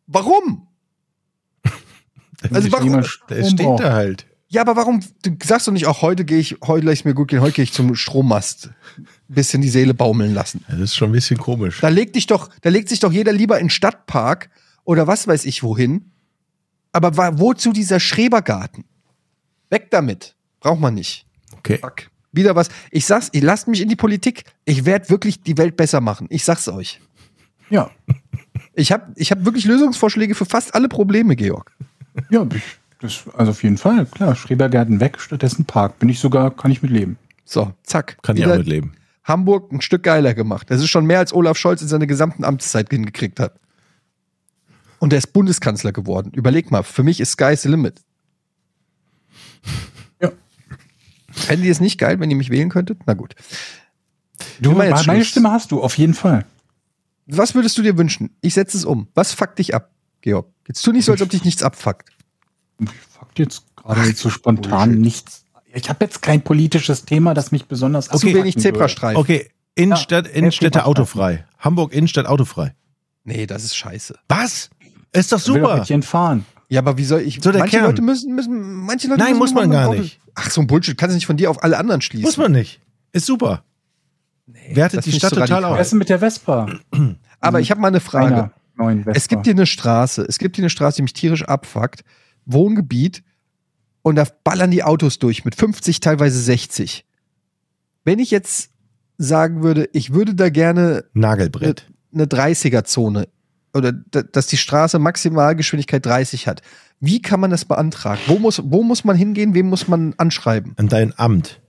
Speaker 6: Warum? Also warum-
Speaker 8: Der steht da halt.
Speaker 6: Ja, aber warum? Du sagst doch nicht auch, heute gehe ich, heute lasse ich mir gut gehen, heute gehe ich zum Strommast. Bisschen die Seele baumeln lassen.
Speaker 8: Das ist schon ein bisschen komisch.
Speaker 6: Da legt dich doch, da legt sich doch jeder lieber in den Stadtpark oder was weiß ich wohin. Aber wa- wozu dieser Schrebergarten? Weg damit. Braucht man nicht.
Speaker 8: Okay.
Speaker 6: Fuck. Wieder was. Ich sag's, ihr lasst mich in die Politik. Ich werde wirklich die Welt besser machen. Ich sag's euch.
Speaker 7: Ja,
Speaker 6: Ich habe ich hab wirklich Lösungsvorschläge für fast alle Probleme, Georg.
Speaker 7: ja, ich, das, also auf jeden Fall, klar. Schrebergärten weg, stattdessen Park. Bin ich sogar, kann ich mit leben.
Speaker 6: So, zack.
Speaker 8: Kann ich
Speaker 6: Wieder
Speaker 8: auch mitleben.
Speaker 6: Hamburg ein Stück geiler gemacht. Das ist schon mehr, als Olaf Scholz in seiner gesamten Amtszeit hingekriegt hat. Und er ist Bundeskanzler geworden. Überleg mal, für mich ist Sky's the Limit.
Speaker 7: Ja.
Speaker 6: Fändet ihr es nicht geil, wenn ihr mich wählen könntet? Na gut.
Speaker 7: Du,
Speaker 6: Immer jetzt
Speaker 7: meine
Speaker 6: Schluss.
Speaker 7: Stimme hast du, auf jeden Fall.
Speaker 6: Was würdest du dir wünschen? Ich setze es um. Was fuckt dich ab, Georg? Jetzt tu nicht so, als ob dich nichts abfuckt.
Speaker 7: Fuck jetzt gerade so spontan
Speaker 6: Bullshit.
Speaker 7: nichts. Ich habe jetzt kein politisches Thema, das mich besonders
Speaker 6: Zu wenig
Speaker 7: abfucken
Speaker 6: Zebrastreifen.
Speaker 8: Okay, Innenstadt,
Speaker 7: Ja,
Speaker 8: Innenstädte
Speaker 7: Innenstadt-
Speaker 8: autofrei. Hamburg Innenstadt autofrei.
Speaker 6: Nee, das ist scheiße.
Speaker 8: Was? Ist doch
Speaker 7: würde. Ich will doch
Speaker 8: super.
Speaker 7: mit dir fahren.
Speaker 6: Ja, aber wie soll ich.
Speaker 8: So der
Speaker 6: manche
Speaker 8: Kern.
Speaker 6: Leute müssen, müssen. Manche Leute
Speaker 8: Nein,
Speaker 6: müssen
Speaker 8: muss man
Speaker 6: mit dem
Speaker 8: gar
Speaker 6: Auto-
Speaker 8: nicht.
Speaker 6: Ach, so ein Bullshit. Kannst du nicht von dir auf alle anderen schließen.
Speaker 8: Muss man nicht. Ist super.
Speaker 6: das
Speaker 8: Wertet die
Speaker 6: finde ich
Speaker 8: Stadt
Speaker 6: so
Speaker 8: total
Speaker 6: radikal.
Speaker 8: aus.
Speaker 7: Essen mit der Vespa.
Speaker 6: Aber ich habe mal eine Frage.
Speaker 7: Einer neuen Vespa.
Speaker 6: Es gibt hier eine Straße, es gibt hier eine Straße, die mich tierisch abfuckt, Wohngebiet, und da ballern die Autos durch mit 50, teilweise 60. Wenn ich jetzt sagen würde, ich würde da gerne
Speaker 8: Nagelbrett.
Speaker 6: eine 30er-Zone oder da- dass die Straße Maximalgeschwindigkeit 30 hat. Wie kann man das beantragen? Wo muss, wo muss man hingehen? Wem muss man anschreiben?
Speaker 8: An dein Amt.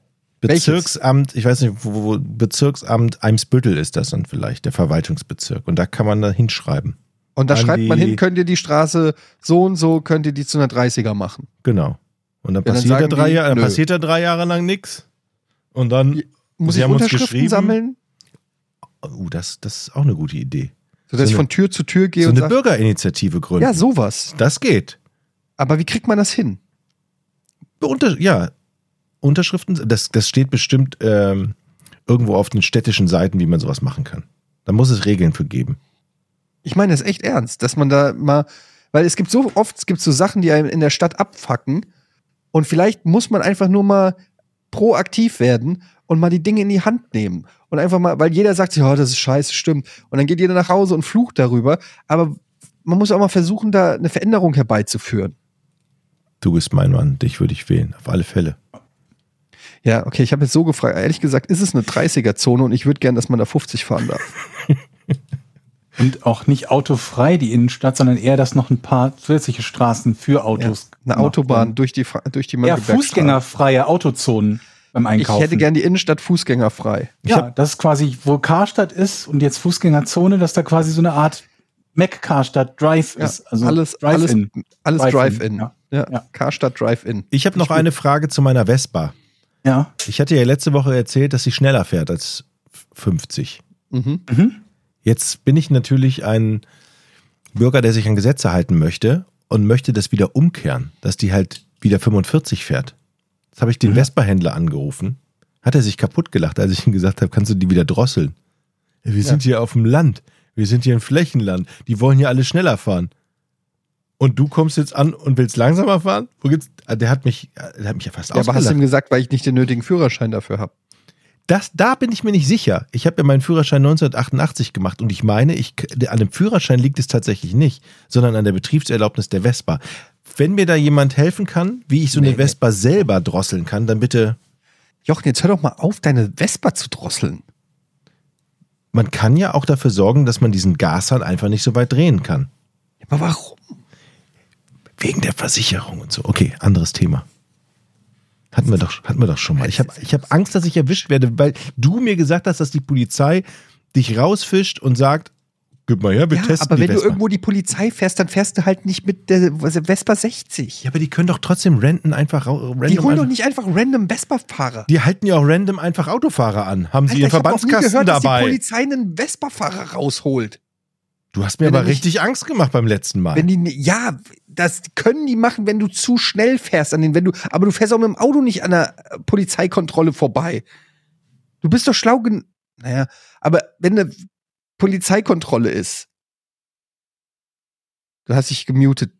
Speaker 6: Welches?
Speaker 8: Bezirksamt, ich weiß nicht, wo, wo Bezirksamt Eimsbüttel ist das dann vielleicht, der Verwaltungsbezirk. Und da kann man da hinschreiben.
Speaker 6: Und da
Speaker 8: An
Speaker 6: schreibt man
Speaker 8: die-
Speaker 6: hin, könnt ihr die Straße so und so, könnt ihr die zu einer 30er machen.
Speaker 8: Genau. Und dann
Speaker 6: Ja, dann
Speaker 8: passiert,
Speaker 6: sagen
Speaker 8: da, drei
Speaker 6: die,
Speaker 8: Jahre, dann
Speaker 6: nö.
Speaker 8: passiert da drei Jahre lang nichts. Und dann,
Speaker 6: Muss
Speaker 8: Sie
Speaker 6: ich
Speaker 8: haben uns
Speaker 6: Unterschriften
Speaker 8: geschrieben?
Speaker 6: sammeln?
Speaker 8: oh, das, das ist auch eine gute Idee.
Speaker 6: Sodass
Speaker 8: So
Speaker 6: ich
Speaker 8: eine-
Speaker 6: von Tür zu Tür gehe
Speaker 8: So
Speaker 6: und
Speaker 8: eine
Speaker 6: sage,
Speaker 8: Bürgerinitiative gründen.
Speaker 6: Ja, sowas.
Speaker 8: Das geht.
Speaker 6: Aber wie kriegt man das hin?
Speaker 8: Unter, ja, Unterschriften, das, das steht bestimmt ähm, irgendwo auf den städtischen Seiten, wie man sowas machen kann. Da muss es Regeln für geben.
Speaker 6: Ich meine das echt ernst, dass man da mal, weil es gibt so oft, es gibt so Sachen, die einem in der Stadt abfacken und vielleicht muss man einfach nur mal proaktiv werden und mal die Dinge in die Hand nehmen und einfach mal, weil jeder sagt sich, oh, das ist scheiße, stimmt und dann geht jeder nach Hause und flucht darüber, aber man muss auch mal versuchen, da eine Veränderung herbeizuführen.
Speaker 8: Du bist mein Mann, dich würde ich wählen, auf alle Fälle.
Speaker 6: Ja, okay, ich habe jetzt so gefragt, ehrlich gesagt, ist es eine 30er-Zone und ich würde gern, dass man da 50 fahren darf.
Speaker 7: Und auch nicht autofrei die Innenstadt, sondern eher, dass noch ein paar zusätzliche Straßen für Autos.
Speaker 6: Eine
Speaker 7: gemacht
Speaker 6: Autobahn
Speaker 7: werden.
Speaker 6: durch die, Fra- durch die
Speaker 7: Ja,
Speaker 6: Mönckebergstraße.
Speaker 7: fußgängerfreie Autozonen beim
Speaker 6: Ich
Speaker 7: Einkaufen.
Speaker 6: hätte gern die Innenstadt fußgängerfrei.
Speaker 7: ja, das ist quasi, wo Karstadt ist und jetzt Fußgängerzone, dass da quasi so eine Art Mac Carstadt Drive
Speaker 6: Ja,
Speaker 7: ist. Also
Speaker 6: alles, alles,
Speaker 7: Drive-In.
Speaker 6: alles
Speaker 7: Drive-In,
Speaker 6: Drive-In.
Speaker 7: ja.
Speaker 6: ja.
Speaker 7: Ja.
Speaker 6: Karstadt Drive-In.
Speaker 8: Ich habe noch eine Frage zu meiner Vespa.
Speaker 7: Ja.
Speaker 8: Ich hatte ja letzte Woche erzählt, dass sie schneller fährt als 50.
Speaker 6: Mhm.
Speaker 8: Jetzt bin ich natürlich ein Bürger, der sich an Gesetze halten möchte und möchte das wieder umkehren, dass die halt wieder 45 fährt. Jetzt habe ich den Vespa-Händler angerufen. Hat er sich kaputt gelacht, als ich ihm gesagt habe, kannst du die wieder drosseln? Wir sind hier auf dem Land. Wir sind hier im Flächenland. Die wollen hier alle schneller fahren. Und du kommst jetzt an und willst langsamer fahren? Wo gibt's, Ah, der hat mich, der hat mich ja fast
Speaker 6: Ja, aber hast du ihm
Speaker 8: ausgelacht.
Speaker 6: gesagt, weil ich nicht den nötigen Führerschein dafür habe?
Speaker 8: Das, da bin ich mir nicht sicher. Ich habe ja meinen Führerschein 1988 gemacht und ich meine, ich, an dem Führerschein liegt es tatsächlich nicht, sondern an der Betriebserlaubnis der Vespa. Wenn mir da jemand helfen kann, wie ich so eine
Speaker 6: Nee, nee.
Speaker 8: Vespa selber drosseln kann, dann bitte,
Speaker 6: Jochen, jetzt hör doch mal auf, deine Vespa zu drosseln.
Speaker 8: man kann ja auch dafür sorgen, dass man diesen Gashahn einfach nicht so weit drehen kann.
Speaker 6: Aber warum?
Speaker 8: Wegen der Versicherung und so. Okay, anderes Thema. Hatten wir doch, hatten wir doch schon mal. Ich habe ich hab Angst, dass ich erwischt werde, weil du mir gesagt hast, dass die Polizei dich rausfischt und sagt, gib mal her, wir
Speaker 6: Ja,
Speaker 8: testen
Speaker 6: aber
Speaker 8: die
Speaker 6: wenn du
Speaker 8: Vespa.
Speaker 6: irgendwo die Polizei fährst, dann fährst du halt nicht mit der Vespa 60.
Speaker 8: Ja, aber die können doch trotzdem renten einfach rau- random.
Speaker 6: Die holen doch
Speaker 8: einfach-
Speaker 6: nicht einfach random Vespa-Fahrer.
Speaker 8: Die halten ja auch random einfach Autofahrer an. Haben sie ihren
Speaker 6: ich hab noch nie
Speaker 8: Verbandskasten
Speaker 6: gehört, dass die
Speaker 8: dabei?
Speaker 6: Polizei einen Vespa-Fahrer rausholt.
Speaker 8: Du hast mir
Speaker 6: Wenn
Speaker 8: aber
Speaker 6: er nicht-
Speaker 8: richtig Angst gemacht beim letzten Mal.
Speaker 6: Wenn die, ne, ja, das können die machen, wenn du zu schnell fährst an den, wenn du, aber du fährst auch mit dem Auto nicht an der äh, Polizeikontrolle vorbei. Du bist doch schlau gen, naja, aber wenn eine Polizeikontrolle ist, du hast dich gemutet,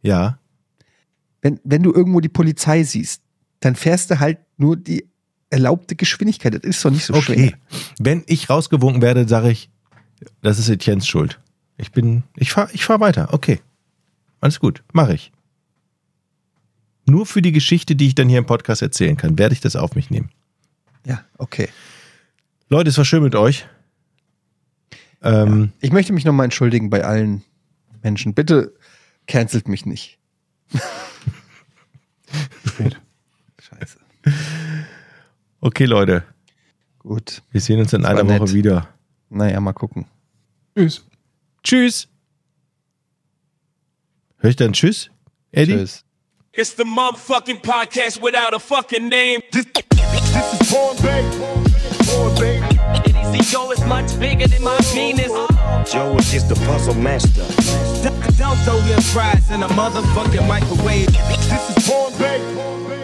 Speaker 8: ja.
Speaker 6: wenn, wenn du irgendwo die Polizei siehst, dann fährst du halt nur die erlaubte Geschwindigkeit. Das ist doch nicht so schwer.
Speaker 8: Okay. Wenn ich rausgewunken werde, sage ich, das ist Etiennes Schuld. Ich bin, ich fahre ich fahr weiter. Okay. Alles gut. Mache ich. Nur für die Geschichte, die ich dann hier im Podcast erzählen kann, werde ich das auf mich nehmen.
Speaker 6: Ja, okay.
Speaker 8: Leute, es war schön mit euch. Ähm,
Speaker 6: Ich möchte mich nochmal entschuldigen bei allen Menschen. Bitte cancelt mich nicht.
Speaker 7: Spät.
Speaker 6: Scheiße.
Speaker 8: Okay, Leute.
Speaker 6: Gut.
Speaker 8: Wir sehen uns in
Speaker 6: Das war
Speaker 8: einer Woche
Speaker 6: nett.
Speaker 8: wieder.
Speaker 6: Naja, mal gucken.
Speaker 7: Tschüss.
Speaker 8: Tschüss. Hör ich dann Tschüss, Eddie?
Speaker 6: Tschüss.
Speaker 1: It's the motherfucking podcast without a fucking name.
Speaker 2: This, this is Porn Bay. Porn Bay.
Speaker 3: Easy Joe is much bigger than my penis.
Speaker 4: Joe is just the puzzle master.
Speaker 5: D- Don't throw your fries in a motherfucking microwave.
Speaker 2: This is Porn Bay.